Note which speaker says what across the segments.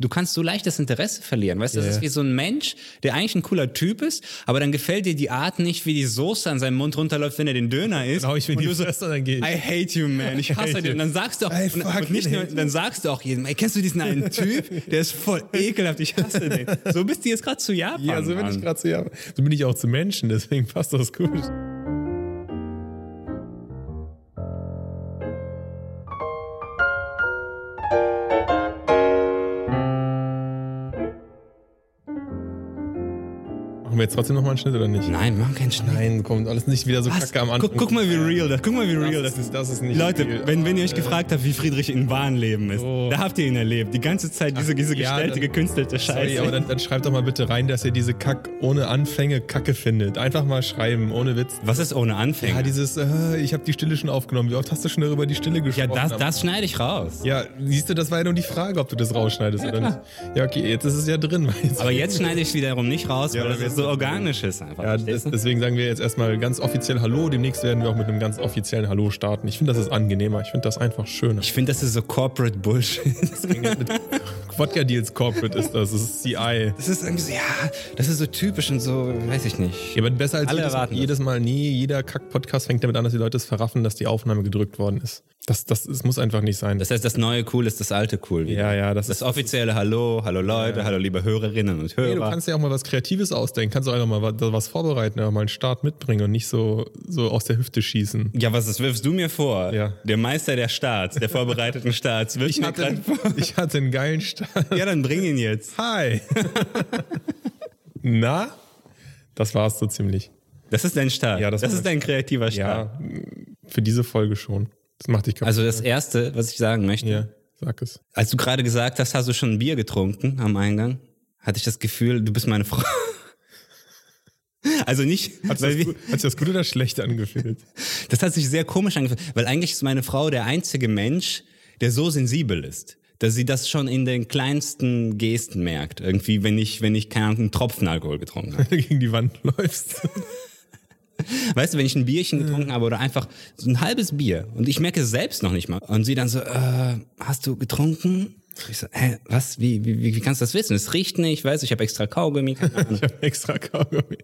Speaker 1: du kannst so leicht das Interesse verlieren. Weißt du, das
Speaker 2: Ja.
Speaker 1: ist wie so ein Mensch, der eigentlich ein cooler Typ ist, aber dann gefällt dir die Art nicht, wie die Soße an seinem Mund runterläuft, wenn er den Döner isst.
Speaker 2: Genau, ich will
Speaker 1: und
Speaker 2: die
Speaker 1: du so, I
Speaker 2: Fresse, dann gehe ich.
Speaker 1: hate you, man. Ich hasse
Speaker 2: hate
Speaker 1: dich.
Speaker 2: you.
Speaker 1: Und dann sagst du auch,
Speaker 2: I
Speaker 1: und, und
Speaker 2: fucking
Speaker 1: nicht nur,
Speaker 2: hate you.
Speaker 1: dann sagst du auch jedem, ey, kennst du diesen einen Typ? Der ist voll ekelhaft, ich hasse den. So bist du jetzt gerade zu Japan.
Speaker 2: Ja, so bin
Speaker 1: Mann.
Speaker 2: ich gerade zu Japan. So bin ich auch zu Menschen, deswegen passt das gut. Machen wir jetzt trotzdem nochmal einen Schnitt oder nicht?
Speaker 1: Nein, mach keinen Schnitt.
Speaker 2: Nein, kommt alles nicht wieder so
Speaker 1: Was?
Speaker 2: kacke am Anfang.
Speaker 1: Guck, guck mal, wie real das, guck mal, wie real das,
Speaker 2: das ist, das ist nicht
Speaker 1: Leute,
Speaker 2: real.
Speaker 1: wenn, wenn ihr euch gefragt habt, wie Friedrich in wahren Leben ist,
Speaker 2: Oh.
Speaker 1: da habt ihr ihn erlebt. Die ganze Zeit diese, diese
Speaker 2: ja,
Speaker 1: gestellte,
Speaker 2: dann-
Speaker 1: gekünstelte Scheiße.
Speaker 2: Sorry, aber dann, dann schreibt doch mal bitte rein, dass ihr diese Kack ohne Anfänge Kacke findet. Einfach mal schreiben, ohne Witz.
Speaker 1: Was ist ohne Anfänger?
Speaker 2: Ja, dieses, äh, ich habe die Stille schon aufgenommen. Wie oft hast du schon darüber die Stille
Speaker 1: Ja,
Speaker 2: gesprochen?
Speaker 1: Äh, das,
Speaker 2: Am-
Speaker 1: das schneide ich raus.
Speaker 2: Ja, siehst du, das war ja nur die Frage, ob du das rausschneidest oder nicht. Ja, okay, jetzt ist es ja drin. Weil jetzt
Speaker 1: Aber jetzt schneide ich es wiederum nicht raus,
Speaker 2: Ja,
Speaker 1: weil das
Speaker 2: aber
Speaker 1: jetzt
Speaker 2: wir-
Speaker 1: so organisch ist einfach.
Speaker 2: ja, des-
Speaker 1: verstehst du?
Speaker 2: deswegen sagen wir jetzt erstmal ganz offiziell Hallo. Demnächst werden wir auch mit einem ganz offiziellen Hallo starten. Ich finde, das ist angenehmer. Ich finde das einfach schöner.
Speaker 1: ich finde, das ist so Corporate Bullshit.
Speaker 2: Quodka Deals Corporate ist das. Das ist CI.
Speaker 1: Das ist irgendwie so, ja, das ist so typisch und so, weiß ich nicht.
Speaker 2: Ja, aber besser als
Speaker 1: Alle
Speaker 2: jedes,
Speaker 1: erwarten das.
Speaker 2: jedes Mal, nee, jeder Kack-Podcast fängt damit an, dass die Leute es verraffen, dass die Aufnahme gedrückt worden ist. Das, das, das muss einfach nicht sein.
Speaker 1: Das heißt, das neue Cool ist das alte Cool. Wieder.
Speaker 2: ja, ja, das,
Speaker 1: Das
Speaker 2: ist.
Speaker 1: offizielle Hallo, hallo Leute, hallo liebe Hörerinnen und
Speaker 2: Nee, du
Speaker 1: Hörer.
Speaker 2: kannst ja auch mal was Kreatives ausdenken, kannst auch einfach mal was, was vorbereiten, einfach mal einen Start mitbringen und nicht so, so aus der Hüfte schießen.
Speaker 1: ja, was das wirfst du mir vor?
Speaker 2: Ja.
Speaker 1: Der Meister der Staats, der vorbereiteten Staats, wirft mir gerade vor.
Speaker 2: ich hatte einen geilen Start.
Speaker 1: Ja, dann bring ihn jetzt.
Speaker 2: Hi! Na? Das war's so ziemlich.
Speaker 1: Das ist dein Start.
Speaker 2: Ja,
Speaker 1: das
Speaker 2: das war
Speaker 1: ist dein kreativer Start.
Speaker 2: Ja, für diese Folge schon. Das macht dich kaputt.
Speaker 1: Also das Erste, was ich sagen möchte,
Speaker 2: Also, ja, sag es.
Speaker 1: Als du gerade gesagt hast, hast du schon ein Bier getrunken am Eingang, hatte ich das Gefühl, du bist meine Frau. Also nicht,
Speaker 2: Hat
Speaker 1: weil
Speaker 2: sich
Speaker 1: wir,
Speaker 2: das, gut- hat sich das gut oder schlecht angefühlt?
Speaker 1: das hat sich sehr komisch angefühlt, weil eigentlich ist meine Frau der einzige Mensch, der so sensibel ist, dass sie das schon in den kleinsten Gesten merkt. Irgendwie, wenn ich, wenn ich keine Ahnung, einen Tropfen Alkohol getrunken habe.
Speaker 2: Wenn du gegen die Wand läufst.
Speaker 1: Weißt du, wenn ich ein Bierchen getrunken habe oder einfach so ein halbes Bier und ich merke es selbst noch nicht mal. Und sie dann so, äh, hast du getrunken? Ich so, hä, was, wie, wie, wie wie kannst du das wissen? Es riecht nicht, weißt du, ich habe extra Kaugummi. keine Ahnung.
Speaker 2: Ich habe extra Kaugummi.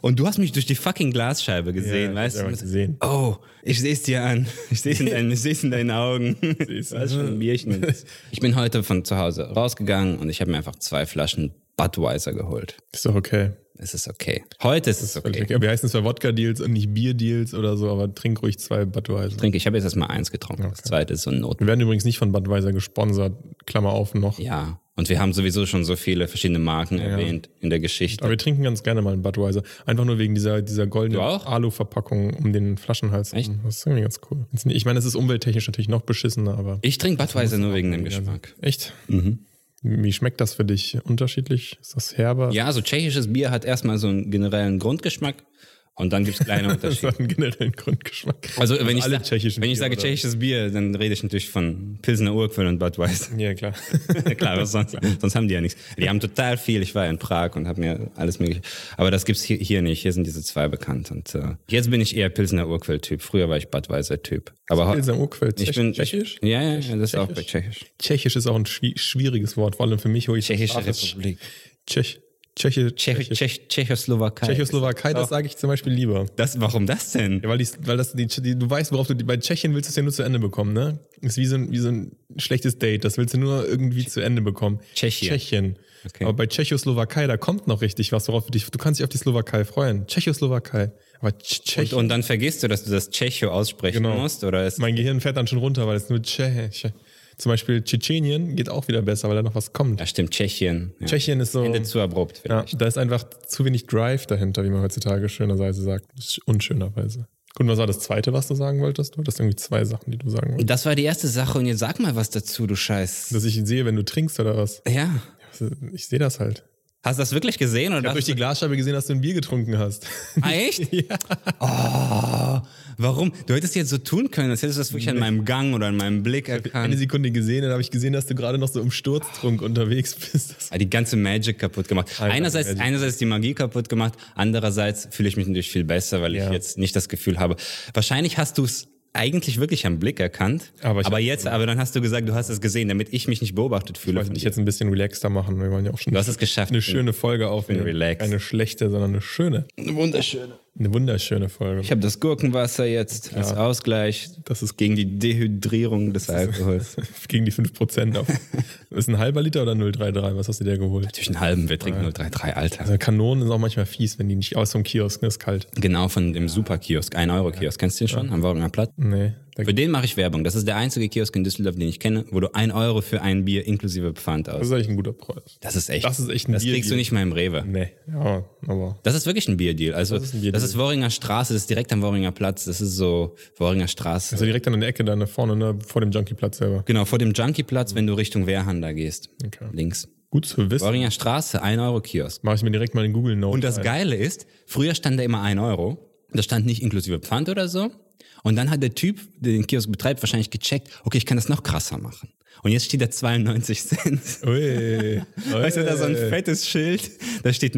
Speaker 1: Und du hast mich durch die fucking Glasscheibe gesehen,
Speaker 2: Ja,
Speaker 1: weißt
Speaker 2: ich
Speaker 1: du?
Speaker 2: hab's gesehen.
Speaker 1: Oh, ich seh's dir an. Ich seh's in deinen, ich seh's in deinen Augen.
Speaker 2: Siehst
Speaker 1: Du hast schon ein Bierchen. Ich bin heute von zu Hause rausgegangen und ich habe mir einfach zwei Flaschen Budweiser geholt.
Speaker 2: Ist doch okay.
Speaker 1: Es ist okay. Heute ist es
Speaker 2: Völlig
Speaker 1: okay.
Speaker 2: okay. Wir heißen zwar Wodka-Deals und nicht Bier-Deals oder so, aber trink ruhig zwei Budweiser.
Speaker 1: Trinke, ich habe jetzt erstmal eins getrunken. Das zweite ist so ein Not.
Speaker 2: Wir werden übrigens nicht von Budweiser gesponsert, Klammer auf noch.
Speaker 1: Ja, und wir haben sowieso schon so viele verschiedene Marken erwähnt in der Geschichte.
Speaker 2: Aber wir trinken ganz gerne mal einen Budweiser. Einfach nur wegen dieser, dieser
Speaker 1: Du auch?
Speaker 2: goldenen Alu-Verpackung um den Flaschenhals. Echt? Das ist irgendwie ganz cool. Ich meine, es ist umwelttechnisch natürlich noch beschissener, aber.
Speaker 1: Ich trinke Budweiser nur wegen dem Geschmack.
Speaker 2: Echt?
Speaker 1: Mhm.
Speaker 2: Wie schmeckt das für dich? Unterschiedlich? Ist das herber?
Speaker 1: Ja, so tschechisches Bier hat erstmal so einen generellen Grundgeschmack und dann gibt's kleine
Speaker 2: Das
Speaker 1: Unterschiede.
Speaker 2: hat einen generellen Grundgeschmack.
Speaker 1: Also wenn ich,
Speaker 2: alle
Speaker 1: sag,
Speaker 2: tschechischen
Speaker 1: wenn ich
Speaker 2: Bier,
Speaker 1: sage
Speaker 2: oder?
Speaker 1: tschechisches Bier, dann rede ich natürlich von Pilsener Urquell und Budweiser.
Speaker 2: Ja, klar.
Speaker 1: Klar, was sonst, sonst haben die ja nichts. Die haben total viel. Ich war in Prag und habe mir alles mögliche. Aber das gibt's hier, hier nicht. Hier sind diese zwei bekannt. Und äh, jetzt bin ich eher Pilsener Urquell-Typ. Früher war ich Budweiser-Typ. Aber ho-
Speaker 2: Pilsner Urquell,
Speaker 1: ich bin
Speaker 2: tschechisch?
Speaker 1: Ja, ja, ja, das ist auch bei Tschechisch.
Speaker 2: Tschechisch ist auch ein schwi- schwieriges Wort, vor allem für mich, wo ich
Speaker 1: Tschechische
Speaker 2: Ach, das-
Speaker 1: Republik.
Speaker 2: Tschech, Tscheche,
Speaker 1: Tschech, Tschech, Tschechoslowakei.
Speaker 2: Tschechoslowakei, das sage ich zum Beispiel lieber.
Speaker 1: Das, warum das denn?
Speaker 2: Ja, weil, die, weil das die, die, du weißt, worauf du die, bei Tschechien willst du es ja nur zu Ende bekommen, ne? Ist wie so ein, wie so ein schlechtes Date, das willst du nur irgendwie zu Ende bekommen.
Speaker 1: Tschechien.
Speaker 2: Tschechien.
Speaker 1: Okay.
Speaker 2: Aber bei Tschechoslowakei, da kommt noch richtig was, worauf du dich, du kannst dich auf die Slowakei freuen. Tschechoslowakei. Aber Tsch-
Speaker 1: Und,
Speaker 2: Tschechien.
Speaker 1: und dann vergisst du, dass du das Tschecho aussprechen
Speaker 2: Genau.
Speaker 1: musst? Oder ist,
Speaker 2: mein Gehirn fährt dann schon runter, weil es nur Tscheche. Zum Beispiel Tschetschenien geht auch wieder besser, weil da noch was kommt.
Speaker 1: ja, stimmt, Tschechien. Ja.
Speaker 2: Tschechien ist so.
Speaker 1: Ende zu abrupt.
Speaker 2: Ja,
Speaker 1: vielleicht.
Speaker 2: da ist einfach zu wenig Drive dahinter, wie man heutzutage schönerweise sagt. Sch- Unschönerweise. Gut, und was war das zweite, was du sagen wolltest? Du hast irgendwie zwei Sachen, die du sagen wolltest.
Speaker 1: Das war die erste Sache und jetzt sag mal was dazu, du Scheiß.
Speaker 2: Dass ich sehe, wenn du trinkst oder was.
Speaker 1: Ja.
Speaker 2: Ich sehe das halt.
Speaker 1: Hast du das wirklich gesehen? Oder
Speaker 2: Ich habe durch
Speaker 1: dachtest
Speaker 2: die Glasscheibe gesehen, dass du ein Bier getrunken hast.
Speaker 1: du- ah, echt? ja. Oh, warum? Du hättest jetzt so tun können, als hättest du das wirklich an meinem Gang oder an meinem Blick
Speaker 2: Eine
Speaker 1: erkannt.
Speaker 2: Sekunde gesehen, dann habe ich gesehen, dass du gerade noch so im Sturztrunk unterwegs bist. Das
Speaker 1: Ah, Die ganze Magic kaputt gemacht.
Speaker 2: Alter,
Speaker 1: einerseits,
Speaker 2: Magic.
Speaker 1: einerseits die Magie kaputt gemacht, andererseits fühle ich mich natürlich viel besser, weil
Speaker 2: Ja.
Speaker 1: ich jetzt nicht das Gefühl habe. Wahrscheinlich hast du es eigentlich wirklich am Blick erkannt. Aber,
Speaker 2: Aber ich- also
Speaker 1: jetzt, aber dann hast du gesagt, du hast es gesehen, damit ich mich nicht beobachtet
Speaker 2: Ich
Speaker 1: fühle.
Speaker 2: wollte
Speaker 1: von
Speaker 2: mich
Speaker 1: dir.
Speaker 2: jetzt ein bisschen relaxter machen. Wir wollen ja auch schon
Speaker 1: Du hast es geschafft.
Speaker 2: eine schöne Folge aufnehmen.
Speaker 1: relaxed.
Speaker 2: Keine schlechte, sondern eine schöne.
Speaker 1: Eine wunderschöne.
Speaker 2: Eine wunderschöne Folge.
Speaker 1: Ich habe das Gurkenwasser jetzt als Ausgleich.
Speaker 2: Das ist-
Speaker 1: gegen die Dehydrierung des Alkohols.
Speaker 2: Gegen die 5% auf. ist ein halber Liter oder 0,33? Was hast du dir geholt?
Speaker 1: Natürlich einen halben, wir trinken 033, Alter.
Speaker 2: Also Kanonen sind auch manchmal fies, wenn die nicht aus dem Kiosk ne, ist kalt.
Speaker 1: Genau, von dem Superkiosk, 1-Euro-Kiosk. Kennst du den schon? Am Worgener Platz?
Speaker 2: Nee. Da,
Speaker 1: Für den mache ich Werbung. Das ist der einzige Kiosk in Düsseldorf, den ich kenne, wo du 1 Euro für ein Bier inklusive Pfand
Speaker 2: das
Speaker 1: aus.
Speaker 2: ist eigentlich ein guter Preis.
Speaker 1: Das ist echt.
Speaker 2: Also, Das ist echt ein
Speaker 1: Das
Speaker 2: Deal,
Speaker 1: kriegst du
Speaker 2: Deal.
Speaker 1: nicht mal im Rewe.
Speaker 2: Nee, ja, aber
Speaker 1: Das ist wirklich ein Bierdeal. Also, das
Speaker 2: Das
Speaker 1: ist,
Speaker 2: ist ein Bierdeal.
Speaker 1: Worringer Straße, das ist direkt am Worringer Platz. Das ist so Worringer Straße.
Speaker 2: Also direkt an der Ecke, da ne, vorne, ne, vor dem Junkieplatz selber.
Speaker 1: genau, vor dem Junkieplatz, wenn du Richtung Wehrhahn da gehst.
Speaker 2: Okay.
Speaker 1: Links.
Speaker 2: Gut zu wissen.
Speaker 1: Worringer Straße, 1 Euro Kiosk.
Speaker 2: Mache ich mir direkt mal den Google Note.
Speaker 1: Und das
Speaker 2: ein.
Speaker 1: Geile ist, früher stand da immer 1 Euro. Das stand nicht inklusive Pfand oder so. Und dann hat der Typ, der den Kiosk betreibt, wahrscheinlich gecheckt, okay, ich kann das noch krasser machen. Und jetzt steht da 92 Cent.
Speaker 2: Ui,
Speaker 1: Weißt du, da so ein
Speaker 2: ui.
Speaker 1: fettes Schild, da steht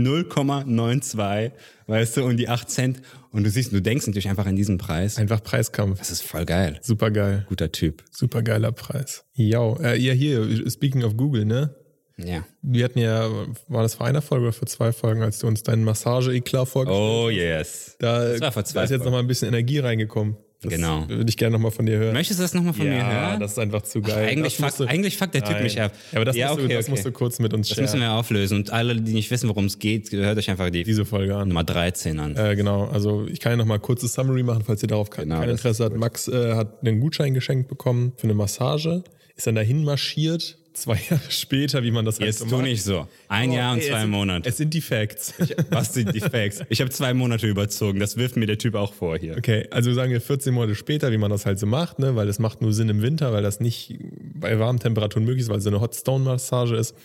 Speaker 1: 0,92, weißt du, und die 8 Cent. Und du siehst, du denkst natürlich einfach an diesen Preis.
Speaker 2: Einfach Preiskampf.
Speaker 1: Das ist voll geil.
Speaker 2: Super geil.
Speaker 1: Guter Typ.
Speaker 2: Super geiler Preis. Ja, äh, ja, hier, speaking of Google, ne?
Speaker 1: Ja.
Speaker 2: Wir hatten ja, war das vor einer Folge oder vor zwei Folgen, als du uns deinen Massage-Eklat vorgestellt
Speaker 1: Oh yes.
Speaker 2: Da,
Speaker 1: war vor zwei
Speaker 2: da ist jetzt
Speaker 1: Folgen.
Speaker 2: nochmal ein bisschen Energie reingekommen. Das
Speaker 1: Genau.
Speaker 2: Würde ich gerne nochmal von dir hören.
Speaker 1: Möchtest du das nochmal von mir hören?
Speaker 2: das ist einfach zu geil.
Speaker 1: eigentlich,
Speaker 2: Das musst
Speaker 1: fuckt,
Speaker 2: du-
Speaker 1: eigentlich fuckt der Typ
Speaker 2: Nein.
Speaker 1: mich ab.
Speaker 2: Ja, aber das,
Speaker 1: ja,
Speaker 2: musst, du,
Speaker 1: okay,
Speaker 2: das
Speaker 1: okay.
Speaker 2: musst du kurz mit uns
Speaker 1: Das müssen
Speaker 2: sharen.
Speaker 1: wir auflösen. Und alle, die nicht wissen, worum es geht, hört euch einfach die
Speaker 2: Diese Folge an.
Speaker 1: Nummer 13 an.
Speaker 2: Äh, genau, also ich kann ja nochmal kurzes Summary machen, falls ihr darauf kein,
Speaker 1: Genau,
Speaker 2: kein
Speaker 1: das ist
Speaker 2: Interesse habt. Max äh, hat einen Gutschein geschenkt bekommen für eine Massage, ist dann dahin marschiert, zwei Jahre später, wie man das halt so
Speaker 1: Jetzt tu
Speaker 2: macht.
Speaker 1: nicht so. Ein
Speaker 2: Oh,
Speaker 1: Jahr und
Speaker 2: ey, es
Speaker 1: zwei
Speaker 2: sind-
Speaker 1: Monate.
Speaker 2: Es sind die Facts.
Speaker 1: Was sind die Facts? Ich habe zwei Monate überzogen. Das wirft mir der Typ auch vor hier.
Speaker 2: Okay, also sagen wir 14 Monate später, wie man das halt so macht, ne? weil das macht nur Sinn im Winter, weil das nicht bei warmen Temperaturen möglich ist, weil es so eine Hotstone-Massage ist.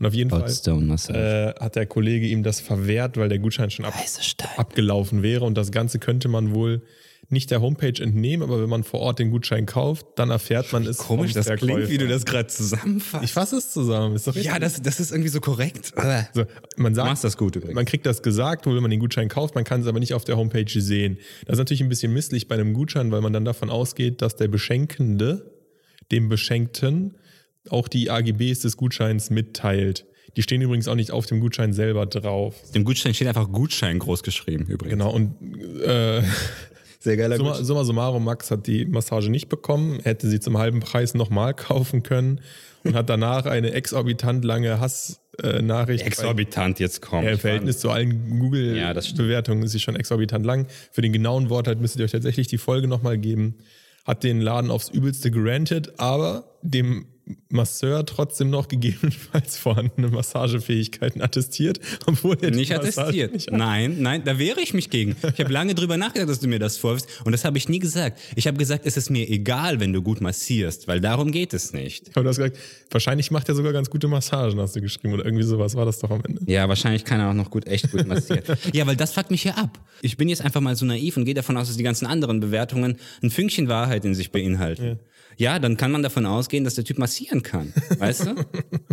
Speaker 2: Und auf jeden
Speaker 1: Hotstone Massage.
Speaker 2: Fall äh, hat der Kollege ihm das verwehrt, weil der Gutschein schon ab
Speaker 1: Heiße Stein.
Speaker 2: abgelaufen wäre. Und das Ganze könnte man wohl nicht der Homepage entnehmen, aber wenn man vor Ort den Gutschein kauft, dann erfährt man es.
Speaker 1: Komisch,
Speaker 2: vom
Speaker 1: das klingt, wie
Speaker 2: Verkäufer.
Speaker 1: du das gerade zusammenfasst.
Speaker 2: Ich fasse es zusammen. Ist doch richtig.
Speaker 1: ja, das, das ist irgendwie so korrekt. Du
Speaker 2: Also, man sagt,
Speaker 1: machst das gut übrigens.
Speaker 2: man kriegt das gesagt, wo wenn man den Gutschein kauft, man kann es aber nicht auf der Homepage sehen. Das ist natürlich ein bisschen misslich bei einem Gutschein, weil man dann davon ausgeht, dass der Beschenkende dem Beschenkten auch die AGBs des Gutscheins mitteilt. Die stehen übrigens auch nicht auf dem Gutschein selber drauf.
Speaker 1: Dem Gutschein steht einfach Gutschein groß geschrieben übrigens.
Speaker 2: Genau, und äh,
Speaker 1: Sehr geiler
Speaker 2: summa, summa summarum, Max hat die Massage nicht bekommen, hätte sie zum halben Preis nochmal kaufen können und hat danach eine exorbitant lange Hassnachricht
Speaker 1: Exorbitant jetzt kommt.
Speaker 2: Ja, Im Äh, Verhältnis zu allen
Speaker 1: Ja, das stimmt.
Speaker 2: Google-Bewertungen ist sie schon exorbitant lang. Für den genauen Wortlaut müsstet ihr euch tatsächlich die Folge nochmal geben. Hat den Laden aufs Übelste gerantet, aber dem Masseur trotzdem noch gegebenenfalls vorhandene Massagefähigkeiten attestiert, obwohl er die
Speaker 1: nicht
Speaker 2: Massage
Speaker 1: attestiert.
Speaker 2: nicht-
Speaker 1: nein, nein, da wehre ich mich gegen. Ich habe lange drüber nachgedacht, dass du mir das vorwirfst und das habe ich nie gesagt. Ich habe gesagt, es ist mir egal, wenn du gut massierst, weil darum geht es nicht.
Speaker 2: Aber du hast gesagt, wahrscheinlich macht er sogar ganz gute Massagen, hast du geschrieben, oder irgendwie sowas war das doch am Ende.
Speaker 1: Ja, wahrscheinlich kann er auch noch gut, echt gut massieren. ja, weil das fuckt mich hier ab. Ich bin jetzt einfach mal so naiv und gehe davon aus, dass die ganzen anderen Bewertungen ein Fünkchen Wahrheit in sich beinhalten. Ja. dann kann man davon ausgehen, dass der Typ massieren kann. Weißt du?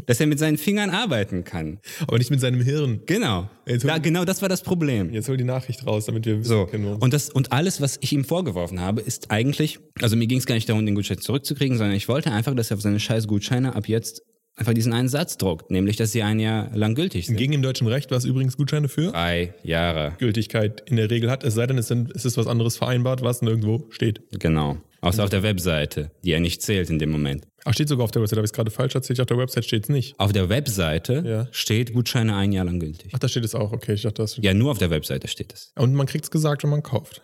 Speaker 1: dass er mit seinen Fingern arbeiten kann.
Speaker 2: Aber nicht mit seinem Hirn.
Speaker 1: Genau.
Speaker 2: Jetzt-
Speaker 1: Da, genau das war das Problem.
Speaker 2: Jetzt hol die Nachricht raus, damit wir wissen
Speaker 1: So.
Speaker 2: können, worum-
Speaker 1: Und, das, und alles, was ich ihm vorgeworfen habe, ist eigentlich, also mir ging es gar nicht darum, den Gutschein zurückzukriegen, sondern ich wollte einfach, dass er auf seine scheiß Gutscheine ab jetzt einfach diesen einen Satz druckt, nämlich, dass sie ein Jahr lang gültig sind.
Speaker 2: Gegen im deutschen Recht war es übrigens Gutscheine für?
Speaker 1: Drei Jahre.
Speaker 2: Gültigkeit in der Regel hat, es sei denn, es, sind, es ist was anderes vereinbart, was nirgendwo steht.
Speaker 1: Genau. Außer auf der Webseite, die ja nicht zählt in dem Moment.
Speaker 2: Ach, steht sogar auf der Website, habe ich es gerade falsch erzählt? Auf der Website steht es nicht.
Speaker 1: Auf der Webseite
Speaker 2: Ja.
Speaker 1: steht Gutscheine ein Jahr lang gültig.
Speaker 2: Ach, da steht es auch, okay, ich dachte, das
Speaker 1: Ja, nur auf der Webseite steht es.
Speaker 2: Und man kriegt es gesagt, wenn man kauft.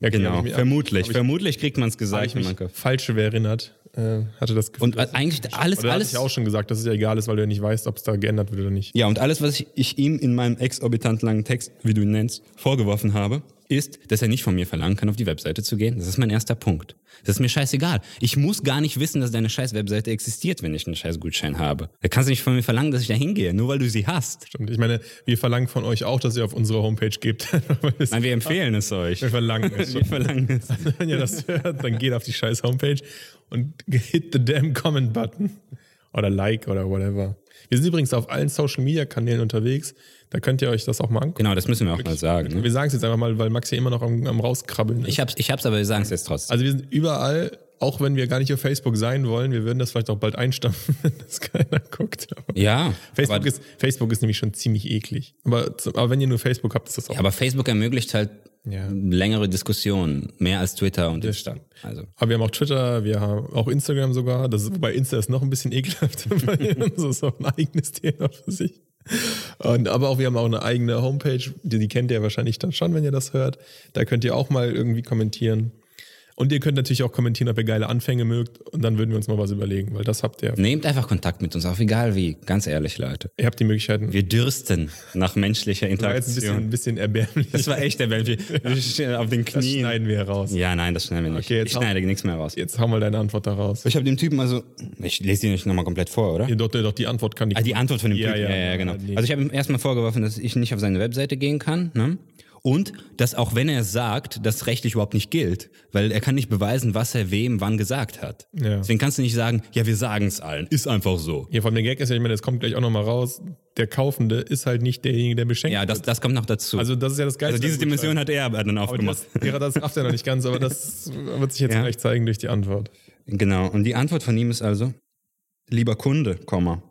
Speaker 2: Ja, okay,
Speaker 1: Genau,
Speaker 2: hab ich mir-
Speaker 1: vermutlich.
Speaker 2: hab ich-
Speaker 1: Vermutlich kriegt man es
Speaker 2: hab
Speaker 1: gesagt,
Speaker 2: ich
Speaker 1: wenn
Speaker 2: mich
Speaker 1: man kauft.
Speaker 2: falsch erinnert, äh, hatte das Gefühl.
Speaker 1: Und
Speaker 2: dass-
Speaker 1: eigentlich alles,
Speaker 2: oder hatte
Speaker 1: alles.
Speaker 2: ich auch schon gesagt, dass es ja egal ist, weil du ja nicht weißt, ob es da geändert wird oder nicht.
Speaker 1: Ja, und alles, was ich, ich ihm in meinem exorbitant langen Text, wie du ihn nennst, vorgeworfen habe, ist, dass er nicht von mir verlangen kann, auf die Webseite zu gehen. Das ist mein erster Punkt. Das ist mir scheißegal. Ich muss gar nicht wissen, dass deine scheiß Webseite existiert, wenn ich einen scheiß Gutschein habe. Da kannst du nicht von mir verlangen, dass ich da hingehe, nur weil du sie hast.
Speaker 2: Stimmt. Ich meine, wir verlangen von euch auch, dass ihr auf unsere Homepage gebt. weil es-
Speaker 1: Nein, wir empfehlen es euch.
Speaker 2: wir verlangen es.
Speaker 1: Wir verlangen es.
Speaker 2: wenn ihr das hört, dann geht auf die scheiß Homepage und hit the damn comment Button. Oder Like oder whatever. Wir sind übrigens auf allen Social Media Kanälen unterwegs. Da könnt ihr euch das auch mal angucken.
Speaker 1: Genau, das müssen wir auch mal sagen. Ne?
Speaker 2: Wir sagen es jetzt einfach mal, weil Max hier immer noch am, am rauskrabbeln ist.
Speaker 1: Ich hab's, ich hab's, aber wir sagen es jetzt trotzdem.
Speaker 2: Also wir sind überall, auch wenn wir gar nicht auf Facebook sein wollen. Wir würden das vielleicht auch bald einstampfen, wenn das keiner guckt. Aber
Speaker 1: ja.
Speaker 2: Facebook,
Speaker 1: aber,
Speaker 2: ist, Facebook ist nämlich schon ziemlich eklig. Aber, zu- aber wenn ihr nur Facebook habt, ist das auch.
Speaker 1: aber Facebook ermöglicht halt
Speaker 2: Ja.
Speaker 1: längere Diskussionen, mehr als Twitter und Insta. Also.
Speaker 2: Aber wir haben auch Twitter, wir haben auch Instagram sogar. Das ist, bei Insta ist noch ein bisschen ekelhaft, weil das ist auch ein eigenes Thema für sich. Und, aber auch wir haben auch eine eigene Homepage, die, die kennt ihr wahrscheinlich dann schon, wenn ihr das hört. Da könnt ihr auch mal irgendwie kommentieren. Und ihr könnt natürlich auch kommentieren, ob ihr geile Anfänge mögt. Und dann würden wir uns mal was überlegen, weil das habt ihr.
Speaker 1: Nehmt einfach Kontakt mit uns auf, egal wie. Ganz ehrlich, Leute.
Speaker 2: Ihr habt die Möglichkeiten.
Speaker 1: Wir dürsten nach menschlicher
Speaker 2: war jetzt ein bisschen,
Speaker 1: Interaktion.
Speaker 2: ein bisschen erbärmlich.
Speaker 1: Das war echt der Benji. Wir stehen auf den
Speaker 2: das
Speaker 1: Knien.
Speaker 2: schneiden wir raus.
Speaker 1: Ja, nein, das schneiden wir nicht.
Speaker 2: Okay, jetzt
Speaker 1: ich schneide nichts mehr raus.
Speaker 2: Jetzt hau mal deine Antwort da raus.
Speaker 1: Ich habe dem Typen also. Ich lese die nicht nochmal komplett vor, oder?
Speaker 2: Ihr doch, doch die Antwort kann ich.
Speaker 1: Ah, die Antwort von dem
Speaker 2: Ja,
Speaker 1: Typen.
Speaker 2: ja,
Speaker 1: Ja, ja,
Speaker 2: ja,
Speaker 1: genau.
Speaker 2: nee.
Speaker 1: Also ich habe ihm erstmal vorgeworfen, dass ich nicht auf seine Webseite gehen kann. Ne? Und dass auch wenn er es sagt, das rechtlich überhaupt nicht gilt, weil er kann nicht beweisen, was er wem wann gesagt hat.
Speaker 2: Ja.
Speaker 1: Deswegen kannst du nicht sagen, ja, wir sagen es allen. Ist einfach so.
Speaker 2: Ja, vor allem der Gag ist ja, ich meine, das kommt gleich auch nochmal raus. Der Kaufende ist halt nicht derjenige, der beschenkt.
Speaker 1: Ja, das, das kommt noch dazu.
Speaker 2: also das ist ja das Geilste.
Speaker 1: Also diese
Speaker 2: an Gutschein.
Speaker 1: Dimension hat er aber dann
Speaker 2: Aber
Speaker 1: aufgemacht.
Speaker 2: das, ja, das rafft er noch nicht ganz, aber das wird sich jetzt
Speaker 1: Ja.
Speaker 2: gleich zeigen durch die Antwort.
Speaker 1: Genau. Und die Antwort von ihm ist also, lieber Kunde, Komma.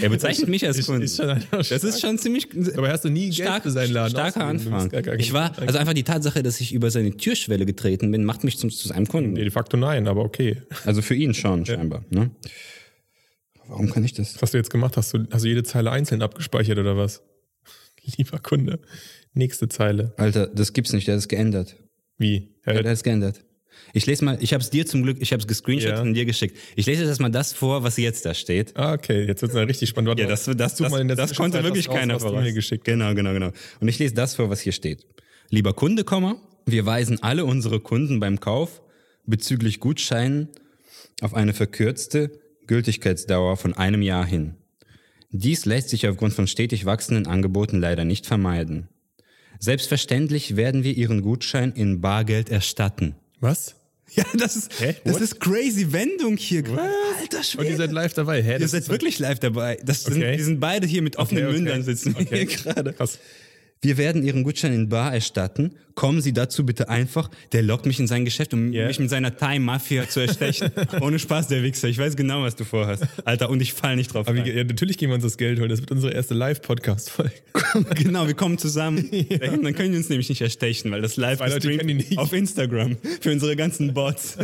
Speaker 1: er bezeichnet mich als Kunde.
Speaker 2: ist schon einer
Speaker 1: das ist schon ziemlich
Speaker 2: Dabei hast du nie Geld für seinen Laden
Speaker 1: starker
Speaker 2: ausgegeben. Du bist
Speaker 1: Anfang.
Speaker 2: gar kein-
Speaker 1: Ich war, also einfach die Tatsache, dass ich über seine Türschwelle getreten bin, macht mich zum, zu einem
Speaker 2: Nee,
Speaker 1: Kunden.
Speaker 2: de facto nein, aber okay.
Speaker 1: Also für ihn schon, scheinbar. Ne? Warum kann ich das?
Speaker 2: Was hast du jetzt gemacht? Hast du, hast du jede Zeile einzeln abgespeichert oder was? Lieber Kunde. Nächste Zeile.
Speaker 1: Alter, das gibt's nicht, der hat es geändert.
Speaker 2: Wie?
Speaker 1: Ja,
Speaker 2: Äh,
Speaker 1: der hat es geändert. Ich lese mal, ich habe es dir zum Glück, ich habe es gescreenshot
Speaker 2: Ja.
Speaker 1: und dir geschickt. Ich lese jetzt erstmal das vor, was jetzt da steht.
Speaker 2: ah, okay, jetzt wird's dann richtig spannend. Warte
Speaker 1: Ja,
Speaker 2: mal.
Speaker 1: das, das, das,
Speaker 2: Such mal in der
Speaker 1: das konnte
Speaker 2: Zwischenzeit
Speaker 1: wirklich
Speaker 2: was raus,
Speaker 1: keiner
Speaker 2: was du mir
Speaker 1: voraus.
Speaker 2: geschickt.
Speaker 1: Genau, genau, genau. Und ich lese das vor, was hier steht. Lieber Kunde, Komma, wir weisen alle unsere Kunden beim Kauf bezüglich Gutscheinen auf eine verkürzte Gültigkeitsdauer von einem Jahr hin. Dies lässt sich aufgrund von stetig wachsenden Angeboten leider nicht vermeiden. Selbstverständlich werden wir Ihren Gutschein in Bargeld erstatten.
Speaker 2: Was?
Speaker 1: Ja, das ist,
Speaker 2: Hä?
Speaker 1: das
Speaker 2: What?
Speaker 1: ist crazy Wendung hier. gerade. Alter
Speaker 2: Und ihr
Speaker 1: Schwede.
Speaker 2: seid live dabei. Hä?
Speaker 1: Ihr
Speaker 2: Das
Speaker 1: seid wirklich live dabei. Das sind,
Speaker 2: Okay.
Speaker 1: Wir sind beide hier mit offenen
Speaker 2: Okay, okay.
Speaker 1: Mündern sitzen wir hier
Speaker 2: Okay.
Speaker 1: gerade.
Speaker 2: Krass.
Speaker 1: Wir werden Ihren Gutschein in Bar erstatten. Kommen Sie dazu bitte einfach. Der lockt mich in sein Geschäft, um
Speaker 2: Ja.
Speaker 1: mich mit seiner Thai-Mafia zu erstechen. Ohne Spaß, der Wichser. Ich weiß genau, was du vorhast. Alter, und ich fall nicht drauf.
Speaker 2: Aber
Speaker 1: rein.
Speaker 2: wir, ja, natürlich gehen wir uns das Geld holen. Das wird unsere erste Live-Podcast-Folge.
Speaker 1: genau, wir kommen zusammen. Dahin, Dann können die uns nämlich nicht erstechen, weil das live
Speaker 2: Weil Leute
Speaker 1: gestreamt
Speaker 2: kennen die nicht.
Speaker 1: auf Instagram für unsere ganzen Bots.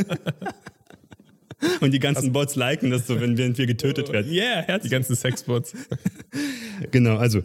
Speaker 1: und die ganzen Bots liken das so, wenn wir, wenn wir getötet
Speaker 2: Oh.
Speaker 1: werden. Yeah,
Speaker 2: Die
Speaker 1: herzlich.
Speaker 2: ganzen Sexbots.
Speaker 1: Genau, also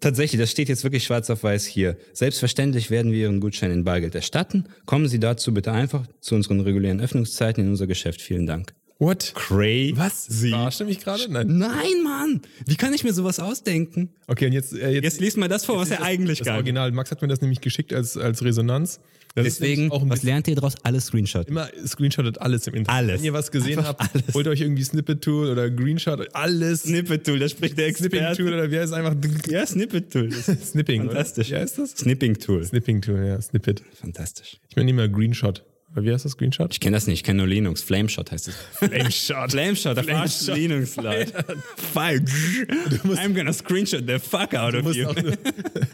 Speaker 1: tatsächlich, das steht jetzt wirklich schwarz auf weiß hier. Selbstverständlich werden wir Ihren Gutschein in Bargeld erstatten. Kommen Sie dazu bitte einfach zu unseren regulären Öffnungszeiten in unser Geschäft. Vielen Dank.
Speaker 2: What?
Speaker 1: Cray.
Speaker 2: Was?
Speaker 1: Sie.
Speaker 2: Verarscht ihr mich gerade? Nein.
Speaker 1: Nein, Mann! Wie kann ich mir sowas ausdenken?
Speaker 2: Okay, und jetzt, äh, jetzt,
Speaker 1: Jetzt liest mal das vor, was er eigentlich
Speaker 2: das
Speaker 1: kann.
Speaker 2: Original. Max hat mir das nämlich geschickt als, als Resonanz. Das ist
Speaker 1: Deswegen,
Speaker 2: nämlich auch ein
Speaker 1: was
Speaker 2: bisschen
Speaker 1: lernt ihr daraus? Alles Screenshot.
Speaker 2: immer screenshotet alles im Internet.
Speaker 1: Alles.
Speaker 2: Wenn ihr was gesehen
Speaker 1: Einfach
Speaker 2: habt,
Speaker 1: alles.
Speaker 2: holt euch irgendwie Snippet-Tool oder Greenshot, alles.
Speaker 1: Snippet-Tool, da spricht der
Speaker 2: Snipping-Tool oder wie heißt es einfach?
Speaker 1: Ja, Snippet-Tool.
Speaker 2: Snipping. oder?
Speaker 1: Fantastisch.
Speaker 2: Wie heißt das?
Speaker 1: Snipping-Tool.
Speaker 2: Snipping-Tool, ja, Snippet.
Speaker 1: Fantastisch.
Speaker 2: Ich meine immer Greenshot. Oder Wie heißt das Greenshot?
Speaker 1: Ich kenne das nicht, ich kenne nur Linux. Flameshot heißt es. Flameshot. Flameshot, da verarscht
Speaker 2: Flameshot.
Speaker 1: Linux, Leute. Fire. I'm gonna screenshot the fuck out
Speaker 2: Du
Speaker 1: of
Speaker 2: musst
Speaker 1: you.
Speaker 2: auch nur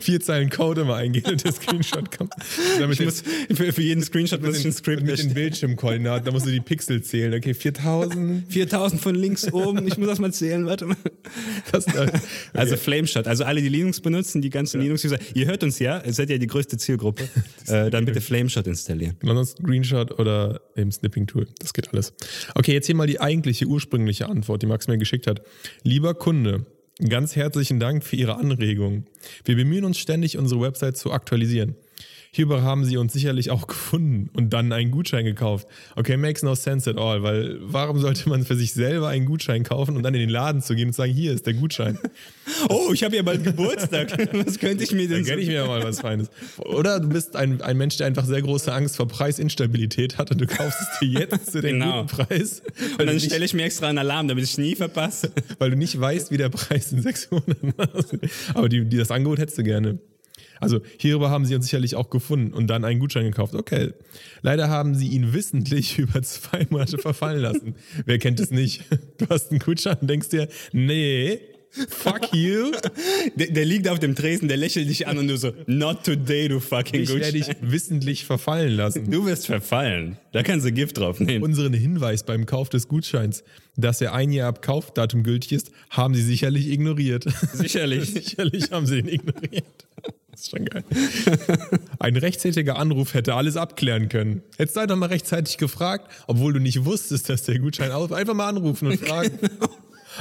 Speaker 2: vier Zeilen Code immer eingehen und der Screenshot kommt. Damit
Speaker 1: Ich muss, für, für jeden Screenshot muss ich ein Script
Speaker 2: mit den
Speaker 1: erstellen.
Speaker 2: Bildschirmkoordinaten, da musst du die Pixel zählen. Okay, 4000.
Speaker 1: 4000 von links oben, ich muss das mal zählen, warte mal.
Speaker 2: Das, okay.
Speaker 1: Also Flameshot, also alle, die Linux benutzen, die ganzen Linux-User, ihr hört uns ja, ihr seid ja die größte Zielgruppe, äh, dann bitte Flameshot installieren.
Speaker 2: Ansonsten Screenshot oder im Snipping-Tool. Das geht alles. Okay, jetzt hier mal die eigentliche, ursprüngliche Antwort, die Max mir geschickt hat. Lieber Kunde, ganz herzlichen Dank für Ihre Anregung. Wir bemühen uns ständig, unsere Website zu aktualisieren. Hierbei haben Sie uns sicherlich auch gefunden und dann einen Gutschein gekauft. Okay, makes no sense at all, weil warum sollte man für sich selber einen Gutschein kaufen und dann in den Laden zu gehen und sagen, hier ist der Gutschein.
Speaker 1: Oh, ich habe ja bald Geburtstag, was könnte ich mir
Speaker 2: Dann
Speaker 1: denn so...
Speaker 2: gönne ich mir mal was Feines. Oder du bist ein, ein Mensch, der einfach sehr große Angst vor Preisinstabilität hat und du kaufst es dir jetzt zu dem
Speaker 1: Genau.
Speaker 2: guten Preis, weil,
Speaker 1: Und
Speaker 2: du
Speaker 1: dann
Speaker 2: nicht,
Speaker 1: stelle ich mir extra einen Alarm, damit ich nie verpasse.
Speaker 2: weil du nicht weißt, wie der Preis in sechs Monaten aussieht. Aber die, die, das Angebot hättest du gerne. Also hierüber haben sie uns sicherlich auch gefunden und dann einen Gutschein gekauft. Okay. Leider haben sie ihn wissentlich über zwei Monate verfallen lassen. Wer kennt es nicht? Du hast einen Gutschein und denkst dir, nee, fuck you.
Speaker 1: Der, der liegt auf dem Tresen, der lächelt dich an und du so, not today, du fucking
Speaker 2: Ich werde
Speaker 1: Gutschein.
Speaker 2: dich wissentlich verfallen lassen.
Speaker 1: Du wirst verfallen. Da kannst du Gift drauf nehmen.
Speaker 2: unseren Hinweis beim Kauf des Gutscheins, dass er ein Jahr ab Kaufdatum gültig ist, haben sie sicherlich ignoriert.
Speaker 1: sicherlich.
Speaker 2: sicherlich haben sie ihn ignoriert. Das ist schon geil. Ein rechtzeitiger Anruf hätte alles abklären können. Hättest du einfach mal rechtzeitig gefragt, obwohl du nicht wusstest, dass der Gutschein auf. Einfach mal anrufen und fragen.
Speaker 1: Genau.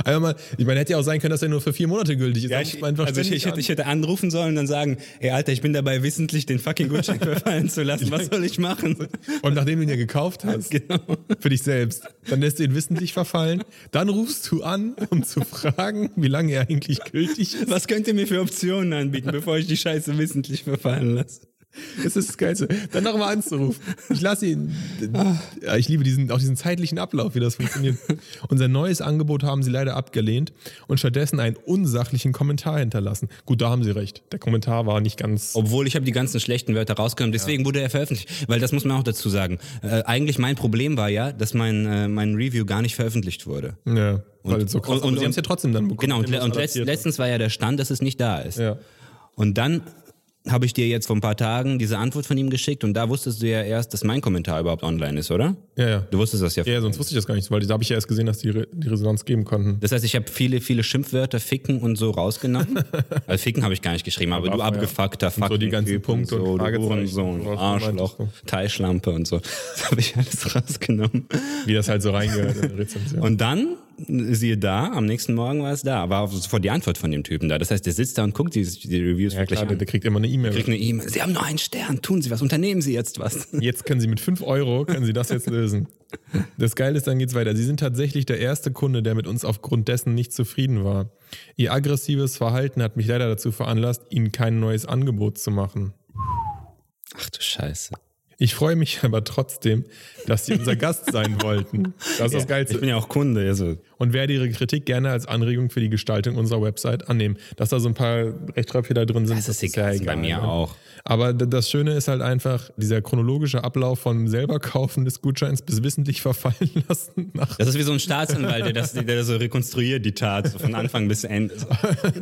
Speaker 2: Einfach mal, ich meine, hätte ja auch sein können, dass er nur für vier Monate gültig ist.
Speaker 1: Ja,
Speaker 2: Dann ruft
Speaker 1: ich,
Speaker 2: man einfach
Speaker 1: also ich,
Speaker 2: ständig
Speaker 1: ich, hätte,
Speaker 2: an.
Speaker 1: ich hätte anrufen sollen und dann sagen, ey Alter, ich bin dabei, wissentlich den fucking Gutschein verfallen zu lassen. Was soll ich machen?
Speaker 2: Und nachdem du ihn ja gekauft hast,
Speaker 1: Genau.
Speaker 2: für dich selbst, dann lässt du ihn wissentlich verfallen. Dann rufst du an, um zu fragen, wie lange er eigentlich gültig ist.
Speaker 1: Was könnt ihr mir für Optionen anbieten, bevor ich die Scheiße wissentlich verfallen lasse?
Speaker 2: Das ist das Geilste. Dann nochmal anzurufen. Ich lasse ihn. Ja, Ich liebe diesen, auch diesen zeitlichen Ablauf, wie das funktioniert. Unser neues Angebot haben sie leider abgelehnt und stattdessen einen unsachlichen Kommentar hinterlassen. Gut, da haben sie recht. Der Kommentar war nicht ganz.
Speaker 1: Obwohl ich habe die ganzen schlechten Wörter rausgenommen, deswegen wurde er veröffentlicht. Weil das muss man auch dazu sagen. Äh, eigentlich mein Problem war ja, dass mein, äh, mein Review gar nicht veröffentlicht wurde.
Speaker 2: Ja, weil so krass.
Speaker 1: und-
Speaker 2: aber
Speaker 1: und-
Speaker 2: sie haben es ja trotzdem dann bekommen.
Speaker 1: Genau, und,
Speaker 2: indem
Speaker 1: le- und
Speaker 2: sie es
Speaker 1: letzt,
Speaker 2: adaptiert
Speaker 1: letztens war ja der Stand, dass es nicht da ist.
Speaker 2: Ja.
Speaker 1: Und dann habe ich dir jetzt vor ein paar Tagen diese Antwort von ihm geschickt und da wusstest du ja erst, dass mein Kommentar überhaupt online ist, oder?
Speaker 2: haben. Ja, ja.
Speaker 1: Du wusstest das ja.
Speaker 2: Ja, sonst wusste ich das gar nicht, weil da habe ich ja erst gesehen, dass die, Re die Resonanz geben konnten.
Speaker 1: Das heißt, ich habe viele, viele Schimpfwörter, Ficken und so rausgenommen. also Ficken habe ich gar nicht geschrieben, aber du
Speaker 2: ja.
Speaker 1: abgefuckter Fuck.
Speaker 2: so die ganzen Punkte und
Speaker 1: so, du
Speaker 2: Fragezeichen,
Speaker 1: Hurensohn,
Speaker 2: worauf du
Speaker 1: Arschloch, Teilschlampe und so. Das habe ich alles rausgenommen.
Speaker 2: Wie das halt so reingehört in der Rezension.
Speaker 1: Und dann, siehe da, am nächsten Morgen war es da. War sofort die Antwort von dem Typen da. Das heißt, der sitzt da und guckt die, die Reviews
Speaker 2: ja,
Speaker 1: wirklich
Speaker 2: klar, der,
Speaker 1: an.
Speaker 2: der kriegt immer eine E-Mail.
Speaker 1: Kriegt eine E-Mail. Sie haben nur einen Stern. Tun Sie was. Unternehmen Sie jetzt was.
Speaker 2: Jetzt können Sie mit 5 Euro, können Sie das jetzt lösen. Das Geile ist, dann geht's weiter. Sie sind tatsächlich der erste Kunde, der mit uns aufgrund dessen nicht zufrieden war. Ihr aggressives Verhalten hat mich leider dazu veranlasst, Ihnen kein neues Angebot zu machen.
Speaker 1: Ach du Scheiße.
Speaker 2: Ich freue mich aber trotzdem, dass Sie unser Gast sein wollten. Das ist das Geilste.
Speaker 1: Ich bin ja auch Kunde. Also.
Speaker 2: und werde Ihre Kritik gerne als Anregung für die Gestaltung unserer Website annehmen. Dass da so ein paar Rechtschreibfehler drin sind,
Speaker 1: Das ist egal, ist bei mir
Speaker 2: ne?
Speaker 1: auch.
Speaker 2: Aber d- das Schöne ist halt einfach, dieser chronologische Ablauf von selber kaufen des Gutscheins bis wissentlich verfallen lassen nach
Speaker 1: Das ist wie so ein Staatsanwalt, der das, der das so rekonstruiert, die Tat, so von Anfang bis Ende.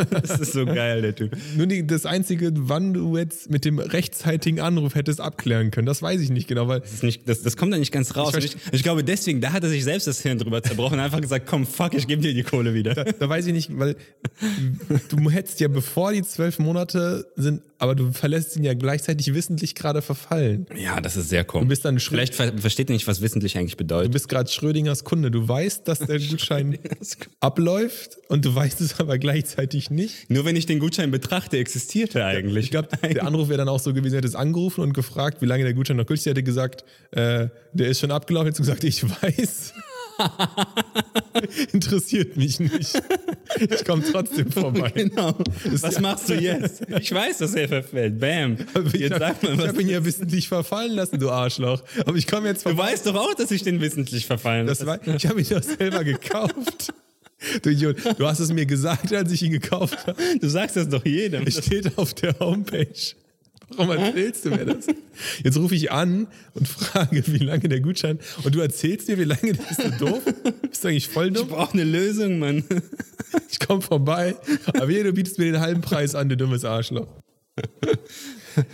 Speaker 1: Das ist so geil, der Typ.
Speaker 2: Nur die, das Einzige, wann du jetzt mit dem rechtzeitigen Anruf hättest abklären können, das weiß ich nicht genau, weil
Speaker 1: Das, ist nicht, das, das kommt da nicht ganz raus.
Speaker 2: Ich
Speaker 1: Ich, ich, ich glaube, deswegen, da hat er sich selbst das Hirn drüber zerbrochen und einfach gesagt, komm, fuck, ich gebe dir die Kohle wieder.
Speaker 2: da weiß ich nicht, weil du hättest ja bevor die zwölf Monate sind, aber du verlässt ihn ja gleichzeitig wissentlich gerade verfallen.
Speaker 1: Ja, das ist sehr komisch.
Speaker 2: Du bist dann Schrö-
Speaker 1: Vielleicht ver versteht ihr nicht, was wissentlich eigentlich
Speaker 2: Du
Speaker 1: bedeutet.
Speaker 2: bist gerade Schrödingers Kunde. Du weißt, dass der Gutschein abläuft und du weißt es aber gleichzeitig nicht.
Speaker 1: Nur wenn ich den Gutschein betrachte, existiert er eigentlich.
Speaker 2: Ich glaube, der Anruf wäre dann auch so gewesen, er hätte es angerufen und gefragt, wie lange der Gutschein noch gültig ist. Er hätte gesagt, äh, der ist schon abgelaufen. Jetzt gesagt, ich weiß. Interessiert mich nicht. Ich komme trotzdem vorbei.
Speaker 1: genau. Was machst du jetzt? Ich weiß, dass er verfällt. Bam.
Speaker 2: Ich
Speaker 1: Jetzt sag mal
Speaker 2: habe
Speaker 1: was.
Speaker 2: hab ihn ja wissentlich verfallen lassen, du Arschloch. Aber ich komme jetzt vorbei.
Speaker 1: Du weißt doch auch, dass ich den wissentlich verfallen
Speaker 2: Das war, ich habe ihn doch selber gekauft. Du Idiot, du hast es mir gesagt, als ich ihn gekauft habe.
Speaker 1: Du sagst das doch jedem.
Speaker 2: Es steht auf der Homepage. Warum erzählst du mir das? Jetzt rufe ich an und frage, wie lange der Gutschein. Und du erzählst mir, wie lange der ist. Du doof? Bist du eigentlich voll
Speaker 1: Ich
Speaker 2: dumm?
Speaker 1: brauche eine Lösung, Mann.
Speaker 2: Ich komme vorbei. Aber hier, du bietest mir den halben Preis an, du dummes Arschloch.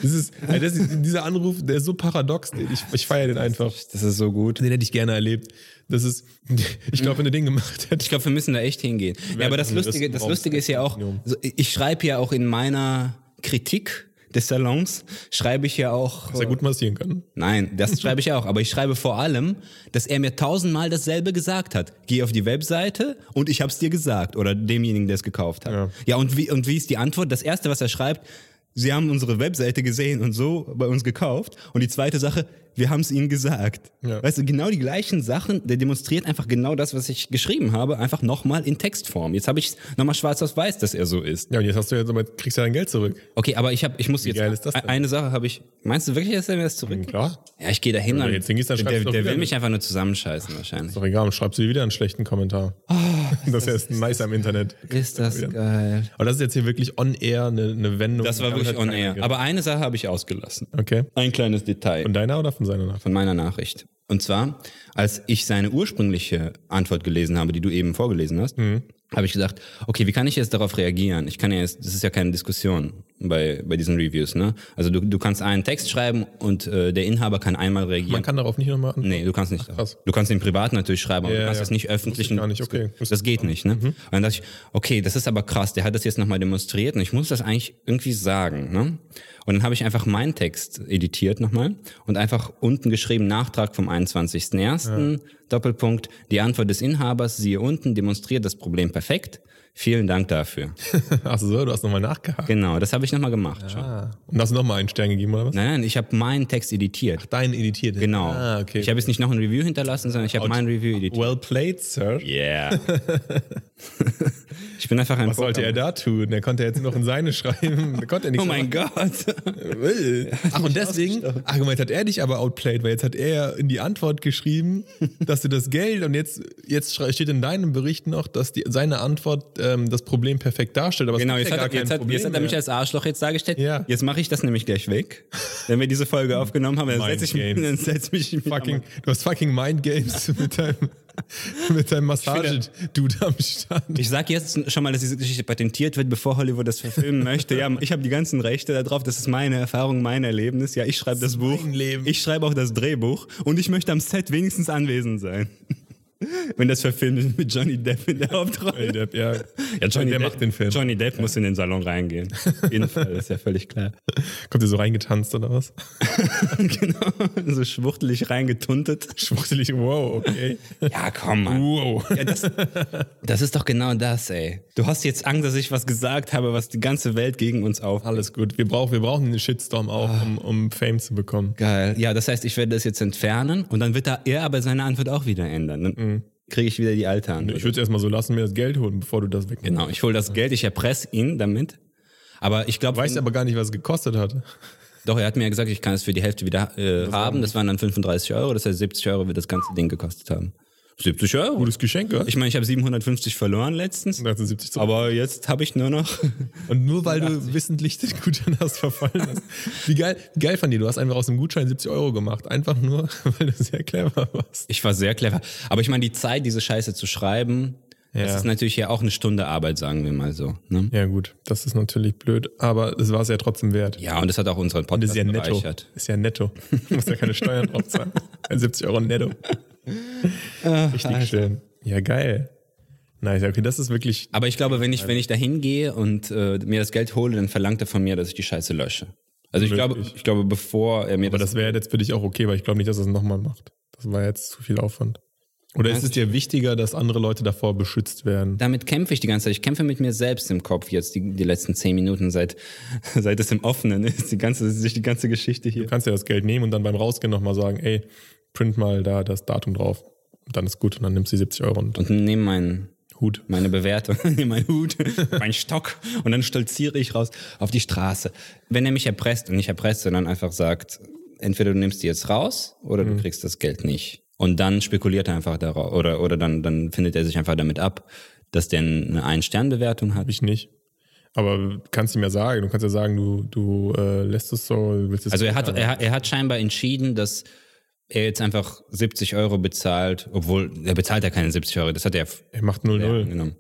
Speaker 2: Das ist, ja, das ist, dieser Anruf, der ist so paradox. Ich, ich feiere den einfach.
Speaker 1: Das ist so gut.
Speaker 2: Den hätte ich gerne erlebt. Das ist, ich glaube, wenn du den gemacht hättest.
Speaker 1: Ich glaube, wir müssen da echt hingehen. Ja, aber das
Speaker 2: das
Speaker 1: Lustige, das
Speaker 2: brauchst
Speaker 1: Lustige ist ja auch,
Speaker 2: Minimum.
Speaker 1: so, ich schreibe ja auch in meiner Kritik des Salons, schreibe ich ja auch.
Speaker 2: sehr gut massieren kann.
Speaker 1: Nein, das schreibe ich auch. Aber ich schreibe vor allem, dass er mir tausendmal dasselbe gesagt hat. Geh auf die Webseite und ich hab's dir gesagt. Oder demjenigen, der es gekauft hat. Ja, und, wie, und wie ist die Antwort? Das Erste, was er schreibt, sie haben unsere Webseite gesehen und so bei uns gekauft. Und die zweite Sache, wir haben's ihnen gesagt.
Speaker 2: Ja.
Speaker 1: Weißt du, genau die gleichen Sachen, der demonstriert einfach genau das, was ich geschrieben habe, einfach nochmal in Textform. Jetzt habe ich nochmal schwarz auf weiß, dass er so ist.
Speaker 2: Ja, und jetzt hast du jetzt aber kriegst ja dein Geld zurück.
Speaker 1: Okay, aber ich, hab, ich muss jetzt... e-
Speaker 2: geil ist das denn?
Speaker 1: Eine Sache habe ich... Meinst du wirklich, dass er mir das zurück?
Speaker 2: Hm, Klar.
Speaker 1: Ja, ich gehe da hin.
Speaker 2: Wenn du
Speaker 1: und-
Speaker 2: jetzt hingehst, dann schreibst
Speaker 1: Der,
Speaker 2: du doch
Speaker 1: der
Speaker 2: wieder
Speaker 1: will
Speaker 2: mit.
Speaker 1: mich einfach nur zusammenscheißen wahrscheinlich.
Speaker 2: Doch egal, dann schreibst du dir wieder einen schlechten Kommentar. Ah, Das ist nice am Internet.
Speaker 1: Ist das geil.
Speaker 2: Aber das ist jetzt hier wirklich on-air eine, eine Wendung.
Speaker 1: Das war
Speaker 2: Die haben
Speaker 1: wirklich
Speaker 2: halt
Speaker 1: on
Speaker 2: keiner
Speaker 1: air.
Speaker 2: ge-
Speaker 1: Aber eine Sache habe ich ausgelassen.
Speaker 2: Okay.
Speaker 1: Ein kleines Detail.
Speaker 2: Von deiner oder von seiner Nachricht?
Speaker 1: von meiner Nachricht. Und zwar, als ich seine ursprüngliche Antwort gelesen habe, die du eben vorgelesen hast, habe ich gesagt, okay, wie kann ich jetzt darauf reagieren? Ich kann ja jetzt, das ist ja keine Diskussion bei, bei diesen Reviews, ne? Also du, du kannst einen Text schreiben und äh, der Inhaber kann einmal reagieren.
Speaker 2: Man kann darauf nicht nochmal antworten.
Speaker 1: Nee, du kannst nicht.
Speaker 2: krass.
Speaker 1: Du kannst den privaten natürlich schreiben, aber
Speaker 2: Ja,
Speaker 1: du kannst
Speaker 2: ja.
Speaker 1: das nicht öffentlich.
Speaker 2: Wusste ich gar nicht, okay. Mhm.
Speaker 1: Das, geht nicht, ne? Und dann dachte ich, okay, das ist aber krass, der hat das jetzt nochmal demonstriert und ich muss das eigentlich irgendwie sagen, ne? Und dann habe ich einfach meinen Text editiert nochmal und einfach unten geschrieben, Nachtrag vom 21.01. Doppelpunkt, die Antwort des Inhabers, siehe unten, demonstriert das Problem perfekt. Vielen Dank dafür.
Speaker 2: Ach so, du hast nochmal nachgehakt.
Speaker 1: genau, das habe ich nochmal gemacht. Schon.
Speaker 2: Ah. Und hast du nochmal einen Stern gegeben oder was?
Speaker 1: Nein, nein, ich habe meinen Text editiert.
Speaker 2: Deinen editiert.
Speaker 1: Genau.
Speaker 2: Ah, okay.
Speaker 1: Ich habe jetzt nicht noch ein Review hinterlassen, sondern ich habe mein Review editiert.
Speaker 2: well played, Sir.
Speaker 1: Yeah. ich bin einfach ein
Speaker 2: Was sollte er da tun? Er konnte jetzt noch in seine schreiben. Er konnte er nichts
Speaker 1: Oh mein Gott.
Speaker 2: Äh, Ach, und deswegen, ach, gemeint hat er dich aber outplayed, weil jetzt hat er in die Antwort geschrieben, dass du das Geld und jetzt, jetzt schrei- steht in deinem Bericht noch, dass die, seine Antwort ähm, das Problem perfekt darstellt. Aber
Speaker 1: Genau,
Speaker 2: es
Speaker 1: jetzt
Speaker 2: gibt ja
Speaker 1: hat,
Speaker 2: gar
Speaker 1: jetzt,
Speaker 2: kein
Speaker 1: hat, jetzt hat er
Speaker 2: Problem
Speaker 1: mich als Arschloch jetzt dargestellt.
Speaker 2: Ja.
Speaker 1: Jetzt mache ich das nämlich gleich weg. Wenn wir diese Folge aufgenommen haben, dann
Speaker 2: Mind
Speaker 1: setze ich, mich-
Speaker 2: games.
Speaker 1: dann setz ich mich
Speaker 2: mehr. fucking, Du hast fucking Mind Games mit deinem, mit deinem Massage-Dude am Start.
Speaker 1: Ich sage jetzt schon mal, dass diese Geschichte patentiert wird, bevor Hollywood das verfilmen möchte. Ja, ich habe die ganzen Rechte darauf. Das ist meine Erfahrung, mein Erlebnis. Ja, ich schreibe das Buch.
Speaker 2: mein Leben.
Speaker 1: Ich schreibe auch das Drehbuch. Und ich möchte am Set wenigstens anwesend sein. Wenn das verfilmt ist mit Johnny Depp in der Hauptrolle.
Speaker 2: ja.
Speaker 1: Ja, Johnny
Speaker 2: der
Speaker 1: Depp,
Speaker 2: macht den Film.
Speaker 1: Johnny Depp muss in den Salon reingehen. Auf jeden Fall, ist ja völlig klar.
Speaker 2: Kommt ihr so reingetanzt oder was?
Speaker 1: genau, so schwuchtelig reingetuntet. Uh.
Speaker 2: Schwuchtelig, wow, okay.
Speaker 1: Ja, komm, Mann.
Speaker 2: Wow.
Speaker 1: Ja, das, das ist doch genau das, ey. Du hast jetzt Angst, dass ich was gesagt habe, was die ganze Welt gegen uns auf.
Speaker 2: Alles gut. Wir brauchen, wir brauchen einen Shitstorm auch,
Speaker 1: Ah.
Speaker 2: um, um Fame zu bekommen.
Speaker 1: Geil. Ja, das heißt, ich werde das jetzt entfernen und dann wird da er aber seine Antwort auch wieder ändern. Dann kriege Mhm. ich wieder die alte Antwort.
Speaker 2: Ich würde es erstmal so lassen, mir das Geld holen, bevor du das wegnimmst.
Speaker 1: genau, ich hole das Geld, ich erpresse ihn damit. Aber ich glaube,
Speaker 2: Weißt aber gar nicht, was es gekostet hat.
Speaker 1: doch, er hat mir ja gesagt, ich kann es für die Hälfte wieder äh, haben. Das waren dann 35 Euro, das heißt 70 Euro wird das ganze Ding gekostet haben. 70 Euro?
Speaker 2: Gutes Geschenk, oder?
Speaker 1: Ich meine, ich habe 750 verloren letztens,
Speaker 2: 1970 zurück.
Speaker 1: aber jetzt habe ich nur noch.
Speaker 2: Und nur weil du wissentlich den Gutschein hast verfallen hast. Wie geil, wie geil von dir, du hast einfach aus dem Gutschein 70 Euro gemacht. Einfach nur, weil du sehr clever warst.
Speaker 1: Ich war sehr clever. Aber ich meine, die Zeit, diese Scheiße zu schreiben, das
Speaker 2: Ja.
Speaker 1: ist natürlich ja auch eine Stunde Arbeit, sagen wir mal so. Ne?
Speaker 2: Ja gut, das ist natürlich blöd, aber es war es ja trotzdem wert.
Speaker 1: Ja, und das hat auch unseren
Speaker 2: Das
Speaker 1: Podcast
Speaker 2: ist ja netto.
Speaker 1: bereichert.
Speaker 2: Ist ja netto. Du musst ja keine Steuern drauf zahlen. 70 Euro netto. Richtig schön. Ja, geil. Nice, okay, das ist wirklich,
Speaker 1: Aber ich glaube, wenn ich, wenn ich da hingehe und äh, mir das Geld hole, dann verlangt er von mir, dass ich die Scheiße lösche. Also ich glaube,
Speaker 2: Möglich.
Speaker 1: ich glaube, bevor er mir
Speaker 2: Aber
Speaker 1: das,
Speaker 2: das wäre jetzt für dich auch okay, weil ich glaube nicht, dass er es nochmal macht. Das war jetzt zu viel Aufwand. Oder ist es dir wichtiger, dass andere Leute davor beschützt werden?
Speaker 1: Damit kämpfe ich die ganze Zeit. Ich kämpfe mit mir selbst im Kopf jetzt die, die letzten zehn Minuten, seit, seit es im Offenen ist, die ganze, sich die ganze Geschichte hier.
Speaker 2: Du kannst ja das Geld nehmen und dann beim Rausgehen nochmal sagen, ey, print mal da das Datum drauf. Und dann ist gut und dann nimmst du die 70 Euro und
Speaker 1: Und nehme meinen
Speaker 2: Hut.
Speaker 1: meine Bewertung, mein Hut, mein Stock und dann stolziere ich raus auf die Straße. Wenn er mich erpresst und nicht erpresst, sondern einfach sagt, entweder du nimmst die jetzt raus oder du kriegst das Geld nicht. Und dann spekuliert er einfach darauf oder, oder dann, dann findet er sich einfach damit ab, dass der eine Ein-Stern-Bewertung hat.
Speaker 2: Ich nicht. Aber du kannst ihm ja sagen, du kannst ja sagen, du, du äh, lässt es so, du willst es
Speaker 1: Also er hat,
Speaker 2: nicht.
Speaker 1: er, hat- er hat scheinbar entschieden, dass er jetzt einfach 70 Euro bezahlt, obwohl er bezahlt ja keine 70 Euro, das hat er
Speaker 2: er macht 0-0.
Speaker 1: genommen.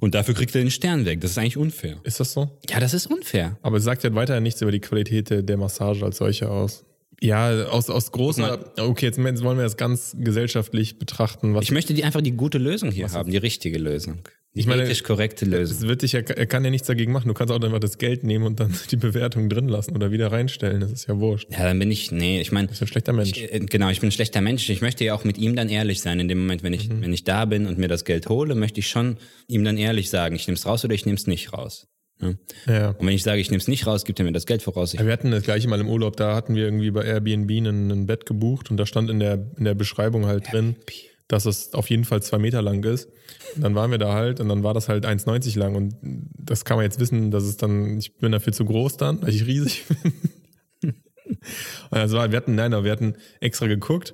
Speaker 1: Und dafür kriegt er den Stern weg. Das ist eigentlich unfair.
Speaker 2: Ist das so?
Speaker 1: Ja, das ist unfair.
Speaker 2: Aber es sagt ja weiterhin nichts über die Qualität der- der Massage als solche aus. Ja, aus, aus großer. Okay, jetzt wollen wir das ganz gesellschaftlich betrachten. Was
Speaker 1: Ich möchte die einfach die gute Lösung hier haben, die richtige Lösung. Die
Speaker 2: meine-
Speaker 1: ethisch korrekte Lösung.
Speaker 2: es wird dich ja, er kann ja nichts dagegen machen. Du kannst auch einfach das Geld nehmen und dann die Bewertung drin lassen oder wieder reinstellen. Das ist ja wurscht. Du
Speaker 1: Ja, dann bin ich, nee, ich meine,
Speaker 2: bist ein schlechter Mensch.
Speaker 1: genau, ich bin ein schlechter Mensch. Ich möchte ja auch mit ihm dann ehrlich sein. In dem Moment, wenn ich, wenn ich da bin und mir das Geld hole, möchte ich schon ihm dann ehrlich sagen, ich nehme es raus oder ich nehme es nicht raus. Ne?
Speaker 2: Ja.
Speaker 1: Und wenn ich sage, ich nehme es nicht raus, gibt er mir das Geld voraus. Ich,
Speaker 2: Ja, Wir hatten das gleiche mal im Urlaub, da hatten wir irgendwie bei Airbnb ein, ein Bett gebucht und da stand in der, in der Beschreibung halt drin, dass es auf jeden Fall zwei Meter lang ist. Und dann waren wir da halt und dann war das halt 1,90 lang und das kann man jetzt wissen, dass es dann, ich bin dafür zu groß dann, weil ich riesig bin. Und also wir hatten, nein, aber wir hatten extra geguckt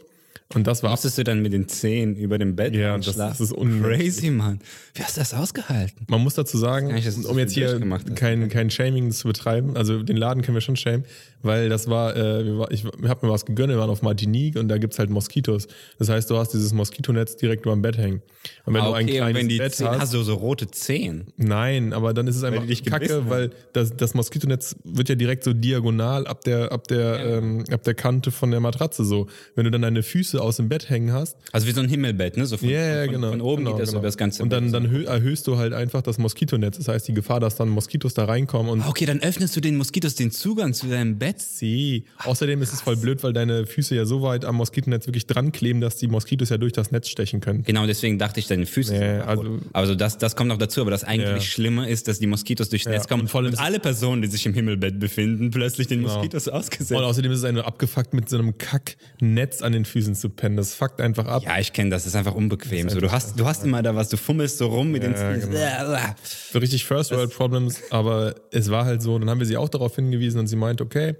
Speaker 2: Und das war
Speaker 1: Musstest du dann mit den Zehen über dem Bett
Speaker 2: Ja, das- das ist unmöglich.
Speaker 1: crazy, Mann. Wie hast du das ausgehalten?
Speaker 2: Man muss dazu sagen,
Speaker 1: Gar nicht, dass du
Speaker 2: um jetzt
Speaker 1: so
Speaker 2: hier
Speaker 1: durchgemacht hast.
Speaker 2: kein, kein Shaming zu betreiben, also den Laden können wir schon shamen, weil das war, äh, wir war ich habe mir was gegönnt, wir waren auf Martinique und da gibt's halt Moskitos. Das heißt, du hast dieses Moskitonetz direkt über dem Bett hängen. Und wenn
Speaker 1: Ah,
Speaker 2: du ein
Speaker 1: und
Speaker 2: kleines
Speaker 1: wenn die
Speaker 2: Bett
Speaker 1: Zehen,
Speaker 2: hast,
Speaker 1: hast du so rote Zehen.
Speaker 2: nein, aber dann ist es einfach
Speaker 1: die dich gebissen
Speaker 2: kacke,
Speaker 1: haben.
Speaker 2: weil das, das Moskitonetz wird ja direkt so diagonal ab der, ab, der, ähm, ab der Kante von der Matratze so. Wenn du dann deine Füße aus dem Bett hängen hast,
Speaker 1: Also wie so ein Himmelbett, ne? So von,
Speaker 2: ja, ja,
Speaker 1: von,
Speaker 2: genau.
Speaker 1: von oben
Speaker 2: genau,
Speaker 1: geht das
Speaker 2: genau.
Speaker 1: über das ganze
Speaker 2: Und dann,
Speaker 1: Bett.
Speaker 2: dann hö- erhöhst du halt einfach das Moskitonetz. Das heißt, die Gefahr, dass dann Moskitos da reinkommen und.
Speaker 1: Ah, Okay, dann öffnest du den Moskitos den Zugang zu deinem Bett.
Speaker 2: See. Außerdem ist es voll blöd, weil deine Füße ja so weit am Moskitonetz wirklich dran kleben, dass die Moskitos ja durch das Netz stechen können.
Speaker 1: Genau, deswegen dachte ich, deine Füße
Speaker 2: Nee,
Speaker 1: sind kaputt.
Speaker 2: also-
Speaker 1: Also das, das kommt noch dazu, aber das eigentlich
Speaker 2: Ja.
Speaker 1: Schlimme ist, dass die Moskitos durchs Netz kommen
Speaker 2: und vor allem
Speaker 1: und
Speaker 2: ist-
Speaker 1: alle Personen, die sich im Himmelbett befinden, plötzlich den Moskitos
Speaker 2: Und
Speaker 1: ausgesetzt.
Speaker 2: außerdem ist es eine abgefuckt, mit so einem Kacknetz an den Füßen zu pennen. Das fuckt einfach ab.
Speaker 1: Ja, ich kenne das, das ist einfach unbequem. so, du, hast, du hast immer da was, du fummelst so rum mit den
Speaker 2: genau.
Speaker 1: Zehen.
Speaker 2: Für richtig First World Problems, aber es war halt so. Dann haben wir sie auch darauf hingewiesen und sie meint, okay,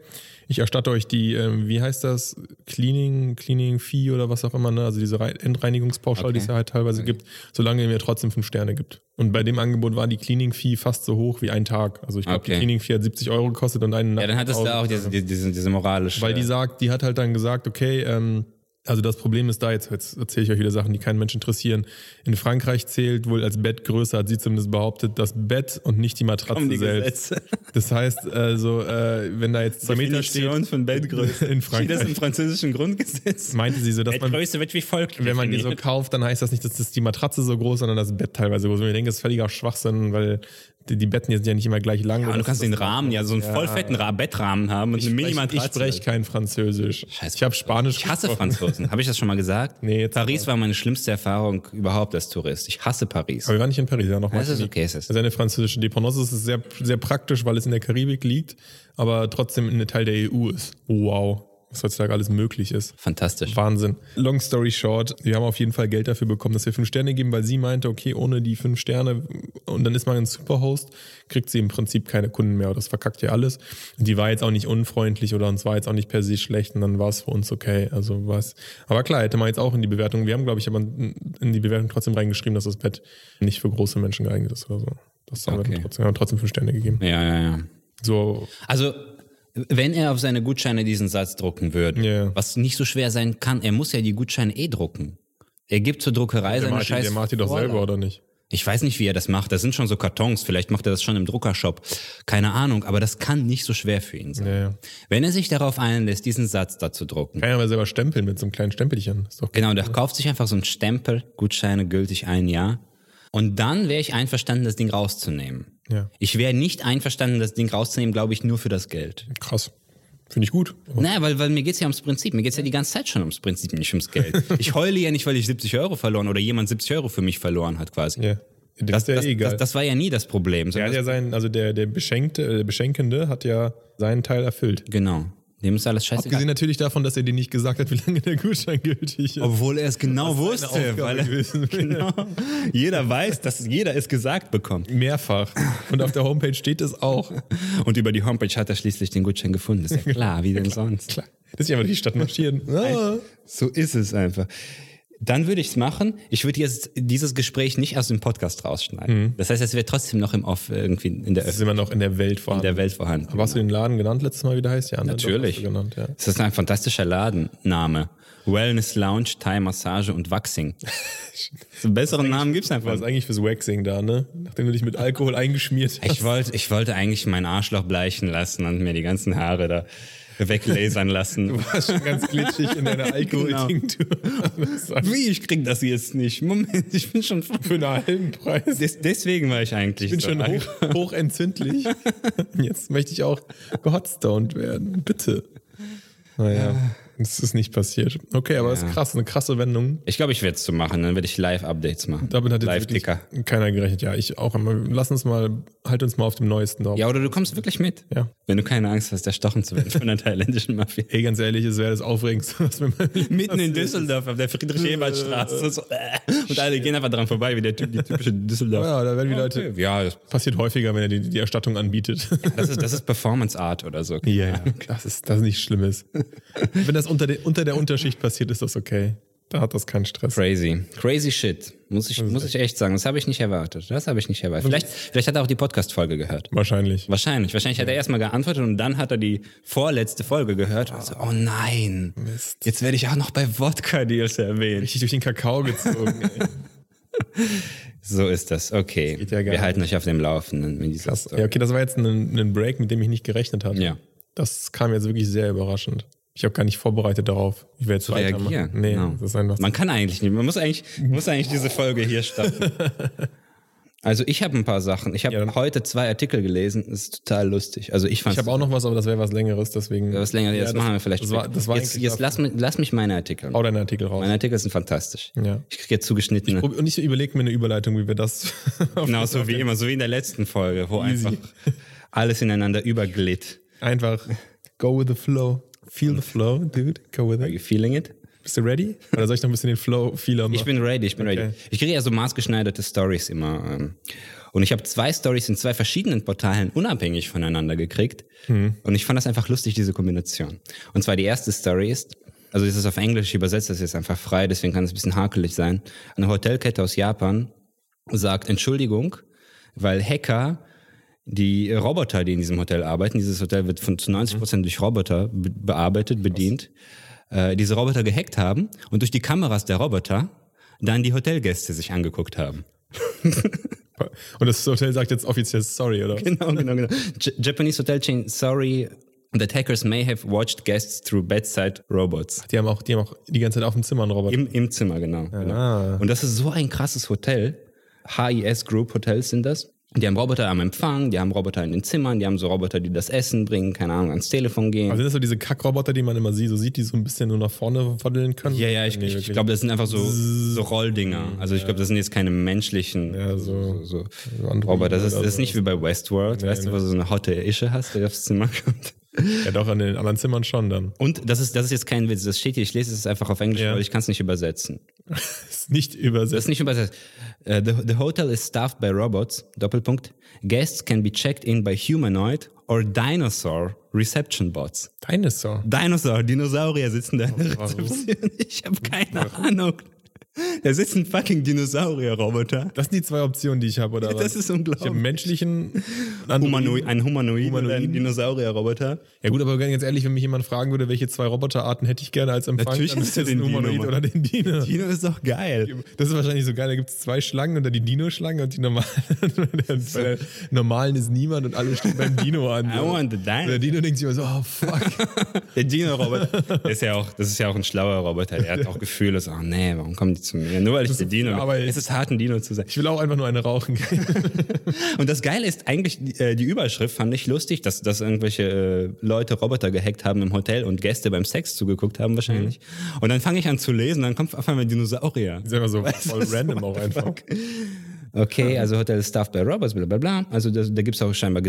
Speaker 2: ich erstatte euch die, ähm, wie heißt das, Cleaning, Cleaning Fee oder was auch immer, ne? also diese Rei- Endreinigungspauschal, die es ja halt teilweise gibt, solange ihr mir trotzdem fünf Sterne gibt. Und bei dem Angebot war die Cleaning Fee fast so hoch wie ein Tag. Also ich glaube,
Speaker 1: Okay.
Speaker 2: die Cleaning Fee hat 70 Euro gekostet und einen
Speaker 1: Ja, dann hattest du auch diese, diese, diese moralische.
Speaker 2: weil die sagt, die hat halt dann gesagt, okay, ähm, also das Problem ist da, jetzt, jetzt erzähle ich euch wieder Sachen, die keinen Menschen interessieren. In Frankreich zählt wohl als Bettgröße, hat sie zumindest behauptet, das Bett und nicht die Matratze
Speaker 1: um die
Speaker 2: selbst.
Speaker 1: Gesetze.
Speaker 2: Das heißt, also, äh, wenn da jetzt zwei Meter
Speaker 1: Definition
Speaker 2: steht,
Speaker 1: von Bettgröße.
Speaker 2: In
Speaker 1: Steht das
Speaker 2: Frankreich.
Speaker 1: im französischen Grundgesetz?
Speaker 2: meinte sie so, dass man,
Speaker 1: Bettgröße wird wie folgt.
Speaker 2: wenn man die so
Speaker 1: definiert.
Speaker 2: kauft, dann heißt das nicht, dass das die Matratze so groß, sondern das Bett teilweise groß. Und ich denke, das ist völliger Schwachsinn, weil die, die Betten jetzt sind ja nicht immer gleich lang.
Speaker 1: ja,
Speaker 2: Und
Speaker 1: und du
Speaker 2: das
Speaker 1: kannst
Speaker 2: ist
Speaker 1: den
Speaker 2: das-
Speaker 1: Rahmen, ja, so einen voll fetten Ra Bettrahmen haben und eine
Speaker 2: Ich, ich
Speaker 1: Minimatratze.
Speaker 2: spreche kein Französisch.
Speaker 1: Scheiß
Speaker 2: Ich habe Spanisch
Speaker 1: Ich hasse
Speaker 2: gesprochen.
Speaker 1: Franzosen. Habe ich das schon mal gesagt?
Speaker 2: Nee, jetzt-
Speaker 1: Paris war meine schlimmste Erfahrung überhaupt als Tourist. Ich hasse Paris.
Speaker 2: Aber wir waren nicht in Paris, ja, nochmal.
Speaker 1: Das ist okay, es ist-
Speaker 2: Also eine französische Dependance es ist sehr, sehr praktisch, weil es in der Karibik liegt, aber trotzdem in der Teil der EU ist. Wow, was heutzutage alles möglich ist.
Speaker 1: Fantastisch.
Speaker 2: Wahnsinn. Long story short, wir haben auf jeden Fall Geld dafür bekommen, dass wir fünf Sterne geben, weil sie meinte, okay, ohne die fünf Sterne und dann ist man ein Superhost, kriegt sie im Prinzip keine Kunden mehr. Das verkackt ja alles. Und die war jetzt auch nicht unfreundlich oder uns war jetzt auch nicht per se schlecht und dann war es für uns okay. Also was. Aber klar, hätte man jetzt auch in die Bewertung, wir haben, glaube ich, aber in die Bewertung trotzdem reingeschrieben, dass das Bett nicht für große Menschen geeignet ist oder so. Das haben wir
Speaker 1: Okay.
Speaker 2: dann trotzdem, haben trotzdem fünf Sterne gegeben.
Speaker 1: Ja, ja, ja.
Speaker 2: So,
Speaker 1: Also, wenn er auf seine Gutscheine diesen Satz drucken würde,
Speaker 2: Ja.
Speaker 1: was nicht so schwer sein kann, er muss ja die Gutscheine eh drucken. Er gibt zur Druckerei
Speaker 2: der
Speaker 1: seine
Speaker 2: Martin,
Speaker 1: Scheiße.
Speaker 2: der Martin doch selber, oder nicht?
Speaker 1: Ich weiß nicht, wie er das macht. Das sind schon so Kartons. Vielleicht macht er das schon im Druckershop. Keine Ahnung. Aber das kann nicht so schwer für ihn sein.
Speaker 2: Ja, ja.
Speaker 1: Wenn er sich darauf einlässt, diesen Satz dazu drucken.
Speaker 2: Kann ja mal selber stempeln mit so einem kleinen Stempelchen. Ist doch
Speaker 1: Genau, der kauft sich einfach so einen Stempel, Gutscheine gültig ein Jahr. Und dann wäre ich einverstanden, das Ding rauszunehmen.
Speaker 2: Ja.
Speaker 1: Ich wäre nicht einverstanden, das Ding rauszunehmen, glaube ich, nur für das Geld.
Speaker 2: krass. Finde ich gut.
Speaker 1: Naja, weil, weil mir geht's ja ums Prinzip. Mir geht's ja die ganze Zeit schon ums Prinzip, nicht ums Geld. Ich heule ja nicht, weil ich 70 Euro verloren oder jemand 70 Euro für mich verloren hat quasi.
Speaker 2: Ja. Das, ist ja eh
Speaker 1: Das,
Speaker 2: egal.
Speaker 1: das, das war ja nie das Problem.
Speaker 2: der
Speaker 1: sondern
Speaker 2: hat ja
Speaker 1: Das,
Speaker 2: sein, also der, der Beschenkte, äh, der Beschenkende hat ja seinen Teil erfüllt.
Speaker 1: genau. Dem ist alles scheißegal.
Speaker 2: Gesehen natürlich davon, dass er dir nicht gesagt hat, wie lange der Gutschein gültig ist.
Speaker 1: Obwohl er es genau wusste.
Speaker 2: Aufgabe
Speaker 1: Weil er,
Speaker 2: gewesen wäre.
Speaker 1: genau, jeder weiß, dass jeder es gesagt bekommt.
Speaker 2: Mehrfach. Und auf der Homepage steht es auch.
Speaker 1: Und über die Homepage hat er schließlich den Gutschein gefunden. Ist ja klar, wie denn sonst. Äh,
Speaker 2: Klar. Das ist ja mal die Stadt marschieren. Ah.
Speaker 1: So ist es einfach. Dann würde ich es machen. Ich würde jetzt dieses Gespräch nicht aus dem Podcast rausschneiden.
Speaker 2: Mhm.
Speaker 1: Das heißt, es wäre trotzdem noch im Off irgendwie in der,
Speaker 2: Das ist immer noch in der
Speaker 1: in
Speaker 2: Welt vorhanden.
Speaker 1: der Welt vorhanden.
Speaker 2: Aber hast du den Laden genannt letztes Mal, wie der heißt? Ja, ne? Doch,
Speaker 1: Natürlich.
Speaker 2: hast du Genannt, ja.
Speaker 1: Es ist ein fantastischer Ladenname. Wellness Lounge, Thai Massage und Waxing. so einen besseren Namen gibt's einfach
Speaker 2: War es
Speaker 1: nicht.
Speaker 2: eigentlich fürs Waxing da, ne? Nachdem du dich mit Alkohol eingeschmiert hast.
Speaker 1: Ich wollte, ich wollte eigentlich meinen Arschloch bleichen lassen und mir die ganzen Haare da weglasern lassen.
Speaker 2: warst schon ganz glitschig in deiner Alkoholtinktur.
Speaker 1: Wie, ich krieg das jetzt nicht. Moment, ich bin schon...
Speaker 2: Für einen halben Preis.
Speaker 1: Des, deswegen war ich eigentlich
Speaker 2: Ich bin
Speaker 1: so
Speaker 2: schon
Speaker 1: agro.
Speaker 2: hoch, hochentzündlich. Jetzt möchte ich auch gehotstowned werden. Bitte. Naja, es ist nicht passiert. Okay, aber es ist krass, eine krasse Wendung.
Speaker 1: Ich glaube, ich werde es so machen. Dann werde ich Live-Updates machen.
Speaker 2: Damit hat jetzt wirklich
Speaker 1: Live-Ticker.
Speaker 2: keiner gerechnet. Ja, ich auch einmal. Lass uns mal, halt uns mal auf dem Neuesten drauf.
Speaker 1: Ja, oder du kommst wirklich mit.
Speaker 2: Ja.
Speaker 1: Wenn du keine Angst hast, erstochen zu werden von der thailändischen Mafia.
Speaker 2: Ey, ganz ehrlich, es wäre das Aufregendste, was wir
Speaker 1: Mitten in Düsseldorf auf der Friedrich-Ebert-Straße. So, äh, und alle gehen einfach dran vorbei, wie der Typ, die typische Düsseldorf.
Speaker 2: Ja, da werden die Leute.
Speaker 1: Ja, das,
Speaker 2: Passiert häufiger, wenn er die, die Erstattung anbietet.
Speaker 1: das ist, das ist Performance Art oder so.
Speaker 2: Ja, ja. Das ist, das ist nichts Schlimmes. Wenn das unter, der unter der Unterschicht passiert, ist das okay. Da hat das keinen Stress.
Speaker 1: Crazy. Crazy shit. Muss ich, muss ich echt sagen. Das habe ich nicht erwartet. Das habe ich nicht erwartet. Vielleicht, vielleicht hat er auch die Podcast-Folge gehört.
Speaker 2: Wahrscheinlich.
Speaker 1: Wahrscheinlich. Wahrscheinlich hat er erstmal geantwortet und dann hat er die vorletzte Folge gehört. Also, oh nein.
Speaker 2: Mist.
Speaker 1: Jetzt werde ich auch noch bei Wodka-Deals erwähnt.
Speaker 2: Richtig durch den Kakao gezogen. ey.
Speaker 1: So ist das. Okay.
Speaker 2: geht ja gar
Speaker 1: Wir halten euch auf dem Laufenden mit dieser
Speaker 2: Krass.
Speaker 1: Story.
Speaker 2: Ja, okay, das war jetzt ein, ein Break, mit dem ich nicht gerechnet hatte.
Speaker 1: Ja.
Speaker 2: Das kam jetzt wirklich sehr überraschend. Ich habe gar nicht vorbereitet darauf, wie wir jetzt weitermachen.
Speaker 1: Reagieren.
Speaker 2: Nee,
Speaker 1: Genau.
Speaker 2: das ist einfach
Speaker 1: Man kann eigentlich nicht. Man muss eigentlich, muss eigentlich diese Folge hier starten. Also ich habe ein paar Sachen. Ich habe
Speaker 2: Ja, dann-
Speaker 1: heute zwei Artikel gelesen. Das ist total lustig. Also ich fand
Speaker 2: Ich habe auch noch was, aber das wäre was Längeres, deswegen.
Speaker 1: was länger.
Speaker 2: Ja,
Speaker 1: Jetzt machen wir vielleicht.
Speaker 2: Das war, das war
Speaker 1: jetzt
Speaker 2: eigentlich
Speaker 1: jetzt lass, mich, lass mich meine Artikel.
Speaker 2: Hau deinen Artikel raus.
Speaker 1: Meine Artikel sind fantastisch.
Speaker 2: Ja.
Speaker 1: Ich kriege jetzt zugeschnittene.
Speaker 2: Und ich überlege mir eine Überleitung, wie wir das.
Speaker 1: Genau, so wie immer, so wie in der letzten Folge, wo
Speaker 2: Easy.
Speaker 1: einfach alles ineinander überglitt.
Speaker 2: Einfach go with the flow. Feel the flow, dude. Go with
Speaker 1: Are
Speaker 2: it.
Speaker 1: you feeling it?
Speaker 2: Bist du ready? Oder soll ich noch ein bisschen den Flow-Feeler machen?
Speaker 1: Ich bin ready, ich bin ready. Ich kriege ja so maßgeschneiderte Stories immer. ähm, Und ich habe zwei Stories in zwei verschiedenen Portalen unabhängig voneinander gekriegt. Und ich fand das einfach lustig, diese Kombination. Und zwar die erste Story ist, also das ist auf Englisch übersetzt, das ist jetzt einfach frei, deswegen kann es ein bisschen hakelig sein. Eine Hotelkette aus Japan sagt Entschuldigung, weil Hacker die Roboter, die in diesem Hotel arbeiten, dieses Hotel wird von zu 90 Prozent durch Roboter be bearbeitet, bedient, äh, diese Roboter gehackt haben und durch die Kameras der Roboter dann die Hotelgäste sich angeguckt haben.
Speaker 2: Und das Hotel sagt jetzt offiziell sorry, oder?
Speaker 1: Genau, genau, genau. J Japanese Hotel Chain, sorry, that hackers may have watched guests through bedside robots.
Speaker 2: Die haben auch die, haben auch die ganze Zeit auf dem Zimmer einen Roboter.
Speaker 1: Im, im Zimmer, genau. genau. Und das ist so ein krasses Hotel. HIS Group Hotels sind das. Die haben Roboter am Empfang, die haben Roboter in den Zimmern, die haben so Roboter, die das Essen bringen, keine Ahnung, ans Telefon gehen.
Speaker 2: Aber sind das so diese Kackroboter, die man immer sieht, so sieht, die so ein bisschen nur nach vorne waddeln können?
Speaker 1: Ja, ja, ich,
Speaker 2: Nee,
Speaker 1: ich, ich
Speaker 2: wirklich.
Speaker 1: glaube, das sind einfach so, so Rolldinger. Also ich glaube, das sind jetzt keine menschlichen
Speaker 2: Ja, so-
Speaker 1: so,
Speaker 2: so Androiden
Speaker 1: Aber das ist, das
Speaker 2: oder
Speaker 1: ist nicht wie bei Westworld, weißt du, wo du so eine hotte Ische hast, der aufs Zimmer kommt.
Speaker 2: Ja, doch, an den anderen Zimmern schon dann.
Speaker 1: Und das ist, das ist jetzt kein Witz, das steht hier, ich lese es einfach auf Englisch,
Speaker 2: Ja.
Speaker 1: weil ich kann es nicht übersetzen.
Speaker 2: Ist nicht
Speaker 1: Das
Speaker 2: übersetzt.
Speaker 1: ist nicht übersetzt. Äh, the, the hotel is staffed by robots, Doppelpunkt. Guests can be checked in by humanoid or dinosaur reception bots.
Speaker 2: Dinosaur.
Speaker 1: Dinosaur, Dinosaurier sitzen da in der Rezeption. Ich habe keine Ahnung. Da sitzt ein fucking Dinosaurier-Roboter.
Speaker 2: Das sind die zwei Optionen, die ich habe, oder?
Speaker 1: Das
Speaker 2: was?
Speaker 1: ist Um-
Speaker 2: ich habe einen
Speaker 1: unglaublich.
Speaker 2: menschlichen.
Speaker 1: Humanoid, ein Humanoid, oder ein
Speaker 2: Humanoiden.
Speaker 1: Dinosaurier-Roboter.
Speaker 2: Ja, gut, aber ganz ehrlich, wenn mich jemand fragen würde, welche zwei Roboterarten hätte ich gerne als Empfang,
Speaker 1: Natürlich
Speaker 2: dann
Speaker 1: hättest
Speaker 2: ist
Speaker 1: du
Speaker 2: das
Speaker 1: den
Speaker 2: ein Humanoid
Speaker 1: Dino, Mann.
Speaker 2: oder den Dino.
Speaker 1: Dino ist doch geil.
Speaker 2: Das ist wahrscheinlich so geil, da gibt es zwei Schlangen und dann die Dino-Schlange und die normalen. bei der, bei der normalen ist niemand und alle stehen beim Dino an.
Speaker 1: I want the
Speaker 2: Und der
Speaker 1: dino.
Speaker 2: Dino denkt sich immer so, oh fuck.
Speaker 1: Der Dino-Roboter. Der ist ja auch, das ist ja auch ein schlauer Roboter. Der hat auch Gefühle. So, oh nee, warum kommen die zu mir? Nur weil ich der Dino
Speaker 2: aber-
Speaker 1: bin. Es ist hart, ein Dino zu sein.
Speaker 2: Ich will auch einfach nur eine rauchen.
Speaker 1: Und das Geile ist eigentlich, die- äh, die Überschrift fand ich lustig, dass, dass irgendwelche äh, Leute Roboter gehackt haben im Hotel und Gäste beim Sex zugeguckt haben wahrscheinlich. Und dann fange ich an zu lesen, dann kommt auf einmal Dinosaurier.
Speaker 2: Ist einfach so voll random auch einfach.
Speaker 1: Okay, also Hotel Staff bei Robots, bla bla bla. Also das, da gibt's auch scheinbar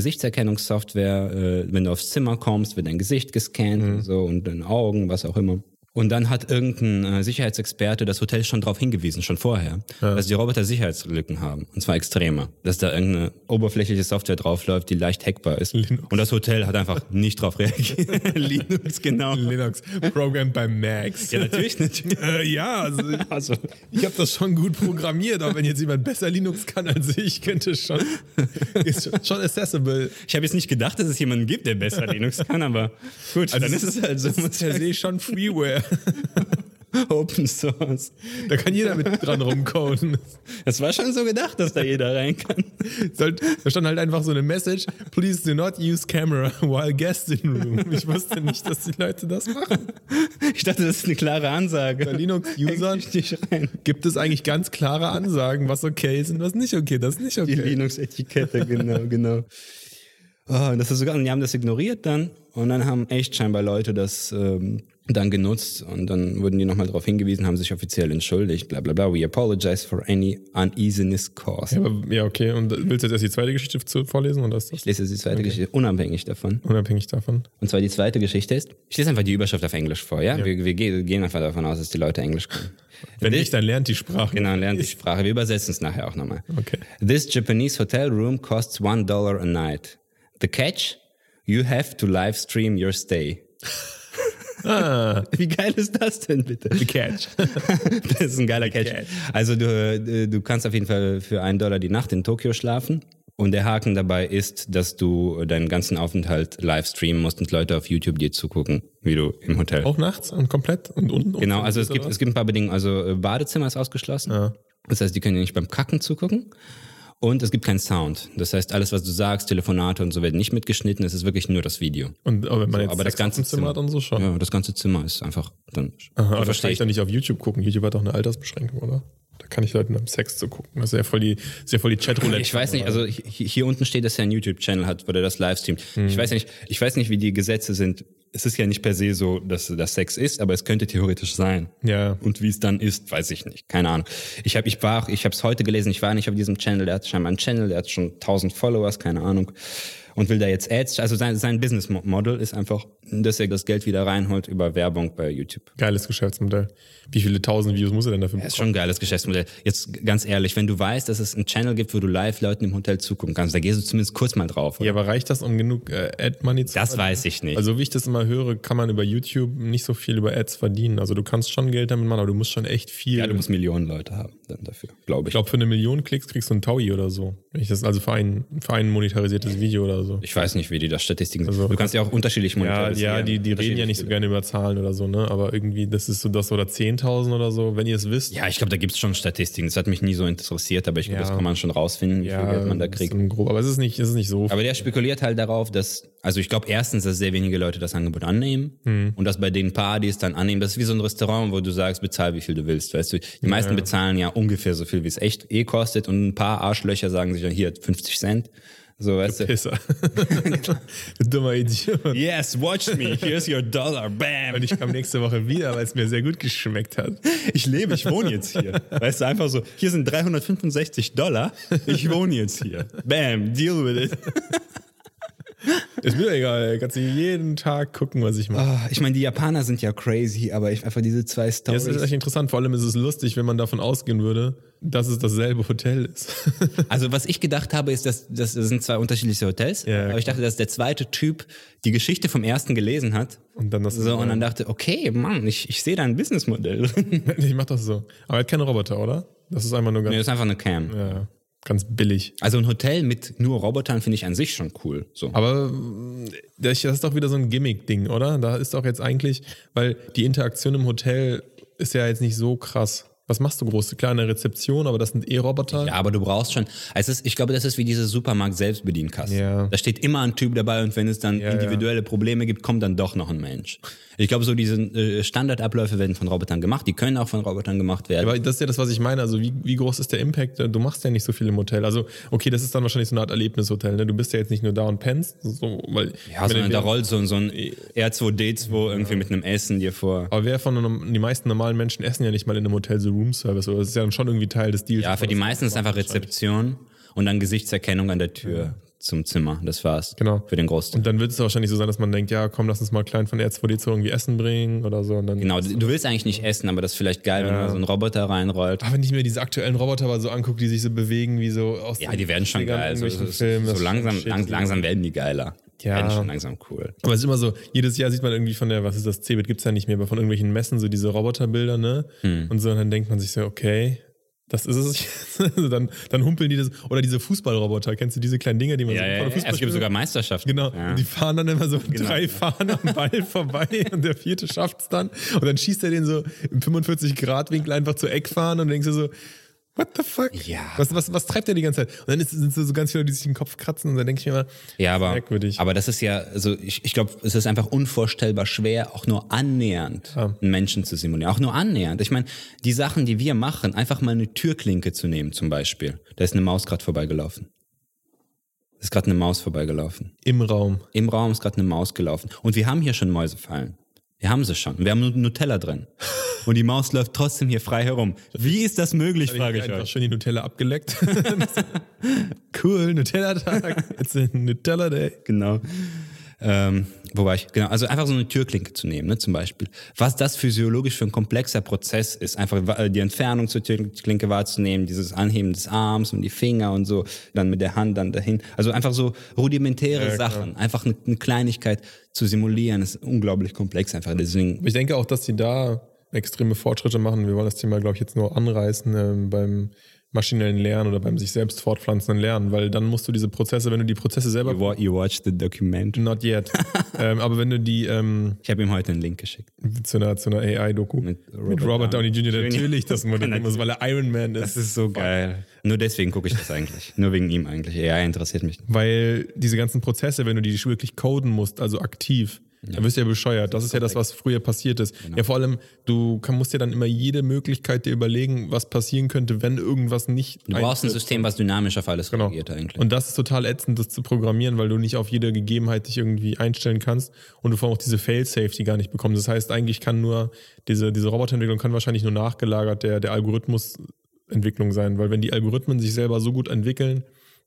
Speaker 1: Gesichtserkennungssoftware. Äh, wenn du aufs Zimmer kommst, wird dein Gesicht gescannt und so und deine Augen, was auch immer. Und dann hat irgendein äh, Sicherheitsexperte das Hotel schon darauf hingewiesen, schon vorher, dass die Roboter Sicherheitslücken haben. Und zwar extreme. Dass da irgendeine oberflächliche Software draufläuft, die leicht hackbar ist. Und das Hotel hat einfach nicht drauf reagiert. Linux, genau.
Speaker 2: Linux, Programmed by Max.
Speaker 1: Ja, natürlich, natürlich.
Speaker 2: Äh, ja, also ich-
Speaker 1: Also,
Speaker 2: ich habe das schon gut programmiert, aber wenn jetzt jemand besser Linux kann als ich, könnte es schon, ist schon, schon accessible.
Speaker 1: ich habe jetzt nicht gedacht, dass es jemanden gibt, der besser Linux kann, aber gut, dann ist es halt so.
Speaker 2: Das ist per se schon Freeware.
Speaker 1: Open Source.
Speaker 2: Da kann jeder mit dran rumcoden.
Speaker 1: Das war schon so gedacht, dass da jeder rein kann.
Speaker 2: Sollt- Da stand halt einfach so eine Message: Please do not use camera while guests in room. Ich wusste nicht, dass die Leute das machen.
Speaker 1: Ich dachte, das ist eine klare Ansage.
Speaker 2: Bei Linux-Usern
Speaker 1: Häng dich nicht rein.
Speaker 2: gibt es eigentlich ganz klare Ansagen, was okay ist und was nicht okay. Das ist nicht
Speaker 1: Die
Speaker 2: okay.
Speaker 1: Linux-Etikette, genau, genau. Oh, das ist sogar, und die haben das ignoriert dann. Und dann haben echt scheinbar Leute das ähm, dann genutzt und dann wurden die nochmal darauf hingewiesen, haben sich offiziell entschuldigt, bla bla bla. We apologize for any uneasiness caused.
Speaker 2: Ja, aber, ja, okay. Und willst du jetzt erst die zweite Geschichte zu, vorlesen oder ist das
Speaker 1: Ich lese jetzt die zweite Geschichte unabhängig davon.
Speaker 2: unabhängig davon?
Speaker 1: Und zwar die zweite Geschichte ist, ich lese einfach die Überschrift auf Englisch vor, ja? Wir, wir ge- gehen einfach davon aus, dass die Leute Englisch können.
Speaker 2: Wenn
Speaker 1: This-
Speaker 2: nicht, dann lernt die Sprache.
Speaker 1: Genau, lernt die Sprache. Wir übersetzen es nachher auch nochmal.
Speaker 2: Okay.
Speaker 1: This Japanese hotel room costs one dollar a night. The catch? You have to live stream your stay.
Speaker 2: Ah.
Speaker 1: Wie geil ist das denn bitte?
Speaker 2: The catch.
Speaker 1: das ist ein geiler Catch.
Speaker 2: Catch.
Speaker 1: Also du, du kannst auf jeden Fall für einen Dollar die Nacht in Tokio schlafen. Und der Haken dabei ist, dass du deinen ganzen Aufenthalt live streamen musst und Leute auf YouTube dir zugucken, wie du im Hotel.
Speaker 2: Auch nachts und komplett und unten.
Speaker 1: Genau, also es gibt, es gibt ein paar Bedingungen. Also äh, Badezimmer ist ausgeschlossen. Das heißt, die können dir nicht beim Kacken zugucken. Und es gibt keinen Sound. Das heißt, alles, was du sagst, Telefonate und so werden nicht mitgeschnitten. Es ist wirklich nur das Video.
Speaker 2: Und aber wenn man jetzt
Speaker 1: aber das
Speaker 2: Sex
Speaker 1: ganze
Speaker 2: auf dem Zimmer hat und so schon.
Speaker 1: Ja, das ganze Zimmer ist einfach dann.
Speaker 2: Aha, aber das kann
Speaker 1: verstehe
Speaker 2: ich
Speaker 1: ich.
Speaker 2: doch nicht auf YouTube gucken. YouTube hat doch eine Altersbeschränkung, oder? Da kann ich Leuten beim Sex zu gucken. Das ist ja voll die, das ist ja voll die Chatroulette.
Speaker 1: Ich weiß nicht, also hi- hi- hier unten steht, dass er einen YouTube-Channel hat, wo er das livestreamt. Ich weiß ja nicht, ich weiß nicht, wie die Gesetze sind. Es ist ja nicht per se so, dass das Sex ist, aber es könnte theoretisch sein.
Speaker 2: Ja.
Speaker 1: Und wie es dann ist, weiß ich nicht. Keine Ahnung. Ich habe, ich war, auch- ich habe es heute gelesen. Ich war nicht auf diesem Channel. Der hat scheinbar einen Channel. Der hat schon 1000 Followers. Keine Ahnung. Und will da jetzt Ads. Also sein, sein Business Mo- Model ist einfach, dass er das Geld wieder reinholt über Werbung bei YouTube.
Speaker 2: Geiles Geschäftsmodell. Wie viele tausend Videos muss er denn dafür
Speaker 1: Das ist
Speaker 2: bekommen?
Speaker 1: schon ein geiles Geschäftsmodell. Jetzt g- ganz ehrlich, wenn du weißt, dass es einen Channel gibt, wo du live Leuten im Hotel zugucken kannst, da gehst du zumindest kurz mal drauf. Oder?
Speaker 2: Ja, aber reicht das, um genug äh, Ad-Money zu
Speaker 1: Das weiß ich nicht.
Speaker 2: Also, wie ich das immer höre, kann man über YouTube nicht so viel über Ads verdienen. Also, du kannst schon Geld damit machen, aber du musst schon echt viel.
Speaker 1: ja, du musst Millionen Leute haben dann dafür, glaube ich.
Speaker 2: ich glaube, für eine Million Klicks kriegst du einen Taui oder so. Wenn ich das, also für ein, für ein monetarisiertes Video oder so.
Speaker 1: Ich weiß nicht, wie die das Statistiken sind.
Speaker 2: Also-
Speaker 1: du kannst ja auch unterschiedlich
Speaker 2: Ja,
Speaker 1: monetarisieren.
Speaker 2: ja, die, die reden ja nicht so gerne über Zahlen oder so, ne? Aber irgendwie, das ist so das oder 10.000 oder so, wenn ihr es wisst.
Speaker 1: Ja, ich glaube, da gibt's schon Statistiken. Das hat mich nie so interessiert, aber ich glaube,
Speaker 2: Ja.
Speaker 1: das kann man schon rausfinden, wie viel Geld man da kriegt.
Speaker 2: ist ein Grob, aber es ist nicht, es ist nicht so.
Speaker 1: Aber der spekuliert halt darauf, dass, also ich glaube erstens, dass sehr wenige Leute das Angebot annehmen und dass bei den Paar, die es dann annehmen, das ist wie so ein Restaurant, wo du sagst, bezahl wie viel du willst, weißt du. Die meisten bezahlen ja ungefähr so viel, wie es echt eh kostet und ein paar Arschlöcher sagen sich dann hier 50 Cent. So, weißt du.
Speaker 2: Pisser. Dummer Idiot.
Speaker 1: Yes, watch me, here's your dollar,
Speaker 2: Und
Speaker 1: bam.
Speaker 2: ich kam nächste Woche wieder, weil es mir sehr gut geschmeckt hat.
Speaker 1: Ich lebe, ich wohne jetzt hier. Weißt du, einfach so, hier sind 365 Dollar, ich wohne jetzt hier. Bam, deal with it.
Speaker 2: Ist mir egal, ey. kannst du jeden Tag gucken, was ich mache.
Speaker 1: Ah, ich meine, die Japaner sind ja crazy, aber ich, einfach diese zwei
Speaker 2: Das
Speaker 1: Stories.
Speaker 2: ist echt interessant. Vor allem ist es lustig, wenn man davon ausgehen würde, dass es dasselbe Hotel ist.
Speaker 1: Also was ich gedacht habe, ist, dass dass- das sind zwei unterschiedliche Hotels.
Speaker 2: Ja,
Speaker 1: aber ich dachte, dass der zweite Typ die Geschichte vom ersten gelesen hat.
Speaker 2: Und dann das.
Speaker 1: So, und dann dachte, okay, Mann, ich, ich sehe da ein Businessmodell drin.
Speaker 2: ich mach das so. Aber er hat keine Roboter, oder? Das ist einfach nur
Speaker 1: Nee,
Speaker 2: ganz,
Speaker 1: das ist einfach eine Cam.
Speaker 2: ja, ganz billig.
Speaker 1: Also ein Hotel mit nur Robotern finde ich an sich schon cool. So.
Speaker 2: Aber mh, das ist doch wieder so ein Gimmick-Ding, oder? Da ist doch jetzt eigentlich, weil die Interaktion im Hotel ist ja jetzt nicht so krass. Was machst du groß? Kleine Rezeption, aber das sind eh Roboter.
Speaker 1: Ja, aber du brauchst schon. Es ist, ich glaube, das ist wie diese Supermarkt Selbstbedienkasse.
Speaker 2: Ja.
Speaker 1: Da steht immer ein Typ dabei und wenn es dann
Speaker 2: Ja,
Speaker 1: individuelle Probleme gibt, kommt dann doch noch ein Mensch. Ich glaube, so diese äh, Standardabläufe werden von Robotern gemacht. Die können auch von Robotern gemacht werden.
Speaker 2: Aber das ist ja das, was ich meine. Also, wie, wie groß ist der Impact? Du machst ja nicht so viel im Hotel. Also, okay, das ist dann wahrscheinlich so eine Art Erlebnishotel. Ne? Du bist ja jetzt nicht nur da und pennst. So, weil,
Speaker 1: Ja, sondern da rollt so, so ein R2D2 irgendwie mit einem Essen dir vor.
Speaker 2: aber wer von einem, die meisten normalen Menschen essen ja nicht mal in einem Hotel so Roomservice oder das ist ja dann schon irgendwie Teil des Deals.
Speaker 1: Ja, für die meisten ist einfach Rezeption und dann Gesichtserkennung an der Tür zum Zimmer. Das war's.
Speaker 2: Genau.
Speaker 1: Für den Großteil.
Speaker 2: Und dann wird es wahrscheinlich so sein, dass man denkt, ja, komm, lass uns mal klein von R2D2 irgendwie Essen bringen oder so. Und dann
Speaker 1: Genau, du willst eigentlich nicht essen, aber das ist vielleicht geil, wenn da so ein Roboter reinrollt.
Speaker 2: Aber wenn ich mir diese aktuellen Roboter mal so angucke, die sich so bewegen, wie so aus
Speaker 1: Ja,
Speaker 2: den
Speaker 1: die werden schon
Speaker 2: 80ern
Speaker 1: geil. So, so,
Speaker 2: irgendwelchen Filmen,
Speaker 1: so
Speaker 2: das ist
Speaker 1: langsam,
Speaker 2: schon
Speaker 1: lang,
Speaker 2: shit.
Speaker 1: langsam werden die geiler.
Speaker 2: Ja.
Speaker 1: Werden schon langsam cool.
Speaker 2: Aber es ist immer so, jedes Jahr sieht man irgendwie von der, was ist das, Cebit gibt's ja nicht mehr, aber von irgendwelchen Messen so diese Roboterbilder, ne?
Speaker 1: Hm.
Speaker 2: Und so, und dann denkt man sich so, okay, das ist es. jetzt. also dann, dann humpeln die das. Oder diese Fußballroboter, kennst du diese kleinen Dinger, die man
Speaker 1: Ja,
Speaker 2: so
Speaker 1: ja, ja. Also,
Speaker 2: vor der
Speaker 1: Es gibt
Speaker 2: Fußballspiele-
Speaker 1: sogar Meisterschaften.
Speaker 2: Genau,
Speaker 1: Ja. Genau.
Speaker 2: und die fahren dann immer so drei fahren am Ball vorbei und der vierte schafft's dann. Und dann schießt er den so im 45-Grad-Winkel einfach zur Eckfahren und denkst du so, what the fuck?
Speaker 1: Ja.
Speaker 2: Was, was, was treibt der die ganze Zeit? Und dann ist, sind so, so ganz viele, die sich den Kopf kratzen und dann denke ich mir immer,
Speaker 1: Ja, aber,
Speaker 2: merkwürdig.
Speaker 1: aber das ist ja, also ich, ich glaube, es ist einfach unvorstellbar schwer, auch nur annähernd einen Menschen zu simulieren. Auch nur annähernd. Ich meine, die Sachen, die wir machen, einfach mal eine Türklinke zu nehmen zum Beispiel. Da ist eine Maus gerade vorbeigelaufen. Ist gerade eine Maus vorbeigelaufen.
Speaker 2: Im Raum.
Speaker 1: Im Raum ist gerade eine Maus gelaufen. Und wir haben hier schon Mäusefallen. Wir haben sie schon. Wir haben nur Nutella drin. Und die Maus läuft trotzdem hier frei herum. Wie ist das möglich, frage ich
Speaker 2: einfach
Speaker 1: euch.
Speaker 2: schön die Nutella abgeleckt. cool, Nutella-Tag. It's a Nutella-Day.
Speaker 1: Genau. Ähm, wobei ich, genau, also einfach so eine Türklinke zu nehmen, ne, zum Beispiel. Was das physiologisch für ein komplexer Prozess ist, einfach wa- die Entfernung zur Türklinke wahrzunehmen, dieses Anheben des Arms und die Finger und so, dann mit der Hand dann dahin. Also einfach so rudimentäre
Speaker 2: Ja, klar.
Speaker 1: Sachen, einfach eine, eine Kleinigkeit zu simulieren, ist unglaublich komplex einfach. Deswegen,
Speaker 2: Aber ich denke auch, dass sie da extreme Fortschritte machen. Wir wollen das Thema, glaube ich, jetzt nur anreißen ähm, beim maschinellen Lernen oder beim sich selbst fortpflanzenden Lernen, weil dann musst du diese Prozesse, wenn du die Prozesse selber...
Speaker 1: you wa- you watched the documentary.
Speaker 2: Not yet. ähm, aber wenn du die ähm,
Speaker 1: Ich habe ihm heute einen Link geschickt.
Speaker 2: zu einer, zu einer AI-Doku mit
Speaker 1: Mit
Speaker 2: Robert,
Speaker 1: Robert
Speaker 2: Downey
Speaker 1: Downey
Speaker 2: Jr.
Speaker 1: Jr.
Speaker 2: natürlich das Modell nehmen muss, weil er Iron Man ist.
Speaker 1: geil. Nur deswegen gucke ich das eigentlich. Nur wegen ihm eigentlich. AI interessiert mich.
Speaker 2: Weil diese ganzen Prozesse, wenn du die wirklich coden musst, also aktiv, dann wirst du ja bescheuert. Das ist ja das, was früher passiert ist.
Speaker 1: Genau.
Speaker 2: Ja, vor allem, du kann, musst dir dann immer jede Möglichkeit dir überlegen, was passieren könnte, wenn irgendwas nicht.
Speaker 1: Du brauchst ein System, was dynamisch auf alles
Speaker 2: Genau.
Speaker 1: reagiert eigentlich.
Speaker 2: Und das ist total ätzend, das zu programmieren, weil du nicht auf jede Gegebenheit dich irgendwie einstellen kannst und du vor allem auch diese Fail-Safety gar nicht bekommst. Das heißt, eigentlich kann nur diese, diese Roboterentwicklung kann wahrscheinlich nur nachgelagert der, der Algorithmusentwicklung sein, weil wenn die Algorithmen sich selber so gut entwickeln,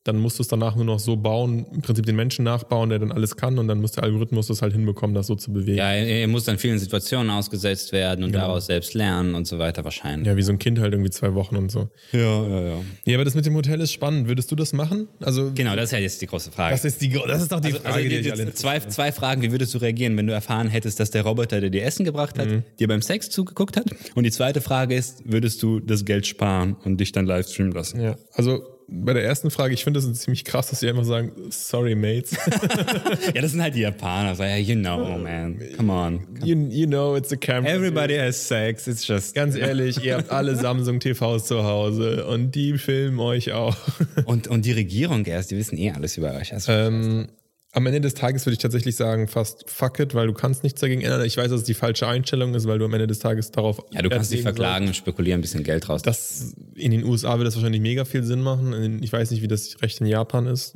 Speaker 2: dann musst du es danach nur noch so bauen, im Prinzip den Menschen nachbauen, der dann alles kann und dann muss der Algorithmus das halt hinbekommen, das so zu bewegen. Ja,
Speaker 1: Ja, er, er muss dann vielen Situationen ausgesetzt werden und daraus selbst lernen und so weiter wahrscheinlich.
Speaker 2: wie so ein Kind halt irgendwie zwei Wochen und so.
Speaker 1: Ja, ja, ja.
Speaker 2: Ja, aber das mit dem Hotel ist spannend. Würdest du das machen? Also,
Speaker 1: Genau, das ist ja jetzt die große Frage.
Speaker 2: das ist die, das ist doch die
Speaker 1: also
Speaker 2: Frage, die,
Speaker 1: die,
Speaker 2: euch alle
Speaker 1: die, zwei, zwei Fragen, wie würdest du reagieren, wenn du erfahren hättest, dass der Roboter, der dir Essen gebracht hat, dir beim Sex zugeguckt hat? Und die zweite Frage ist, würdest du das Geld sparen und dich dann livestreamen lassen?
Speaker 2: Ja, also bei der ersten Frage, ich finde es ziemlich krass, dass sie einfach sagen, sorry, Mates.
Speaker 1: Ja, das sind halt die Japaner. So, yeah, you know, man. Come on.
Speaker 2: You, you know, it's a camera.
Speaker 1: Everybody has sex, it's just...
Speaker 2: Ganz ehrlich, ihr habt alle Samsung TVs zu Hause und die filmen euch auch.
Speaker 1: Und, und die Regierung erst, die wissen eh alles über euch. Also,
Speaker 2: Ähm, am Ende des Tages würde ich tatsächlich sagen, fast fuck it, weil du kannst nichts dagegen ändern. Ich weiß, dass es die falsche Einstellung ist, weil du am Ende des Tages darauf.
Speaker 1: ja, du kannst dich
Speaker 2: Wert legen
Speaker 1: verklagen und spekulieren, ein bisschen Geld raus.
Speaker 2: Das, in den USA wird das wahrscheinlich mega viel Sinn machen. In, ich weiß nicht, wie das Recht in Japan ist.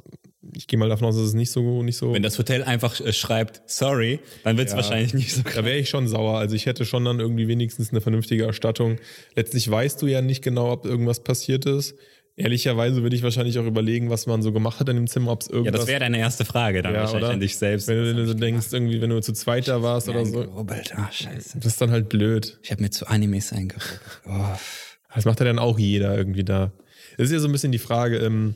Speaker 2: Ich gehe mal davon aus, dass es nicht so, nicht so
Speaker 1: Wenn das Hotel einfach äh, schreibt, sorry, dann wird es wahrscheinlich nicht so krass.
Speaker 2: Da wäre ich schon sauer. Also ich hätte schon dann irgendwie wenigstens eine vernünftige Erstattung. Letztlich weißt du ja nicht genau, ob irgendwas passiert ist. Ehrlicherweise würde ich wahrscheinlich auch überlegen, was man so gemacht hat in dem Zimmer, ob es
Speaker 1: Ja,
Speaker 2: irgendwas...
Speaker 1: das wäre deine erste Frage dann
Speaker 2: Ja,
Speaker 1: wahrscheinlich
Speaker 2: oder?
Speaker 1: an dich selbst.
Speaker 2: wenn du dir so denkst, irgendwie, wenn du zu zweit da warst oder so,
Speaker 1: Eingerubbelt. Ah, scheiße.
Speaker 2: das ist dann halt blöd.
Speaker 1: Ich habe mir zu Animes eingerubbelt. Oh.
Speaker 2: Das macht ja dann auch jeder irgendwie da. Es ist ja so ein bisschen die Frage, ähm,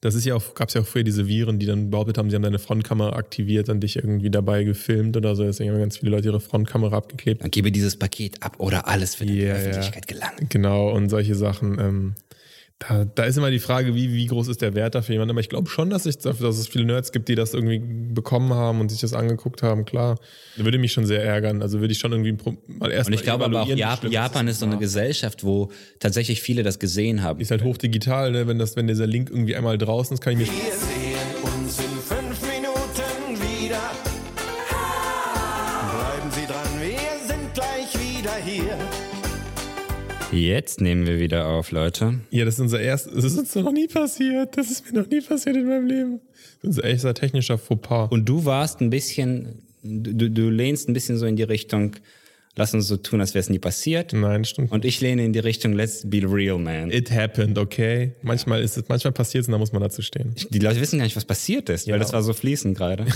Speaker 2: das ist ja auch, gab es ja auch früher diese Viren, die dann behauptet haben, sie haben deine Frontkamera aktiviert und dich irgendwie dabei gefilmt oder so. Deswegen haben ganz viele Leute ihre Frontkamera abgeklebt.
Speaker 1: Dann gebe dieses Paket ab oder alles für die
Speaker 2: Ja, ja.
Speaker 1: Öffentlichkeit gelangt.
Speaker 2: Genau, und solche Sachen. Ähm, da, da ist immer die Frage, wie, wie groß ist der Wert dafür jemand. Aber ich glaube schon, dass, ich, dass es viele Nerds gibt, die das irgendwie bekommen haben und sich das angeguckt haben. Klar, das würde mich schon sehr ärgern. Also würde ich schon irgendwie pro- mal erst
Speaker 1: Und ich
Speaker 2: mal
Speaker 1: glaube aber auch,
Speaker 2: evaluieren, wie
Speaker 1: Jap
Speaker 2: schlimm
Speaker 1: Japan ist so eine Gesellschaft, wo tatsächlich viele das gesehen haben.
Speaker 2: Ist halt hochdigital, ne? wenn, das, wenn dieser Link irgendwie einmal draußen ist, kann ich mir
Speaker 3: Wir sehen uns in fünf Minuten wieder. Bleiben Sie dran, wir sind gleich wieder hier.
Speaker 1: Jetzt nehmen wir wieder auf, Leute.
Speaker 2: Ja, das ist unser erstes. Das ist uns noch nie passiert. Das ist mir noch nie passiert in meinem Leben. Das ist unser echter technischer Fauxpas.
Speaker 1: Und du warst ein bisschen, du, du lehnst ein bisschen so in die Richtung, lass uns so tun, als wäre es nie passiert.
Speaker 2: Nein, stimmt.
Speaker 1: Und ich lehne in die Richtung, let's be real, man.
Speaker 2: It happened, okay? Manchmal ist es, manchmal passiert es und da muss man dazu stehen.
Speaker 1: Die Leute wissen gar nicht, was passiert ist,
Speaker 2: Ja.
Speaker 1: weil das war so fließend gerade.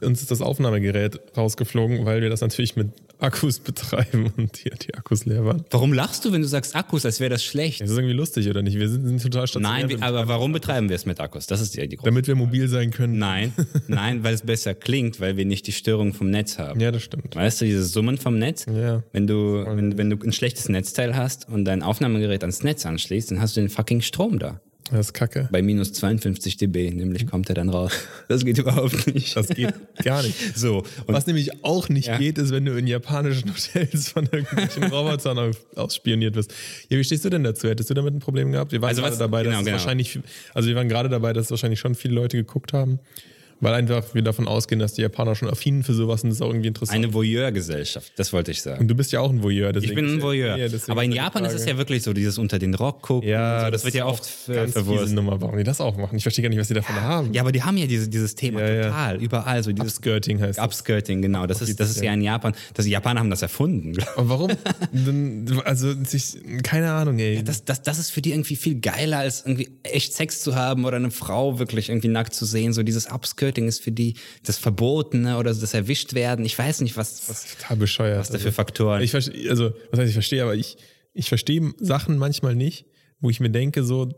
Speaker 2: uns ist das Aufnahmegerät rausgeflogen, weil wir das natürlich mit Akkus betreiben und die, die Akkus leer waren.
Speaker 1: Warum lachst du, wenn du sagst Akkus, als wäre das schlecht?
Speaker 2: Das ist irgendwie lustig, oder nicht? Wir sind, sind total stationär.
Speaker 1: Nein, wir,
Speaker 2: wir-
Speaker 1: aber warum betreiben wir es mit Akkus? Das ist ja die große.
Speaker 2: damit wir mobil sein können.
Speaker 1: Nein, nein, weil es besser klingt, weil wir nicht die Störung vom Netz haben.
Speaker 2: Ja, das stimmt.
Speaker 1: Weißt du, diese Summen vom Netz?
Speaker 2: Ja.
Speaker 1: Wenn du, wenn, wenn du ein schlechtes Netzteil hast und dein Aufnahmegerät ans Netz anschließt, dann hast du den fucking Strom da.
Speaker 2: Das ist kacke.
Speaker 1: Bei minus 52 dB, nämlich kommt er dann raus. Das geht überhaupt nicht.
Speaker 2: Das geht gar nicht.
Speaker 1: so. Und
Speaker 2: Was nämlich auch nicht
Speaker 1: Ja.
Speaker 2: geht, ist, wenn du in japanischen Hotels von irgendwelchen Robotern auf, ausspioniert wirst. Ja, wie stehst du denn dazu? Hättest du damit ein Problem gehabt? Wir waren
Speaker 1: Also
Speaker 2: gerade
Speaker 1: was-
Speaker 2: dabei, dass
Speaker 1: genau,
Speaker 2: es
Speaker 1: genau.
Speaker 2: wahrscheinlich, also wir waren gerade dabei, dass es wahrscheinlich schon viele Leute geguckt haben. Weil einfach wir davon ausgehen, dass die Japaner schon affin für sowas sind, ist auch irgendwie interessant.
Speaker 1: Eine Voyeur-Gesellschaft, das wollte ich sagen.
Speaker 2: und du bist ja auch ein Voyeur. Deswegen
Speaker 1: Ich bin ein Voyeur.
Speaker 2: Ja, deswegen
Speaker 1: Aber in
Speaker 2: ist die
Speaker 1: Japan ist
Speaker 2: Frage-
Speaker 1: es ja wirklich so, dieses unter den Rock gucken. und
Speaker 2: Ja,
Speaker 1: so, das, wird ja oft ver-
Speaker 2: ganz fiese
Speaker 1: verwurstet.
Speaker 2: Nummer. Warum die das auch machen? Ich verstehe gar nicht, was die davon haben.
Speaker 1: Ja, aber die haben ja diese, dieses Thema
Speaker 2: Ja, ja.
Speaker 1: total, überall so dieses
Speaker 2: Skirting heißt. das.
Speaker 1: Upskirting, genau. Das ist, das ist ja in Japan. Das, die Japaner haben das erfunden. glaub ich.
Speaker 2: Aber warum? Dann- also sich, keine Ahnung, ey.
Speaker 1: Das, das, das ist für die irgendwie viel geiler, als irgendwie echt Sex zu haben oder eine Frau wirklich irgendwie nackt zu sehen. So dieses Upskirting ist für die das Verbotene oder das Erwischtwerden. Ich weiß nicht, was, was
Speaker 2: total bescheuert. Was
Speaker 1: da für Faktoren.
Speaker 2: Ich verstehe, also, was heißt, ich verstehe, aber ich, ich verstehe Sachen manchmal nicht, wo ich mir denke, so,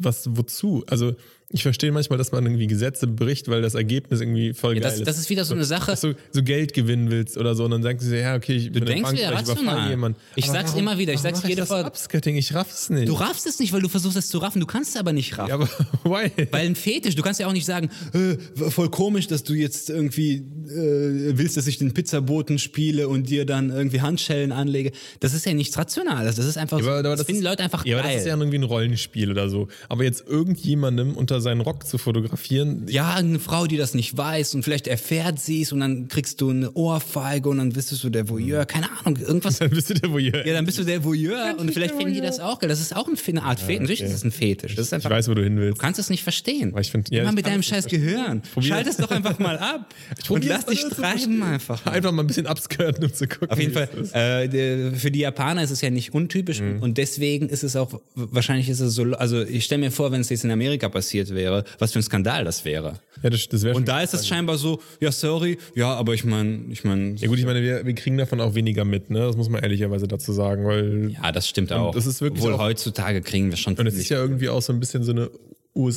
Speaker 2: was, wozu? Also, ich verstehe manchmal, dass man irgendwie Gesetze bricht, weil das Ergebnis irgendwie voll
Speaker 1: Ja,
Speaker 2: geil
Speaker 1: das,
Speaker 2: ist.
Speaker 1: das ist wieder so eine Sache.
Speaker 2: Dass du so Geld gewinnen willst oder so und dann sagst du dir, ja, okay, ich bin in
Speaker 1: denkst wieder
Speaker 2: Frankreich, ich
Speaker 1: rational.
Speaker 2: überfall jemanden.
Speaker 1: Ich
Speaker 2: Aber
Speaker 1: sag's immer wieder, ich
Speaker 2: warum
Speaker 1: sag's
Speaker 2: mach
Speaker 1: jede
Speaker 2: das
Speaker 1: Folge.
Speaker 2: Upskirting, ich raff's nicht.
Speaker 1: Du raffst es nicht, weil du versuchst es zu raffen. Du kannst es aber nicht raffen.
Speaker 2: ja, aber why?
Speaker 1: Weil ein Fetisch, du kannst ja auch nicht sagen, äh, voll komisch, dass du jetzt irgendwie äh, willst, dass ich den Pizzaboten spiele und dir dann irgendwie Handschellen anlege. Das ist ja nichts Rationales. Das ist einfach,
Speaker 2: Ja, aber- aber
Speaker 1: das, finden
Speaker 2: ist-
Speaker 1: Leute einfach
Speaker 2: ja, aber
Speaker 1: geil.
Speaker 2: das ist ja irgendwie ein Rollenspiel oder so. Aber jetzt irgendjemandem unter seinen Rock zu fotografieren,
Speaker 1: ja, eine Frau, die das nicht weiß und vielleicht erfährt sie es und dann kriegst du eine Ohrfeige und dann bist du so der Voyeur,
Speaker 2: Mhm.
Speaker 1: keine Ahnung, irgendwas.
Speaker 2: dann bist du der Voyeur.
Speaker 1: Ja, dann bist du der Voyeur und vielleicht finden die das auch geil. Das ist auch ein- eine Art Fetisch. Natürlich ist das ein Fetisch. Das ist
Speaker 2: ich
Speaker 1: einfach,
Speaker 2: weiß, wo du hin
Speaker 1: du
Speaker 2: willst.
Speaker 1: kannst es nicht verstehen.
Speaker 2: ich find- ja,
Speaker 1: Immer
Speaker 2: ich
Speaker 1: mit
Speaker 2: kann
Speaker 1: deinem
Speaker 2: es
Speaker 1: scheiß Gehirn.
Speaker 2: Probier-
Speaker 1: Schalt es doch einfach mal ab und
Speaker 2: probier's
Speaker 1: lass dich
Speaker 2: mal zu
Speaker 1: treiben einfach. mal.
Speaker 2: Einfach mal ein bisschen abskirten, um zu gucken.
Speaker 1: Auf jeden
Speaker 2: wie
Speaker 1: Fall,
Speaker 2: es ist. Mhm.
Speaker 1: äh, der- für die Japaner ist es ja nicht untypisch und deswegen ist es auch, wahrscheinlich ist es so, also ich stelle mir vor, wenn es jetzt in Amerika passiert wäre, was für ein Skandal das wäre.
Speaker 2: Ja, das, das wär
Speaker 1: Und da ist es scheinbar so, ja, sorry, ja, aber ich meine, ich meine,
Speaker 2: Also- ja gut, ich meine, wir, wir kriegen davon auch weniger mit, ne? Das muss man ehrlicherweise dazu sagen, weil
Speaker 1: ja, das stimmt auch.
Speaker 2: das ist wirklich
Speaker 1: Obwohl
Speaker 2: auch-
Speaker 1: heutzutage kriegen wir schon
Speaker 2: und es ist ja irgendwie auch so ein bisschen so eine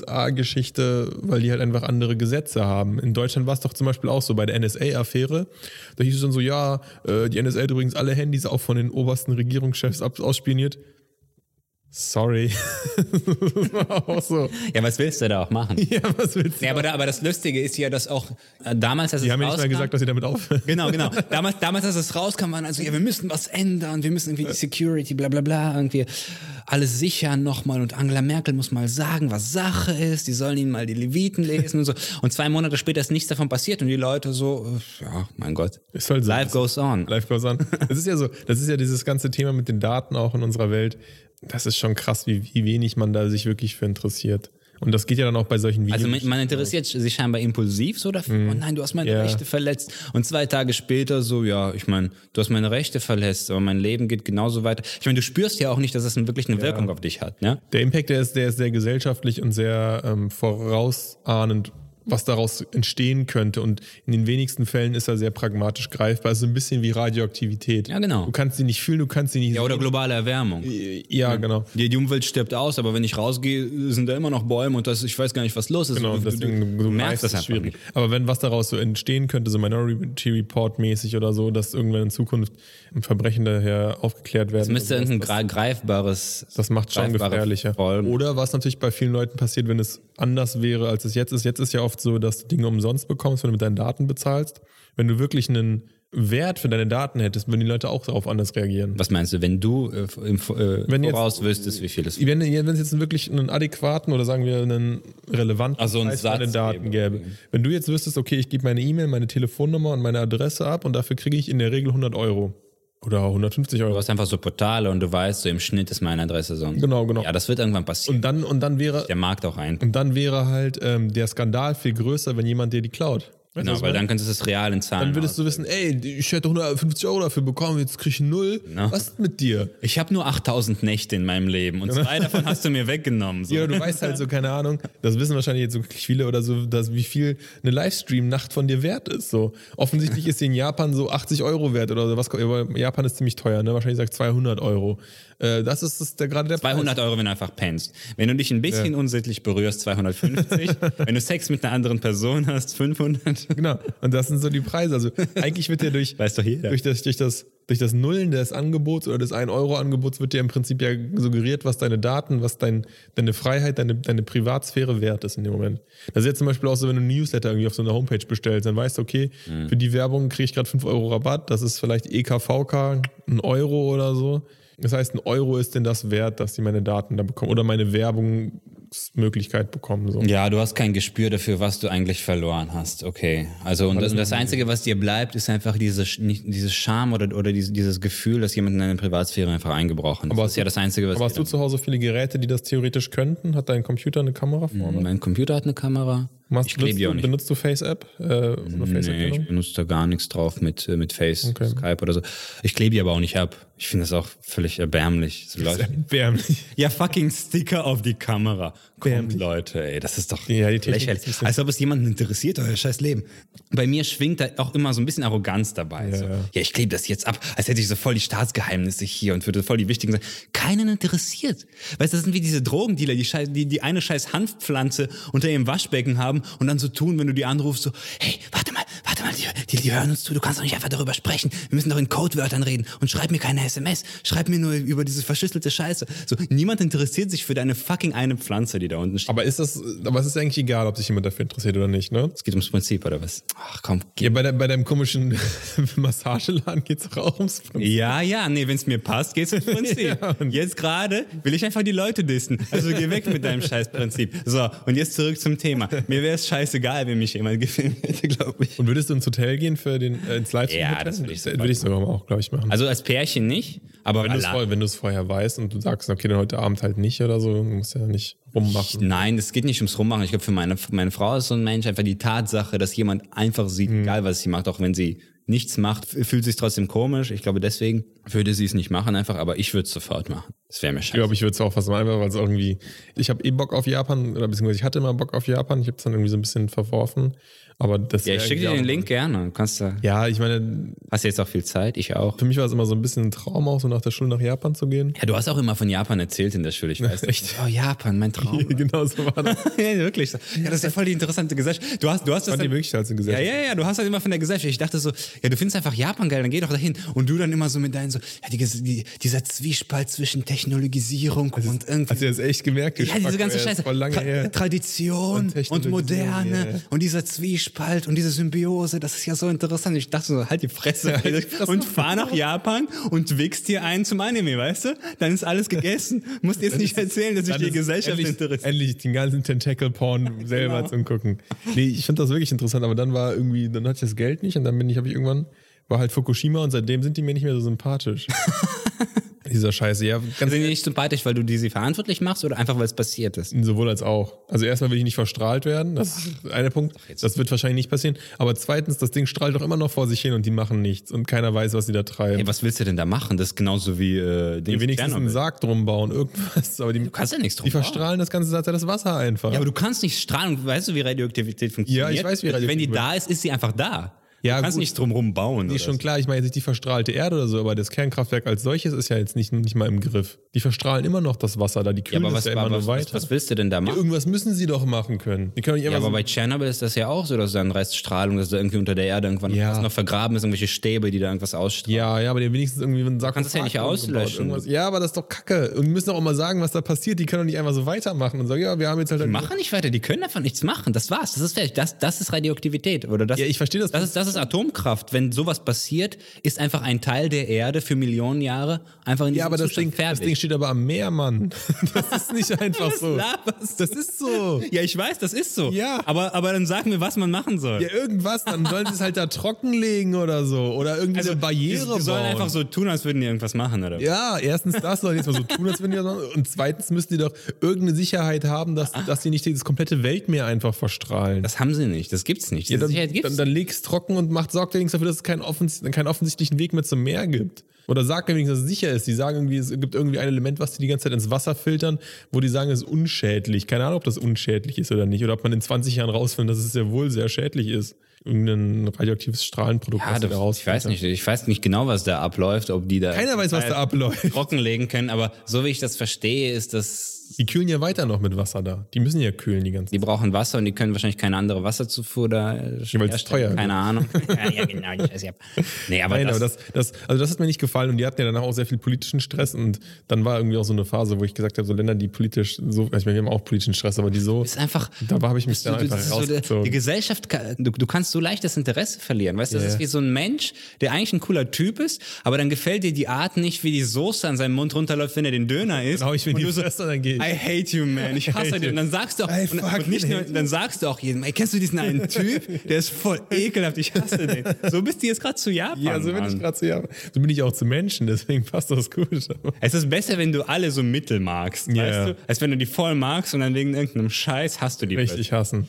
Speaker 2: USA-Geschichte, weil die halt einfach andere Gesetze haben. In Deutschland war es doch zum Beispiel auch so bei der NSA-Affäre. Da hieß es dann so, ja, äh, die NSA hat übrigens alle Handys auch von den obersten Regierungschefs ab- ausspioniert. Sorry. das war auch so.
Speaker 1: ja, was willst du da auch machen?
Speaker 2: Ja, was willst du?
Speaker 1: Ja, aber, da, aber das Lustige ist ja, dass auch äh, damals, als
Speaker 2: Die
Speaker 1: es
Speaker 2: haben ja nicht mal
Speaker 1: rauskam-
Speaker 2: gesagt, dass sie damit aufhören.
Speaker 1: Genau, genau. Damals, damals, als es rauskam, waren also, ja, wir müssen was ändern, wir müssen irgendwie Security, bla bla bla, irgendwie alles sichern nochmal und Angela Merkel muss mal sagen, was Sache ist, die sollen ihnen mal die Leviten lesen und so. Und zwei Monate später ist nichts davon passiert und die Leute so, äh, ja, mein Gott.
Speaker 2: Ist halt so.
Speaker 1: Life goes on.
Speaker 2: Live goes on. Das ist ja so, das ist ja dieses ganze Thema mit den Daten auch in unserer Welt. Das ist schon krass, wie, wie wenig man da sich wirklich für interessiert. Und das geht ja dann auch bei solchen Videos.
Speaker 1: Also man, man interessiert sich scheinbar impulsiv so dafür. Oh nein, du hast meine
Speaker 2: Ja.
Speaker 1: Rechte verletzt. Und zwei Tage später so, ja, ich meine, du hast meine Rechte verletzt, aber mein Leben geht genauso weiter. Ich meine, du spürst ja auch nicht, dass es das wirklich eine Wirkung auf dich hat, ne?
Speaker 2: der Impact, der ist, der ist sehr gesellschaftlich und sehr ähm, vorausahnend, was daraus entstehen könnte. Und in den wenigsten Fällen ist er sehr pragmatisch greifbar. Also ein bisschen wie Radioaktivität.
Speaker 1: Ja, genau.
Speaker 2: Du kannst sie nicht fühlen, du kannst sie nicht
Speaker 1: Ja, oder globale Erwärmung.
Speaker 2: sehen. Ja, genau.
Speaker 1: Die, die Umwelt stirbt aus, aber wenn ich rausgehe, sind da immer noch Bäume und das, ich weiß gar nicht, was los ist.
Speaker 2: Genau,
Speaker 1: du, du-
Speaker 2: deswegen
Speaker 1: du
Speaker 2: so
Speaker 1: merkst das
Speaker 2: ist
Speaker 1: einfach
Speaker 2: schwierig.
Speaker 1: schwierig. Nicht.
Speaker 2: Aber wenn was daraus so entstehen könnte, so Minority Report mäßig oder so, dass irgendwann in Zukunft ein Verbrechen daher aufgeklärt werden.
Speaker 1: Es müsste
Speaker 2: also
Speaker 1: irgendein
Speaker 2: das,
Speaker 1: gra- greifbares.
Speaker 2: das macht schon
Speaker 1: greifbare
Speaker 2: gefährlicher.
Speaker 1: Folgen.
Speaker 2: Oder was natürlich bei vielen Leuten passiert, wenn es anders wäre, als es jetzt ist. Jetzt ist ja oft so, dass du Dinge umsonst bekommst, wenn du mit deinen Daten bezahlst. Wenn du wirklich einen Wert für deine Daten hättest, würden die Leute auch darauf anders reagieren.
Speaker 1: Was meinst du, wenn du äh, im Vo- äh,
Speaker 2: Wenn jetzt-
Speaker 1: voraus wüsstest, wie viel es
Speaker 2: Wenn wenn es jetzt wirklich einen adäquaten oder sagen wir einen relevanten
Speaker 1: Ach so, Also einen
Speaker 2: Preis für deine
Speaker 1: Satz
Speaker 2: Daten
Speaker 1: gäbe.
Speaker 2: gäbe. Wenn du jetzt wüsstest, okay, ich gebe meine E-Mail, meine Telefonnummer und meine Adresse ab und dafür kriege ich in der Regel 100 Euro oder 150
Speaker 1: Du
Speaker 2: Euro.
Speaker 1: hast einfach so Portale und du weißt, so im Schnitt ist meine Adresse so. und-
Speaker 2: Genau, genau.
Speaker 1: Ja, das wird irgendwann passieren.
Speaker 2: Und dann, und dann wäre,
Speaker 1: der Markt auch ein.
Speaker 2: und dann wäre halt ähm, der Skandal viel größer, wenn jemand dir die klaut. Weißt du,
Speaker 1: Genau,
Speaker 2: was ich
Speaker 1: weil
Speaker 2: meine?
Speaker 1: dann könntest du es real in Zahlen.
Speaker 2: dann würdest du wissen, ey, ich hätte 150 Euro dafür bekommen, jetzt kriege ich null.
Speaker 1: Ja.
Speaker 2: Was ist mit dir?
Speaker 1: ich habe nur 8000 Nächte in meinem Leben und zwei davon hast du mir weggenommen. So.
Speaker 2: Ja, du weißt halt so, keine Ahnung, das wissen wahrscheinlich jetzt wirklich viele oder so, dass wie viel eine Livestream-Nacht von dir wert ist. So. Offensichtlich ist sie in Japan so 80 Euro wert oder so. was. aber Japan ist ziemlich teuer, ne? Wahrscheinlich sagt 200 Euro. Äh, das ist, das ist der, gerade der
Speaker 1: 200 Euro, wenn du einfach pennst. Wenn du dich ein bisschen unsittlich berührst, 250. wenn du Sex mit einer anderen Person hast, 500.
Speaker 2: Genau. Und das sind so die Preise. Also eigentlich wird ja durch,
Speaker 1: Weiß doch jeder.
Speaker 2: durch, das, durch, das, durch das Nullen des Angebots oder des 1-Euro-Angebots wird dir im Prinzip ja suggeriert, was deine Daten, was dein, deine Freiheit, deine, deine Privatsphäre wert ist in dem Moment. Das ist jetzt zum Beispiel auch so, wenn du einen Newsletter irgendwie auf so einer Homepage bestellst, dann weißt du, okay,
Speaker 1: Mhm.
Speaker 2: für die Werbung kriege ich gerade 5 Euro Rabatt, das ist vielleicht E EKVK, ein Euro oder so. Das heißt, ein Euro ist denn das wert, dass die meine Daten da bekommen oder meine Werbung Zahlungsmöglichkeit bekommen. So.
Speaker 1: Ja, du hast kein Gespür dafür, was du eigentlich verloren hast. Okay. Also und das, und das Einzige, was dir bleibt, ist einfach diese, Sch- nicht, diese Scham oder, oder dieses, dieses Gefühl, dass jemand in deine Privatsphäre einfach eingebrochen ist.
Speaker 2: Aber
Speaker 1: das ist
Speaker 2: hast
Speaker 1: ja
Speaker 2: du-
Speaker 1: das Einzige, was
Speaker 2: Aber hast
Speaker 1: dir
Speaker 2: du zu Hause viele Geräte, die das theoretisch könnten? Hat dein Computer eine Kamera vorne?
Speaker 1: dann- Mein Computer hat eine Kamera.
Speaker 2: Machst-
Speaker 1: Hm, ich klebe die auch nicht.
Speaker 2: benutzt, benutzt du Face-App? Äh, oder genau.
Speaker 1: Nee,
Speaker 2: Face-Erkennung?
Speaker 1: ich benutze da gar nichts drauf mit, äh, mit Face, Skype oder so. Ich klebe die aber auch nicht ab. Ich finde das auch völlig erbärmlich. So Leute,
Speaker 2: Erbärmlich.
Speaker 1: Ja, fucking Sticker auf die Kamera. Kommt, Leute, ey, das ist doch
Speaker 2: Ja, die Technik
Speaker 1: lächerlich.
Speaker 2: ist ein bisschen-
Speaker 1: Als ob es jemanden interessiert, euer scheiß Leben. Bei mir schwingt da auch immer so ein bisschen Arroganz dabei. Ja, so.
Speaker 2: ja.
Speaker 1: ja ich klebe das jetzt ab, als hätte ich so voll die Staatsgeheimnisse hier und würde voll die wichtigen sein. Keinen interessiert. Weißt du, das sind wie diese Drogendealer, die, schei- die, die eine scheiß Hanfpflanze unter ihrem Waschbecken haben und dann so tun, wenn du die anrufst, so, hey, warte mal, warte mal, die, die, die hören uns zu, du kannst doch nicht einfach darüber sprechen. Wir müssen doch in Codewörtern reden und schreib mir keine SMS, schreib mir nur über diese verschlüsselte Scheiße. So, niemand interessiert sich für deine fucking eine Pflanze, die da unten steht.
Speaker 2: Aber ist das, aber es ist eigentlich egal, ob sich jemand dafür interessiert oder nicht, ne?
Speaker 1: Es geht ums Prinzip, oder was? Ach komm, geh
Speaker 2: Ja, bei, de, bei deinem komischen Massageladen geht's doch auch ums
Speaker 1: Ja, ja, nee, wenn es mir passt, geht's ins Prinzip.
Speaker 2: Ja, und-
Speaker 1: jetzt gerade will ich einfach die Leute dissen. Also geh weg mit deinem Scheißprinzip. So, und jetzt zurück zum Thema. Mir wäre es scheißegal, wenn mich jemand gefilmt hätte, glaube ich.
Speaker 2: Und würdest du ins Hotel gehen für den äh, ins Livestream?
Speaker 1: Ja, das würde ich
Speaker 2: so.
Speaker 1: sofort
Speaker 2: Würde ich sogar auch, glaube ich, machen.
Speaker 1: Also als Pärchen nicht, aber
Speaker 2: wenn du es
Speaker 1: allein.
Speaker 2: vorher, wenn du es vorher weißt und du sagst, okay, dann heute Abend halt nicht oder so, dann musst du ja nicht rummachen.
Speaker 1: Nein, es geht nicht ums Rummachen. Ich glaube, für meine, meine Frau ist so ein Mensch einfach die Tatsache, dass jemand einfach sieht, egal was sie macht, auch wenn sie nichts macht, f- fühlt sich trotzdem komisch. Ich glaube, deswegen würde sie es nicht machen einfach, aber ich würde es sofort machen. Das wäre mir
Speaker 2: Ich
Speaker 1: scheiße.
Speaker 2: glaube, ich würde es auch fast mal einfach, weil es irgendwie, ich habe eh Bock auf Japan, oder beziehungsweise ich hatte immer Bock auf Japan, ich habe es dann irgendwie so ein bisschen verworfen, aber das
Speaker 1: Ja, genau. ich
Speaker 2: wär
Speaker 1: schicke dir
Speaker 2: irgendwie
Speaker 1: den
Speaker 2: auch-
Speaker 1: Link gerne. Du Kannst da,
Speaker 2: Ja, ich meine,
Speaker 1: Hast jetzt auch viel Zeit, ich auch.
Speaker 2: für mich war es immer so ein bisschen ein Traum auch, so nach der Schule nach Japan zu gehen.
Speaker 1: Ja, du hast auch immer von Japan erzählt in der Schule, ich weiß. Echt? Oh, Japan, mein Traum.
Speaker 2: genau so war das.
Speaker 1: ja, wirklich. Ja, das ist ja voll die interessante Gesellschaft. Du hast, du hast das
Speaker 2: Fand die
Speaker 1: dann,
Speaker 2: wirklich als eine
Speaker 1: ja,
Speaker 2: Gesellschaft.
Speaker 1: ja, ja, du hast halt immer von der Gesellschaft. Ich dachte so, ja, du findest einfach Japan geil, dann geh doch dahin. Und du dann immer so mit deinen so, ja, die, Ges- die, dieser Zwiespalt zwischen Technologisierung und irgendwie.
Speaker 2: Hast du das echt gemerkt?
Speaker 1: ja, diese ganze
Speaker 2: Fuck, ey,
Speaker 1: Scheiße.
Speaker 2: Voll lange
Speaker 1: Tra-
Speaker 2: her.
Speaker 1: Tradition
Speaker 2: Und
Speaker 1: und,
Speaker 2: Technologie,
Speaker 1: Moderne
Speaker 2: ja, ja.
Speaker 1: und dieser Zwiespalt und diese Symbiose, das ist ja so interessant. Ich dachte so, halt die Fresse
Speaker 2: die Fresse.
Speaker 1: und fahr nach Japan und wickst dir einen zum Anime, weißt du? Dann ist alles gegessen. Musst jetzt nicht erzählen, dass sich
Speaker 2: Dann
Speaker 1: die
Speaker 2: ist
Speaker 1: Gesellschaft
Speaker 2: endlich,
Speaker 1: interessiert.
Speaker 2: Endlich den ganzen Tentacle-Porn selber
Speaker 1: Genau.
Speaker 2: zum Gucken. Nee, ich finde das wirklich interessant, aber dann war irgendwie, dann hatte ich das Geld nicht und dann bin ich, habe ich irgendwann, war halt Fukushima und seitdem sind die mir nicht mehr so sympathisch. Dieser Scheiße, ja, ganz
Speaker 1: Sind die nicht sympathisch, weil du die sie verantwortlich machst oder einfach, weil es passiert ist?
Speaker 2: sowohl als auch. Also erstmal will ich nicht verstrahlt werden, das ist einer Punkt, das wird wahrscheinlich nicht passieren, aber zweitens, das Ding strahlt doch immer noch vor sich hin und die machen nichts und keiner weiß, was sie da treiben.
Speaker 1: Ey, was willst du denn da machen? Das ist genauso wie äh, den
Speaker 2: die wenigstens einen
Speaker 1: Tschernobyl.
Speaker 2: Sarg drum bauen, irgendwas, aber die, du
Speaker 1: kannst ja nichts drum
Speaker 2: Die
Speaker 1: bauen.
Speaker 2: verstrahlen das ganze Zeit das Wasser einfach.
Speaker 1: Ja, aber du kannst nicht strahlen. Weißt du, wie Radioaktivität funktioniert?
Speaker 2: weiß, wie
Speaker 1: Wenn die
Speaker 2: Radioaktivität-
Speaker 1: da ist, ist sie einfach da.
Speaker 2: Ja,
Speaker 1: du kannst
Speaker 2: gut.
Speaker 1: nicht drumrum bauen.
Speaker 2: Nee,
Speaker 1: oder
Speaker 2: ist schon klar, ich meine jetzt nicht die verstrahlte Erde oder so, aber das Kernkraftwerk als solches ist ja jetzt nicht, nicht mal im Griff. Die verstrahlen immer noch das Wasser da, die
Speaker 1: Ja,
Speaker 2: kühlen
Speaker 1: aber
Speaker 2: das
Speaker 1: was,
Speaker 2: ja immer
Speaker 1: aber
Speaker 2: nur
Speaker 1: was,
Speaker 2: weiter.
Speaker 1: was, was willst du denn da
Speaker 2: ja,
Speaker 1: machen?
Speaker 2: irgendwas müssen sie doch machen können. Die können doch nicht
Speaker 1: Ja,
Speaker 2: immer
Speaker 1: aber
Speaker 2: so,
Speaker 1: bei Tschernobyl ist das ja auch so, dass da ein Reststrahlung, dass da irgendwie unter der Erde irgendwann
Speaker 2: Ja.
Speaker 1: was noch vergraben ist, irgendwelche Stäbe, die da irgendwas ausstrahlen.
Speaker 2: ja, ja, aber die wenigstens irgendwie einen Sack.
Speaker 1: kannst es ja nicht auslöschen.
Speaker 2: Ja, aber das ist doch Kacke. Und die müssen auch mal sagen, was da passiert. Die können doch nicht einfach so weitermachen und sagen, ja, wir haben jetzt halt.
Speaker 1: Die machen nicht weiter, die können einfach nichts machen. Das war's, das ist fertig. Das, das ist Radioaktivität. Oder das,
Speaker 2: Ja, ich verstehe das.
Speaker 1: das, ist, das ist Atomkraft. Wenn sowas passiert, ist einfach ein Teil der Erde für Millionen Jahre einfach in diesem
Speaker 2: ja, aber das
Speaker 1: Zustand
Speaker 2: Ding, das Ding
Speaker 1: fertig.
Speaker 2: steht aber am Meer, Mann. Das ist nicht einfach so.
Speaker 1: laberst
Speaker 2: Das ist so.
Speaker 1: ja, ich weiß, das ist so.
Speaker 2: Ja.
Speaker 1: Aber, aber dann sag mir, was man machen soll.
Speaker 2: Ja, irgendwas, dann sollen sie es halt da trockenlegen oder so. Oder irgendwie eine also Barriere
Speaker 1: Also, die, die sollen
Speaker 2: bauen.
Speaker 1: einfach so tun, als würden die irgendwas machen, oder?
Speaker 2: Ja, erstens das sollen die jetzt mal so tun, als wenn die das machen. Und zweitens müssen die doch irgendeine Sicherheit haben, dass, dass die nicht das komplette Weltmeer einfach verstrahlen.
Speaker 1: Das haben sie nicht, das gibt's nicht.
Speaker 2: ja,
Speaker 1: Diese
Speaker 2: dann,
Speaker 1: Sicherheit gibt's
Speaker 2: dann, dann leg's trocken und macht, sorgt wenigstens dafür, dass es keinen, offens keinen offensichtlichen Weg mehr zum Meer gibt. Oder sagt wenigstens, dass es sicher ist. Die sagen irgendwie, es gibt irgendwie ein Element, was die die ganze Zeit ins Wasser filtern, wo die sagen, es ist unschädlich. Keine Ahnung, ob das unschädlich ist oder nicht. Oder ob man in 20 Jahren rausfindet, dass es sehr wohl sehr schädlich ist. Irgendein radioaktives Strahlenprodukt,
Speaker 1: Ja,
Speaker 2: was die
Speaker 1: das, Ah, ich
Speaker 2: rausfiltern.
Speaker 1: weiß nicht, Äh, ich weiß nicht genau, was da abläuft, ob die da
Speaker 2: Keiner weiß, was da abläuft.
Speaker 1: trockenlegen können, aber so wie ich das verstehe, ist das,
Speaker 2: Die kühlen ja weiter noch mit Wasser da. Die müssen ja kühlen die ganze Zeit.
Speaker 1: die brauchen Wasser und die können wahrscheinlich keine andere Wasserzufuhr da äh,
Speaker 2: weil es
Speaker 1: herstellen.
Speaker 2: teuer
Speaker 1: Keine Ahnung. ja, ja, genau, ich weiß ja. Nee, aber
Speaker 2: Nein,
Speaker 1: das,
Speaker 2: aber das, das, also das hat mir nicht gefallen und die hatten ja danach auch sehr viel politischen Stress und dann war irgendwie auch so eine Phase, wo ich gesagt habe, so Länder, die politisch so, ich meine, wir haben auch politischen Stress, aber die so,
Speaker 1: ist einfach,
Speaker 2: da habe ich mich
Speaker 1: Du,
Speaker 2: dann
Speaker 1: du, das ist
Speaker 2: einfach
Speaker 1: so der, die
Speaker 2: rausgezogen.
Speaker 1: Gesellschaft, ka- du, du kannst so leicht das Interesse verlieren. Weißt du, das
Speaker 2: Ja.
Speaker 1: ist wie so ein Mensch, der eigentlich ein cooler Typ ist, aber dann gefällt dir die Art nicht, wie die Soße an seinem Mund runterläuft, wenn er den Döner isst.
Speaker 2: Hau ich mir
Speaker 1: und
Speaker 2: die
Speaker 1: du so,
Speaker 2: Fresse, dann geh nicht.
Speaker 1: I hate you, man. Ich hasse
Speaker 2: hate
Speaker 1: dich.
Speaker 2: you.
Speaker 1: Und dann sagst du auch,
Speaker 2: I
Speaker 1: und, und
Speaker 2: fucking
Speaker 1: nicht nur,
Speaker 2: hate
Speaker 1: dann sagst du auch jedem, ey, kennst du diesen einen Typ? Der ist voll ekelhaft. Ich hasse den. So bist du jetzt gerade zu Japan.
Speaker 2: Ja, so bin
Speaker 1: Mann.
Speaker 2: ich gerade zu ja. So bin ich auch zu Menschen, deswegen passt das gut.
Speaker 1: Es ist besser, wenn du alle so mittel magst,
Speaker 2: Ja.
Speaker 1: weißt du? Als wenn du die voll magst und dann wegen irgendeinem Scheiß hast du die. plötzlich.
Speaker 2: Richtig hassen.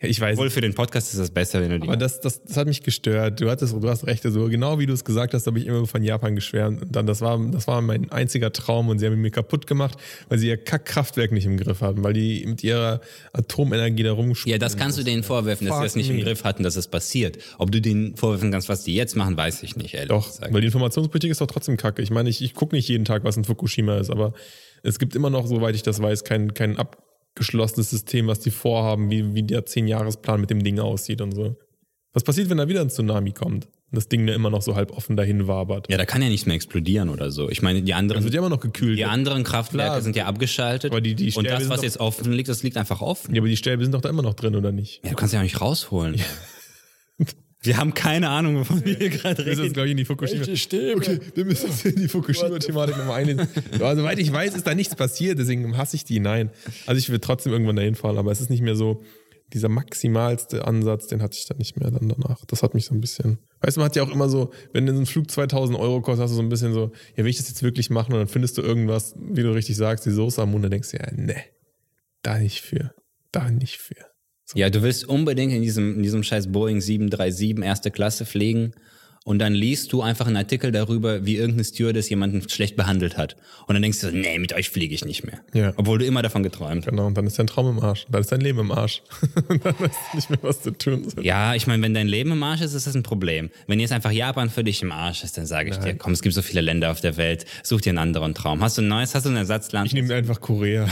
Speaker 2: Ja, ich weiß.
Speaker 1: Obwohl für den Podcast ist das besser, wenn du die.
Speaker 2: Aber das, das, das hat mich gestört. Du hattest, du hast recht. Also genau wie du es gesagt hast, habe ich immer von Japan geschwärmt. Und dann, das war, das war mein einziger Traum und sie haben ihn mir kaputt gemacht, weil sie ihr Kackkraftwerk nicht im Griff hatten, weil die mit ihrer Atomenergie da
Speaker 1: ja,
Speaker 2: rumspielen.
Speaker 1: das kannst du denen vorwerfen, dass sie
Speaker 2: Fuck
Speaker 1: das nicht im
Speaker 2: me.
Speaker 1: Griff hatten, dass es passiert. Ob du denen vorwerfen kannst, was die jetzt machen, weiß ich nicht, ehrlich
Speaker 2: Doch,
Speaker 1: gesagt.
Speaker 2: weil die Informationspolitik ist doch trotzdem kacke. Ich meine, ich, ich gucke nicht jeden Tag, was in Fukushima ist, aber es gibt immer noch, soweit ich das weiß, kein, kein abgeschlossenes System, was die vorhaben, wie, wie der 10-Jahres-Plan mit dem Ding aussieht und so. Was passiert, wenn da wieder ein Tsunami kommt und das Ding da immer noch so halb offen dahin wabert?
Speaker 1: Ja, da kann ja nichts mehr explodieren oder so. Ich meine, die anderen,
Speaker 2: Das wird ja immer noch gekühlt.
Speaker 1: die anderen Kraftwerke
Speaker 2: Klar.
Speaker 1: sind ja abgeschaltet.
Speaker 2: Aber die- die
Speaker 1: und
Speaker 2: Sterne
Speaker 1: das,
Speaker 2: sind
Speaker 1: was
Speaker 2: doch-
Speaker 1: jetzt offen liegt, das liegt einfach offen.
Speaker 2: Ja, aber die Stäbe sind doch da immer noch drin, oder nicht?
Speaker 1: Ja, du kannst ja auch nicht rausholen. Wir haben keine Ahnung, wovon wir hier gerade
Speaker 2: Wir müssen jetzt,
Speaker 1: reden.
Speaker 2: glaube ich, in die Fukushima. Okay, wir müssen jetzt in die Fukushima-Thematik nochmal einlesen. Also, soweit ich weiß, ist da nichts passiert, deswegen hasse ich die. Nein. Also, ich will trotzdem irgendwann dahin fahren, aber es ist nicht mehr so. Dieser maximalste Ansatz, den hatte ich dann nicht mehr dann danach. Das hat mich so ein bisschen. Weißt du, man hat ja auch immer so, wenn so ein Flug 2000 Euro kostet, hast du so ein bisschen so, ja, will ich das jetzt wirklich machen? Und dann findest du irgendwas, wie du richtig sagst, die Soße am Mund, dann denkst du, ja, ne, da nicht für. Da nicht für.
Speaker 1: Ja, du willst unbedingt in diesem, in diesem scheiß Boeing 737 erste Klasse fliegen und dann liest du einfach einen Artikel darüber, wie irgendeine Stewardess jemanden schlecht behandelt hat. Und dann denkst du, nee, mit euch fliege ich nicht mehr.
Speaker 2: Ja.
Speaker 1: Obwohl du immer davon geträumt hast.
Speaker 2: Genau, und dann ist dein Traum im Arsch. Dann ist dein Leben im Arsch. Und dann weißt du nicht mehr, was zu tun ist.
Speaker 1: Ja, ich meine, wenn dein Leben im Arsch ist, ist das ein Problem. Wenn jetzt einfach Japan für dich im Arsch ist, dann sage ich dir, komm, es gibt so viele Länder auf der Welt, such dir einen anderen Traum. Hast du ein neues, hast du ein Ersatzland?
Speaker 2: Ich nehme einfach Korea.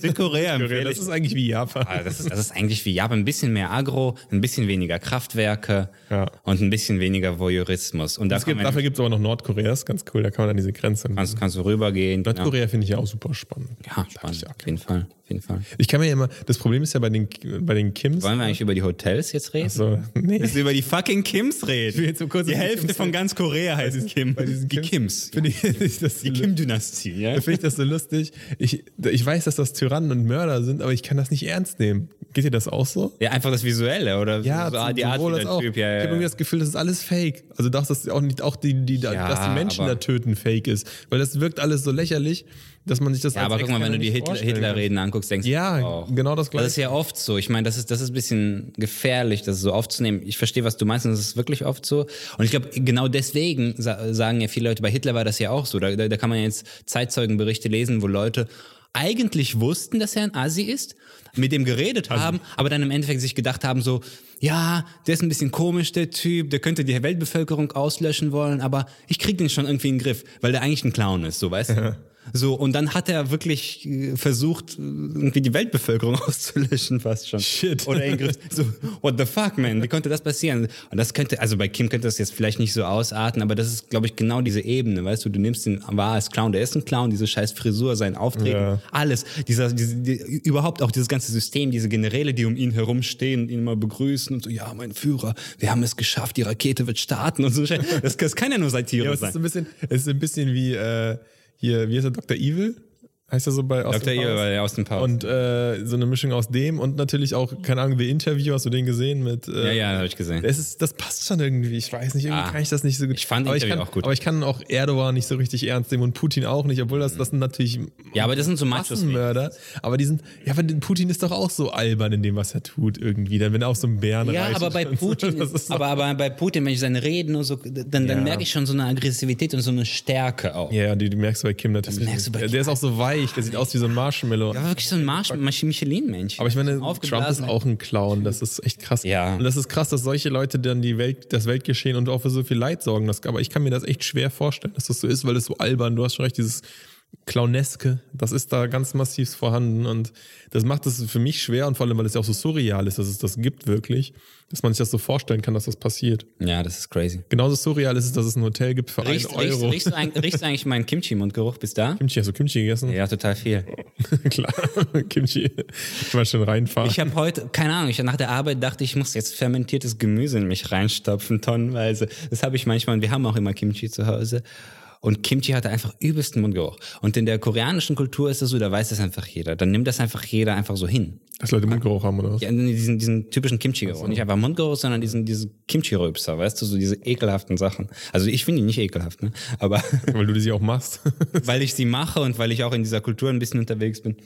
Speaker 1: Südkorea
Speaker 2: Korea, das ist eigentlich wie
Speaker 1: Also
Speaker 2: Japan.
Speaker 1: das, ist, das ist eigentlich wie Japan, ein bisschen mehr Agro, ein bisschen weniger Kraftwerke
Speaker 2: Ja.
Speaker 1: und ein bisschen weniger Voyeurismus. Und da
Speaker 2: Es gibt,
Speaker 1: kann man-
Speaker 2: dafür gibt es aber noch Nordkorea, ist ganz cool, da kann man an diese Grenze.
Speaker 1: kannst, kannst du rübergehen. genau.
Speaker 2: Nordkorea finde ich ja auch super spannend.
Speaker 1: Ja, spannend. Auf jeden Fall, auf jeden Fall.
Speaker 2: Ich kann mir ja immer, das Problem ist ja bei den, bei den Kims.
Speaker 1: Wollen wir eigentlich über die Hotels jetzt reden?
Speaker 2: So, nee.
Speaker 1: Dass wir über die fucking Kims reden.
Speaker 2: jetzt so kurz
Speaker 1: die
Speaker 2: auf die
Speaker 1: Hälfte
Speaker 2: Kims
Speaker 1: von
Speaker 2: reden.
Speaker 1: ganz Korea heißt Kim.
Speaker 2: diesen
Speaker 1: Die Kims.
Speaker 2: Finde ich, das
Speaker 1: Die Kim-Dynastie, ja?
Speaker 2: Da finde ich das so lustig. Ich, ich weiß, dass das Tyrannen und Mörder sind, aber ich kann das nicht ernst nehmen. Geht dir das auch so?
Speaker 1: Ja, einfach das Visuelle, oder?
Speaker 2: Ja,
Speaker 1: so, ah,
Speaker 2: zum-
Speaker 1: die Art,
Speaker 2: sowohl
Speaker 1: wie
Speaker 2: als
Speaker 1: der
Speaker 2: auch.
Speaker 1: Typ, ja,
Speaker 2: Ich habe
Speaker 1: ja.
Speaker 2: irgendwie das Gefühl, das ist alles fake. Also dass das auch nicht auch die, die,
Speaker 1: Ja,
Speaker 2: dass die Menschen
Speaker 1: aber-
Speaker 2: da töten fake ist, weil das wirkt alles so lächerlich, dass man sich das
Speaker 1: Ja, aber guck mal, wenn du die Hitler, Hitlerreden anguckst, denkst du
Speaker 2: Ja,
Speaker 1: auch.
Speaker 2: genau das
Speaker 1: Das ist
Speaker 2: Gleiche.
Speaker 1: ja oft so. Ich meine, das ist, das ist ein bisschen gefährlich, das so aufzunehmen. Ich verstehe, was du meinst, und das ist wirklich oft so. Und ich glaube, genau deswegen sa sagen ja viele Leute, bei Hitler war das ja auch so. Da, da, da kann man ja jetzt Zeitzeugenberichte lesen, wo Leute eigentlich wussten, dass er ein Asi ist, mit dem geredet haben, aber dann im Endeffekt sich gedacht haben so, ja, der ist ein bisschen komisch, der Typ, der könnte die Weltbevölkerung auslöschen wollen, aber ich krieg den schon irgendwie in den Griff, weil der eigentlich ein Clown ist, so weißt du? So, und dann hat er wirklich äh, versucht, äh, irgendwie die Weltbevölkerung auszulöschen, fast schon.
Speaker 2: Shit.
Speaker 1: Oder in den Griff. So, what the fuck, man? Wie konnte das passieren? Und das könnte, also bei Kim könnte das jetzt vielleicht nicht so ausarten, aber das ist, glaube ich, genau diese Ebene, weißt du, du nimmst ihn wahr als Clown, der ist ein Clown, diese scheiß Frisur, sein Auftreten,
Speaker 2: Ja.
Speaker 1: alles. Dieser, diese, die, überhaupt auch dieses ganze System, diese Generäle, die um ihn herumstehen und ihn immer begrüßen und so, ja, mein Führer, wir haben es geschafft, die Rakete wird starten und so. Scheiß. Das, das kann ja nur Satire
Speaker 2: Ja, aber es
Speaker 1: sein.
Speaker 2: ist so ein bisschen, es ist ein bisschen wie äh, hier, wie heißt er, Dr. Evil? Heißt er so bei Austin
Speaker 1: Dr. Evil
Speaker 2: Powers?
Speaker 1: bei Austin Powers.
Speaker 2: Und äh, so eine Mischung aus dem und natürlich auch, keine Ahnung, The Interview, hast du den gesehen mit. Äh,
Speaker 1: Ja, ja, habe ich gesehen.
Speaker 2: Es ist, das passt schon irgendwie. Ich weiß nicht, irgendwie
Speaker 1: Ah.
Speaker 2: kann ich das nicht so gut.
Speaker 1: Ich fand
Speaker 2: aber
Speaker 1: Interview
Speaker 2: kann,
Speaker 1: auch gut.
Speaker 2: Aber ich kann auch Erdogan nicht so richtig ernst nehmen und Putin auch nicht, obwohl das, das sind natürlich
Speaker 1: Ja, aber das sind so Machos.
Speaker 2: Massenmörder. Aber die sind, ja, aber den Putin ist doch auch so albern in dem, was er tut irgendwie. Dann wenn er auf so einen Bären
Speaker 1: Ja,
Speaker 2: reitet
Speaker 1: aber bei
Speaker 2: und so,
Speaker 1: Putin,
Speaker 2: das ist doch-
Speaker 1: aber, aber bei Putin, wenn ich seine Reden und so, dann, dann
Speaker 2: Ja.
Speaker 1: merke ich schon so eine Aggressivität und so eine Stärke auch.
Speaker 2: ja, die, die merkst du bei Kim natürlich.
Speaker 1: merkst du bei
Speaker 2: nicht.
Speaker 1: Kim
Speaker 2: der ist auch so weich, der sieht aus wie so ein Marshmallow.
Speaker 1: Er war wirklich so ein Marsch, Marsch- Michelin-Mensch.
Speaker 2: Aber ich meine,
Speaker 1: Aufgeblasen.
Speaker 2: Trump ist auch ein Clown. Das ist echt krass.
Speaker 1: Ja.
Speaker 2: Und das ist krass, dass solche Leute dann die Welt, das Weltgeschehen und auch für so viel Leid sorgen. Das, aber ich kann mir das echt schwer vorstellen, dass das so ist, weil es so albern. Du hast schon recht, dieses Clowneske, das ist da ganz massiv vorhanden und das macht es für mich schwer und vor allem, weil es ja auch so surreal ist, dass es das gibt wirklich, dass man sich das so vorstellen kann, dass das passiert.
Speaker 1: Ja, das ist crazy.
Speaker 2: Genauso surreal ist es, dass es ein Hotel gibt für
Speaker 1: Riechst,
Speaker 2: einen Euro.
Speaker 1: riechst, riechst, du eigentlich, riechst du eigentlich meinen Kimchi-Mundgeruch bis da?
Speaker 2: Kimchi, hast du Kimchi gegessen?
Speaker 1: Ja, total viel.
Speaker 2: Klar, Kimchi. Mal schön reinfahren.
Speaker 1: Ich habe heute, keine Ahnung, ich nach der Arbeit dachte, ich muss jetzt fermentiertes Gemüse in mich reinstopfen, tonnenweise. Das habe ich manchmal und wir haben auch immer Kimchi zu Hause. Und Kimchi hatte einfach übelsten Mundgeruch. Und in der koreanischen Kultur ist es so, da weiß das einfach jeder. Dann nimmt das einfach jeder einfach so hin.
Speaker 2: Dass Leute Mundgeruch haben oder was?
Speaker 1: Ja, nee, diesen, diesen typischen Kimchi-Geruch. Nicht einfach Mundgeruch, sondern diesen, diesen Kimchi-Röpser, weißt du, so diese ekelhaften Sachen. Also ich finde die nicht ekelhaft, ne? Aber
Speaker 2: Weil du das ja auch machst.
Speaker 1: weil ich sie mache und weil ich auch in dieser Kultur ein bisschen unterwegs bin.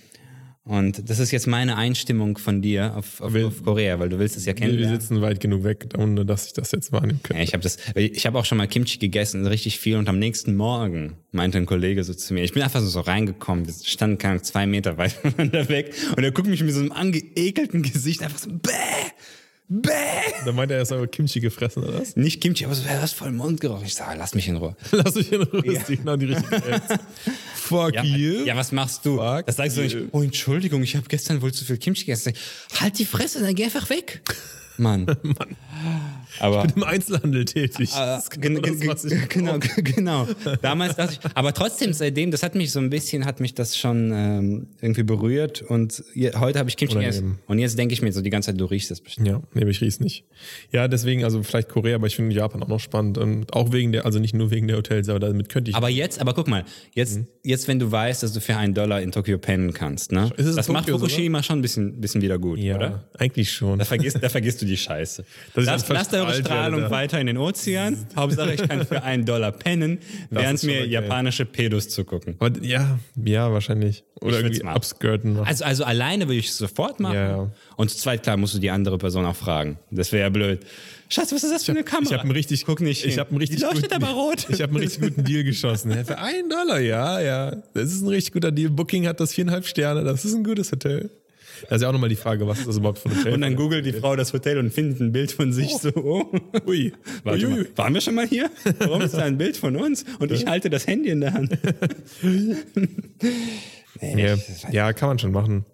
Speaker 1: Und das ist jetzt meine Einstimmung von dir auf, auf,
Speaker 2: Will-
Speaker 1: auf Korea, weil du willst es ja
Speaker 2: Wir, wir
Speaker 1: kennenlernen.
Speaker 2: sitzen weit genug weg, ohne dass ich das jetzt wahrnehmen
Speaker 1: Ja,
Speaker 2: kann.
Speaker 1: ich habe das, ich habe auch schon mal Kimchi gegessen, richtig viel. Und am nächsten Morgen meinte ein Kollege so zu mir, ich bin einfach so, so reingekommen, wir standen keine Ahnung, zwei Meter weit voneinander weg. Und er guckt mich mit so einem angeekelten Gesicht einfach so, bäh, bäh.
Speaker 2: Dann meint er, er ist aber Kimchi gefressen oder was?
Speaker 1: Nicht Kimchi, aber so, "Ja, das ist voll Mundgeruch. Ich sage, lass mich in Ruhe.
Speaker 2: Lass mich in Ruhe, ja. die, genau die richtigen Apps. Fuck
Speaker 1: Ja,
Speaker 2: you.
Speaker 1: ja, was machst du?
Speaker 2: Fuck
Speaker 1: das sagst du nicht,
Speaker 2: you.
Speaker 1: oh Entschuldigung, ich habe gestern wohl zu viel Kimchi gegessen. Sag ich, Halt die Fresse, dann geh einfach weg. Mann. Aber
Speaker 2: Im Einzelhandel tätig.
Speaker 1: Das
Speaker 2: Das ist genau das, was ich
Speaker 1: genau, genau. Damals dachte ich, aber trotzdem seitdem, das hat mich so ein bisschen, hat mich das schon ähm, irgendwie berührt und je, heute habe ich Kimchi
Speaker 2: Unangenehm.
Speaker 1: gegessen. Und jetzt denke ich mir so die ganze Zeit, du riechst das bestimmt.
Speaker 2: Ja, nee, aber ich riech's nicht. Ja, deswegen, also vielleicht Korea, aber ich finde Japan auch noch spannend. Und auch wegen der, also nicht nur wegen der Hotels, aber damit könnte ich.
Speaker 1: Aber jetzt, aber guck mal, jetzt,
Speaker 2: Mhm.
Speaker 1: jetzt, wenn du weißt, dass du für einen Dollar in Tokio pennen kannst, ne?
Speaker 2: Ist es
Speaker 1: das
Speaker 2: in
Speaker 1: macht
Speaker 2: Tokio so,
Speaker 1: Fukushima schon ein bisschen, bisschen wieder gut,
Speaker 2: ja,
Speaker 1: oder?
Speaker 2: eigentlich schon.
Speaker 1: Da vergisst, da vergisst du die Scheiße.
Speaker 2: Dass ich
Speaker 1: Lasst,
Speaker 2: dann
Speaker 1: lasst eure
Speaker 2: verstrahlt
Speaker 1: Strahlung
Speaker 2: werde.
Speaker 1: weiter in den Ozean. Hauptsache, ich kann für einen Dollar pennen, während
Speaker 2: ist schon
Speaker 1: mir
Speaker 2: okay.
Speaker 1: japanische Pedos zugucken.
Speaker 2: Aber, ja, ja, wahrscheinlich. Oder
Speaker 1: würd's
Speaker 2: irgendwie
Speaker 1: machen.
Speaker 2: upskirten. machen.
Speaker 1: Also, also alleine würde ich es sofort machen.
Speaker 2: Ja, ja.
Speaker 1: Und zu zweit, klar, musst du die andere Person auch fragen. Das wäre ja blöd. Schatz, was ist das für eine Kamera?
Speaker 2: ich habe einen richtig,
Speaker 1: Guck nicht.
Speaker 2: Ich
Speaker 1: hin.
Speaker 2: habe einen richtig
Speaker 1: Die leuchtet
Speaker 2: guten,
Speaker 1: aber rot.
Speaker 2: Ich habe einen richtig guten Deal geschossen. Ja, Für einen Dollar, ja, ja. Das ist ein richtig guter Deal. Booking hat das viereinhalb Sterne. Das ist ein gutes Hotel. Das ist ja auch nochmal die Frage, was ist das überhaupt für ein Hotel?
Speaker 1: und dann googelt die Frau das Hotel und findet ein Bild von sich so. Oh.
Speaker 2: Ui.
Speaker 1: Warte
Speaker 2: Ui,
Speaker 1: mal,
Speaker 2: ui.
Speaker 1: waren wir schon mal hier? Warum ist da ein Bild von uns? Und ich halte das Handy in der Hand.
Speaker 2: Ja,
Speaker 1: halt
Speaker 2: ja, kann man schon machen.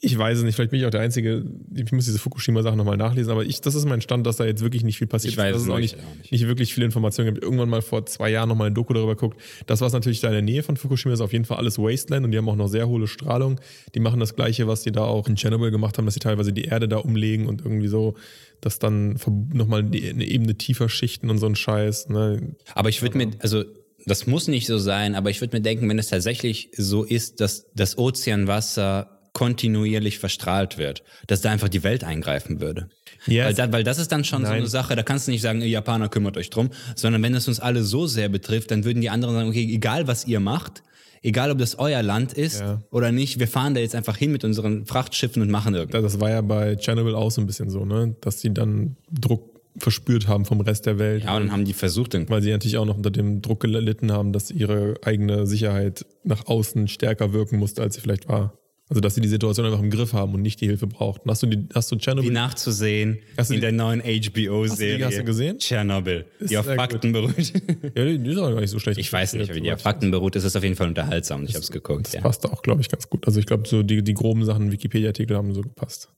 Speaker 2: Ich weiß es nicht, vielleicht bin ich auch der Einzige, ich muss diese Fukushima-Sache nochmal nachlesen, aber ich, das ist mein Stand, dass da jetzt wirklich nicht viel passiert
Speaker 1: Ich weiß
Speaker 2: dass
Speaker 1: es
Speaker 2: auch
Speaker 1: wirklich
Speaker 2: nicht,
Speaker 1: auch nicht.
Speaker 2: nicht. wirklich viele Informationen gibt. Irgendwann mal vor zwei Jahren nochmal ein Doku darüber geguckt. Das, was natürlich da in der Nähe von Fukushima ist, auf jeden Fall alles Wasteland und die haben auch noch sehr hohle Strahlung. Die machen das Gleiche, was die da auch in Chernobyl gemacht haben, dass sie teilweise die Erde da umlegen und irgendwie so, dass dann ver- nochmal die, eine Ebene tiefer schichten und so ein Scheiß. Ne?
Speaker 1: Aber ich würde mir, also das muss nicht so sein, aber ich würde mir denken, wenn es tatsächlich so ist, dass das Ozeanwasser kontinuierlich verstrahlt wird, dass da einfach die Welt eingreifen würde.
Speaker 2: Ja,
Speaker 1: Weil,
Speaker 2: es-
Speaker 1: da, weil das ist dann schon so eine Sache, da kannst du nicht sagen, ihr Japaner kümmert euch drum, sondern wenn es uns alle so sehr betrifft, dann würden die anderen sagen, okay, egal was ihr macht, egal ob das euer Land ist
Speaker 2: Ja.
Speaker 1: oder nicht, wir fahren da jetzt einfach hin mit unseren Frachtschiffen und machen irgendwas.
Speaker 2: Da- Das war ja bei Chernobyl auch so ein bisschen so, ne? dass die dann Druck verspürt haben vom Rest der Welt.
Speaker 1: Ja, und dann haben die versucht, den
Speaker 2: Weil sie natürlich auch noch unter dem Druck gelitten haben, dass ihre eigene Sicherheit nach außen stärker wirken musste, als sie vielleicht war. Also dass sie die Situation einfach im Griff haben und nicht die Hilfe brauchten. Hast du die, hast du
Speaker 1: die
Speaker 2: Chernobyl?
Speaker 1: nachzusehen
Speaker 2: Hast du
Speaker 1: in
Speaker 2: die-
Speaker 1: der neuen HBO-Serie.
Speaker 2: hast du gesehen?
Speaker 1: Tschernobyl, die
Speaker 2: Ist
Speaker 1: auf
Speaker 2: sehr
Speaker 1: Fakten beruht.
Speaker 2: ja, die, die ist auch gar nicht so schlecht.
Speaker 1: Ich weiß nicht, wie die auf Fakten beruht. Es ist auf jeden Fall unterhaltsam. Ich habe es geguckt. Ja.
Speaker 2: Passt auch, glaube ich, ganz gut. Also ich glaube, so die, die groben Sachen, Wikipedia-Artikel haben so gepasst.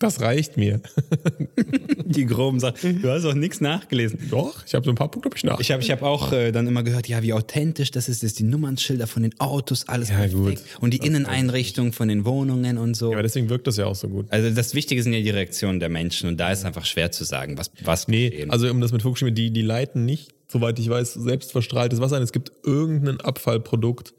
Speaker 2: Das reicht mir.
Speaker 1: Die groben Sachen. Du hast auch nichts nachgelesen.
Speaker 2: Doch, ich habe so ein paar Punkte, glaube ich, nach.
Speaker 1: Ich habe ich hab auch äh, dann immer gehört, ja, wie authentisch das ist, dass die Nummernschilder von den Autos, alles
Speaker 2: Ja,
Speaker 1: perfekt.
Speaker 2: gut.
Speaker 1: Und die Inneneinrichtung von den Wohnungen und so.
Speaker 2: Aber deswegen wirkt das ja auch so gut.
Speaker 1: also das Wichtige sind ja die Reaktionen der Menschen und da ist einfach schwer zu sagen, was was
Speaker 2: Nee,
Speaker 1: geschehen.
Speaker 2: also um das mit Fukushima, die, die leiten nicht, soweit ich weiß, selbst verstrahltes Wasser ein. Es gibt irgendein Abfallprodukt,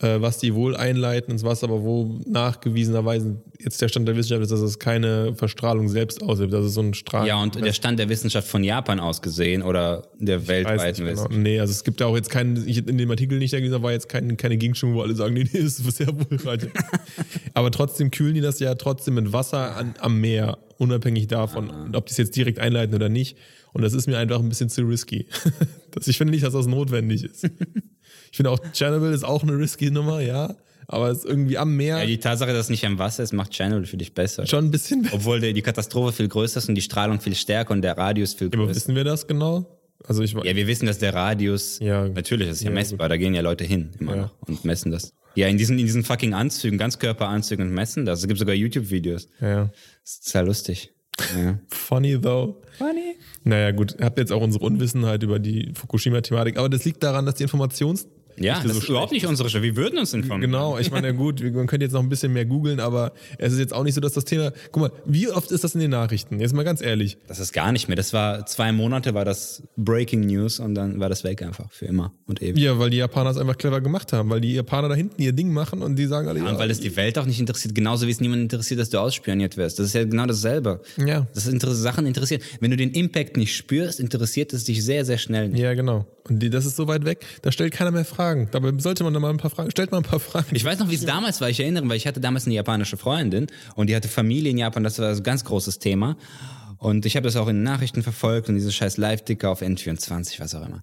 Speaker 2: äh, was die wohl einleiten ins Wasser, aber wo nachgewiesenerweise jetzt der Stand der Wissenschaft ist, dass es keine Verstrahlung selbst ausübt. Das ist so ein Strahl.
Speaker 1: ja, und der Stand der Wissenschaft von Japan aus gesehen oder der
Speaker 2: Weiß
Speaker 1: weltweiten
Speaker 2: nicht genau.
Speaker 1: Wissenschaft.
Speaker 2: Nee, also es gibt da auch jetzt keinen, ich, in dem Artikel, den ich da gelesen habe, war jetzt kein, keine Gegenstimme, wo alle sagen, nee, nee, ist sehr wohlreichend. Aber trotzdem kühlen die das ja trotzdem mit Wasser an, am Meer, unabhängig davon,
Speaker 1: Ah.
Speaker 2: ob die es jetzt direkt einleiten oder nicht. Und das ist mir einfach ein bisschen zu risky. das, ich finde nicht, dass das notwendig ist. ich finde auch, Chernobyl ist auch eine risky Nummer, ja. Aber es ist irgendwie am Meer
Speaker 1: Ja, die Tatsache, dass es nicht am Wasser ist, macht Channel für dich besser.
Speaker 2: schon ein bisschen besser.
Speaker 1: Obwohl der, die Katastrophe viel größer ist und die Strahlung viel stärker und der Radius viel
Speaker 2: Aber
Speaker 1: größer.
Speaker 2: wissen wir das genau? Also ich
Speaker 1: Oh, Ja, wir wissen, dass der Radius,
Speaker 2: Ja.
Speaker 1: natürlich, das ist ja,
Speaker 2: Ja,
Speaker 1: messbar, da gehen ja Leute hin immer
Speaker 2: Ja.
Speaker 1: noch und messen das. Ja, in diesen, in diesen fucking Anzügen, Ganzkörperanzügen und messen das. Es gibt sogar YouTube-Videos.
Speaker 2: ja, ja.
Speaker 1: Das ist ja lustig. Ja.
Speaker 2: Funny though.
Speaker 1: Funny.
Speaker 2: Naja, gut, habt jetzt auch unsere Unwissenheit über die Fukushima-Thematik, aber das liegt daran, dass die Informations-
Speaker 1: Ja, das
Speaker 2: so
Speaker 1: ist überhaupt nicht unsere Schuld. Wir würden uns informieren.
Speaker 2: Genau, ich meine, gut, wir- man könnte jetzt noch ein bisschen mehr googeln, aber es ist jetzt auch nicht so, dass das Thema. Guck mal, wie oft ist das in den Nachrichten? Jetzt mal ganz ehrlich.
Speaker 1: Das ist gar nicht mehr. Das war zwei Monate, war das Breaking News und dann war das weg einfach für immer und ewig.
Speaker 2: Ja, weil die Japaner es einfach clever gemacht haben, weil die Japaner da hinten ihr Ding machen und die sagen alle, ja,
Speaker 1: Und weil es die Welt auch nicht interessiert, genauso wie es niemand interessiert, dass du ausspioniert wirst. Das ist ja genau dasselbe.
Speaker 2: Ja.
Speaker 1: Das sind Inter- Sachen interessiert. Wenn du den Impact nicht spürst, interessiert es dich sehr, sehr schnell nicht.
Speaker 2: ja, genau. Und die, das ist so weit weg, da stellt keiner mehr Fragen. Dabei sollte man da mal ein paar Fragen, stellt mal ein paar Fragen.
Speaker 1: Ich weiß noch, wie es damals war. Ich erinnere mich, weil ich hatte damals eine japanische Freundin und die hatte Familie in Japan. Das war ein ganz großes Thema. Und ich habe das auch in den Nachrichten verfolgt und diese scheiß Live-Ticker auf N24, was auch immer.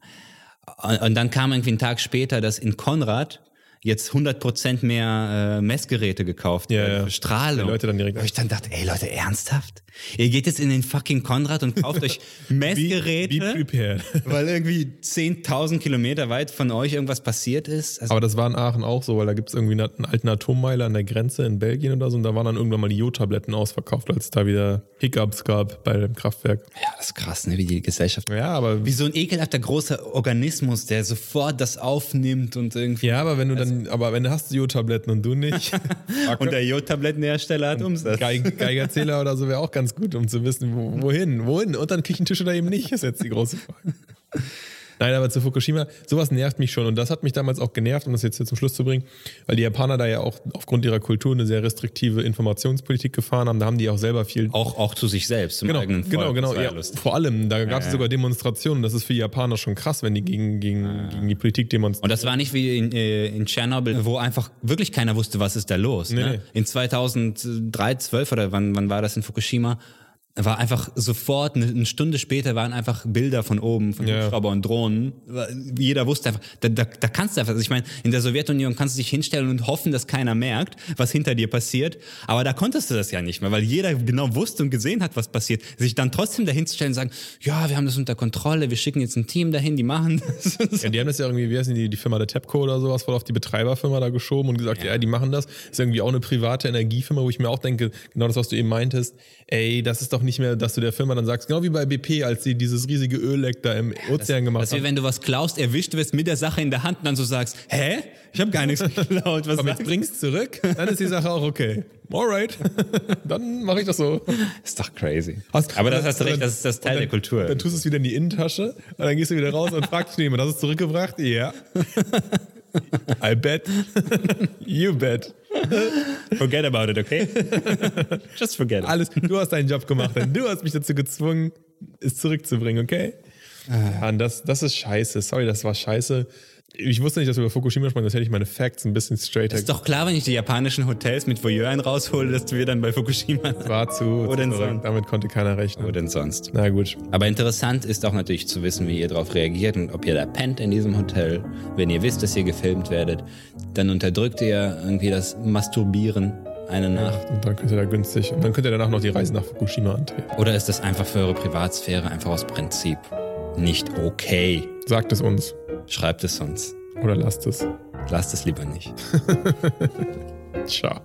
Speaker 1: Und, und dann kam irgendwie ein Tag später, dass in Konrad jetzt 100% mehr äh, Messgeräte gekauft
Speaker 2: Ja,
Speaker 1: werden
Speaker 2: ja.
Speaker 1: für Strahlung.
Speaker 2: Die Leute dann direkt-
Speaker 1: Wo ich dann dachte, ey Leute, ernsthaft? Ihr geht jetzt in den fucking Konrad und kauft euch Messgeräte,
Speaker 2: Be, be prepared.
Speaker 1: weil irgendwie 10.000 Kilometer weit von euch irgendwas passiert ist? Also,
Speaker 2: Aber das war in Aachen auch so, weil da gibt es irgendwie einen alten Atommeiler an der Grenze in Belgien oder so und da waren dann irgendwann mal die Jodtabletten ausverkauft, als es da wieder Hiccups gab bei dem Kraftwerk.
Speaker 1: ja, das ist krass, ne? wie die Gesellschaft
Speaker 2: Ja, aber
Speaker 1: Wie so ein ekelhafter großer Organismus, der sofort das aufnimmt und irgendwie.
Speaker 2: Ja, aber wenn du dann, aber wenn du hast Jodtabletten und du nicht,
Speaker 1: Und der Jodtablettenhersteller hat Umsatz.
Speaker 2: Geig, Geigerzähler oder so wäre auch ganz gut, um zu wissen, wo, wohin, wohin, unter den Küchentisch oder eben nicht, ist jetzt die große Frage. Nein, aber zu Fukushima, sowas nervt mich schon und das hat mich damals auch genervt, um das jetzt hier zum Schluss zu bringen, weil die Japaner da ja auch aufgrund ihrer Kultur eine sehr restriktive Informationspolitik gefahren haben, da haben die auch selber viel
Speaker 1: Auch, auch zu sich selbst, zum
Speaker 2: Genau,
Speaker 1: eigenen Volk.
Speaker 2: genau, genau.
Speaker 1: Das war
Speaker 2: Ja,
Speaker 1: ja lustig.
Speaker 2: vor allem, da gab es
Speaker 1: ja. Ah.
Speaker 2: sogar Demonstrationen. Das ist für die Japaner schon krass, wenn die gegen, gegen, gegen die Politik demonstrieren.
Speaker 1: Und das war nicht wie in, äh, in Tschernobyl, wo einfach wirklich keiner wusste, was ist da los.
Speaker 2: nee.
Speaker 1: Ne? In 2003, 12 oder wann, wann war das in Fukushima? War einfach sofort, eine, eine Stunde später waren einfach Bilder von oben, von
Speaker 2: Ja.
Speaker 1: Hubschrauber und Drohnen. War- Jeder wusste einfach, da, da, da kannst du einfach, also ich meine, in der Sowjetunion kannst du dich hinstellen und hoffen, dass keiner merkt, was hinter dir passiert. Aber da konntest du das ja nicht mehr, weil jeder genau wusste und gesehen hat, was passiert. Sich dann trotzdem dahin zu stellen und sagen, ja, wir haben das unter Kontrolle, wir schicken jetzt ein Team dahin, die machen das.
Speaker 2: Ja, die haben das ja irgendwie, wie heißt denn die, die Firma der TEPCO oder sowas, voll auf die Betreiberfirma da geschoben und gesagt, ja. die machen das. Ist irgendwie auch eine private Energiefirma, wo ich mir auch denke, genau das, was du eben meintest, ey, das ist doch nicht mehr, dass du der Firma dann sagst, genau wie bei BP, als sie dieses riesige Ölleck da im Ozean gemacht
Speaker 1: Dass wir,
Speaker 2: haben.
Speaker 1: wenn du was klaust, erwischt wirst mit der Sache in der Hand und dann so sagst, hä? Ich habe gar nichts geklaut. Was
Speaker 2: Aber jetzt
Speaker 1: sagst du?
Speaker 2: bringst zurück, dann ist die Sache auch okay. Alright, dann mache ich das so.
Speaker 1: Ist doch crazy.
Speaker 2: Hast-
Speaker 1: Aber das
Speaker 2: dann-
Speaker 1: hast du recht, das ist das Teil
Speaker 2: dann,
Speaker 1: der Kultur.
Speaker 2: Dann tust du es wieder in die Innentasche und dann gehst du wieder raus und fragst jemand, hast du es zurückgebracht? Ja. I bet. you bet.
Speaker 1: Forget about it, okay? Just forget it.
Speaker 2: Alles, du hast deinen Job gemacht, denn du hast mich dazu gezwungen, es zurückzubringen, okay?
Speaker 1: Ah.
Speaker 2: Mann, das, das ist scheiße. Sorry, das war scheiße. Ich wusste nicht, dass wir über Fukushima sprechen, das hätte ich meine Facts ein bisschen straighter.
Speaker 1: Ist doch klar, wenn ich die japanischen Hotels mit Voyeuren raushole, dass wir dann bei Fukushima
Speaker 2: war zu.
Speaker 1: Oder in
Speaker 2: zurück.
Speaker 1: Sand.
Speaker 2: Damit konnte keiner rechnen.
Speaker 1: Oder denn sonst.
Speaker 2: Na gut.
Speaker 1: Aber interessant ist auch natürlich zu wissen, wie ihr darauf reagiert und ob ihr da pennt in diesem Hotel. Wenn ihr wisst, dass ihr gefilmt werdet, dann unterdrückt ihr irgendwie das Masturbieren eine Nacht.
Speaker 2: Und dann könnt ihr da günstig. Und dann könnt ihr danach noch die Reise nach Fukushima antreten.
Speaker 1: Oder ist das einfach für eure Privatsphäre einfach aus Prinzip nicht okay?
Speaker 2: Sagt es uns.
Speaker 1: Schreibt es uns.
Speaker 2: Oder lasst es.
Speaker 1: Lasst es lieber nicht.
Speaker 2: Ciao.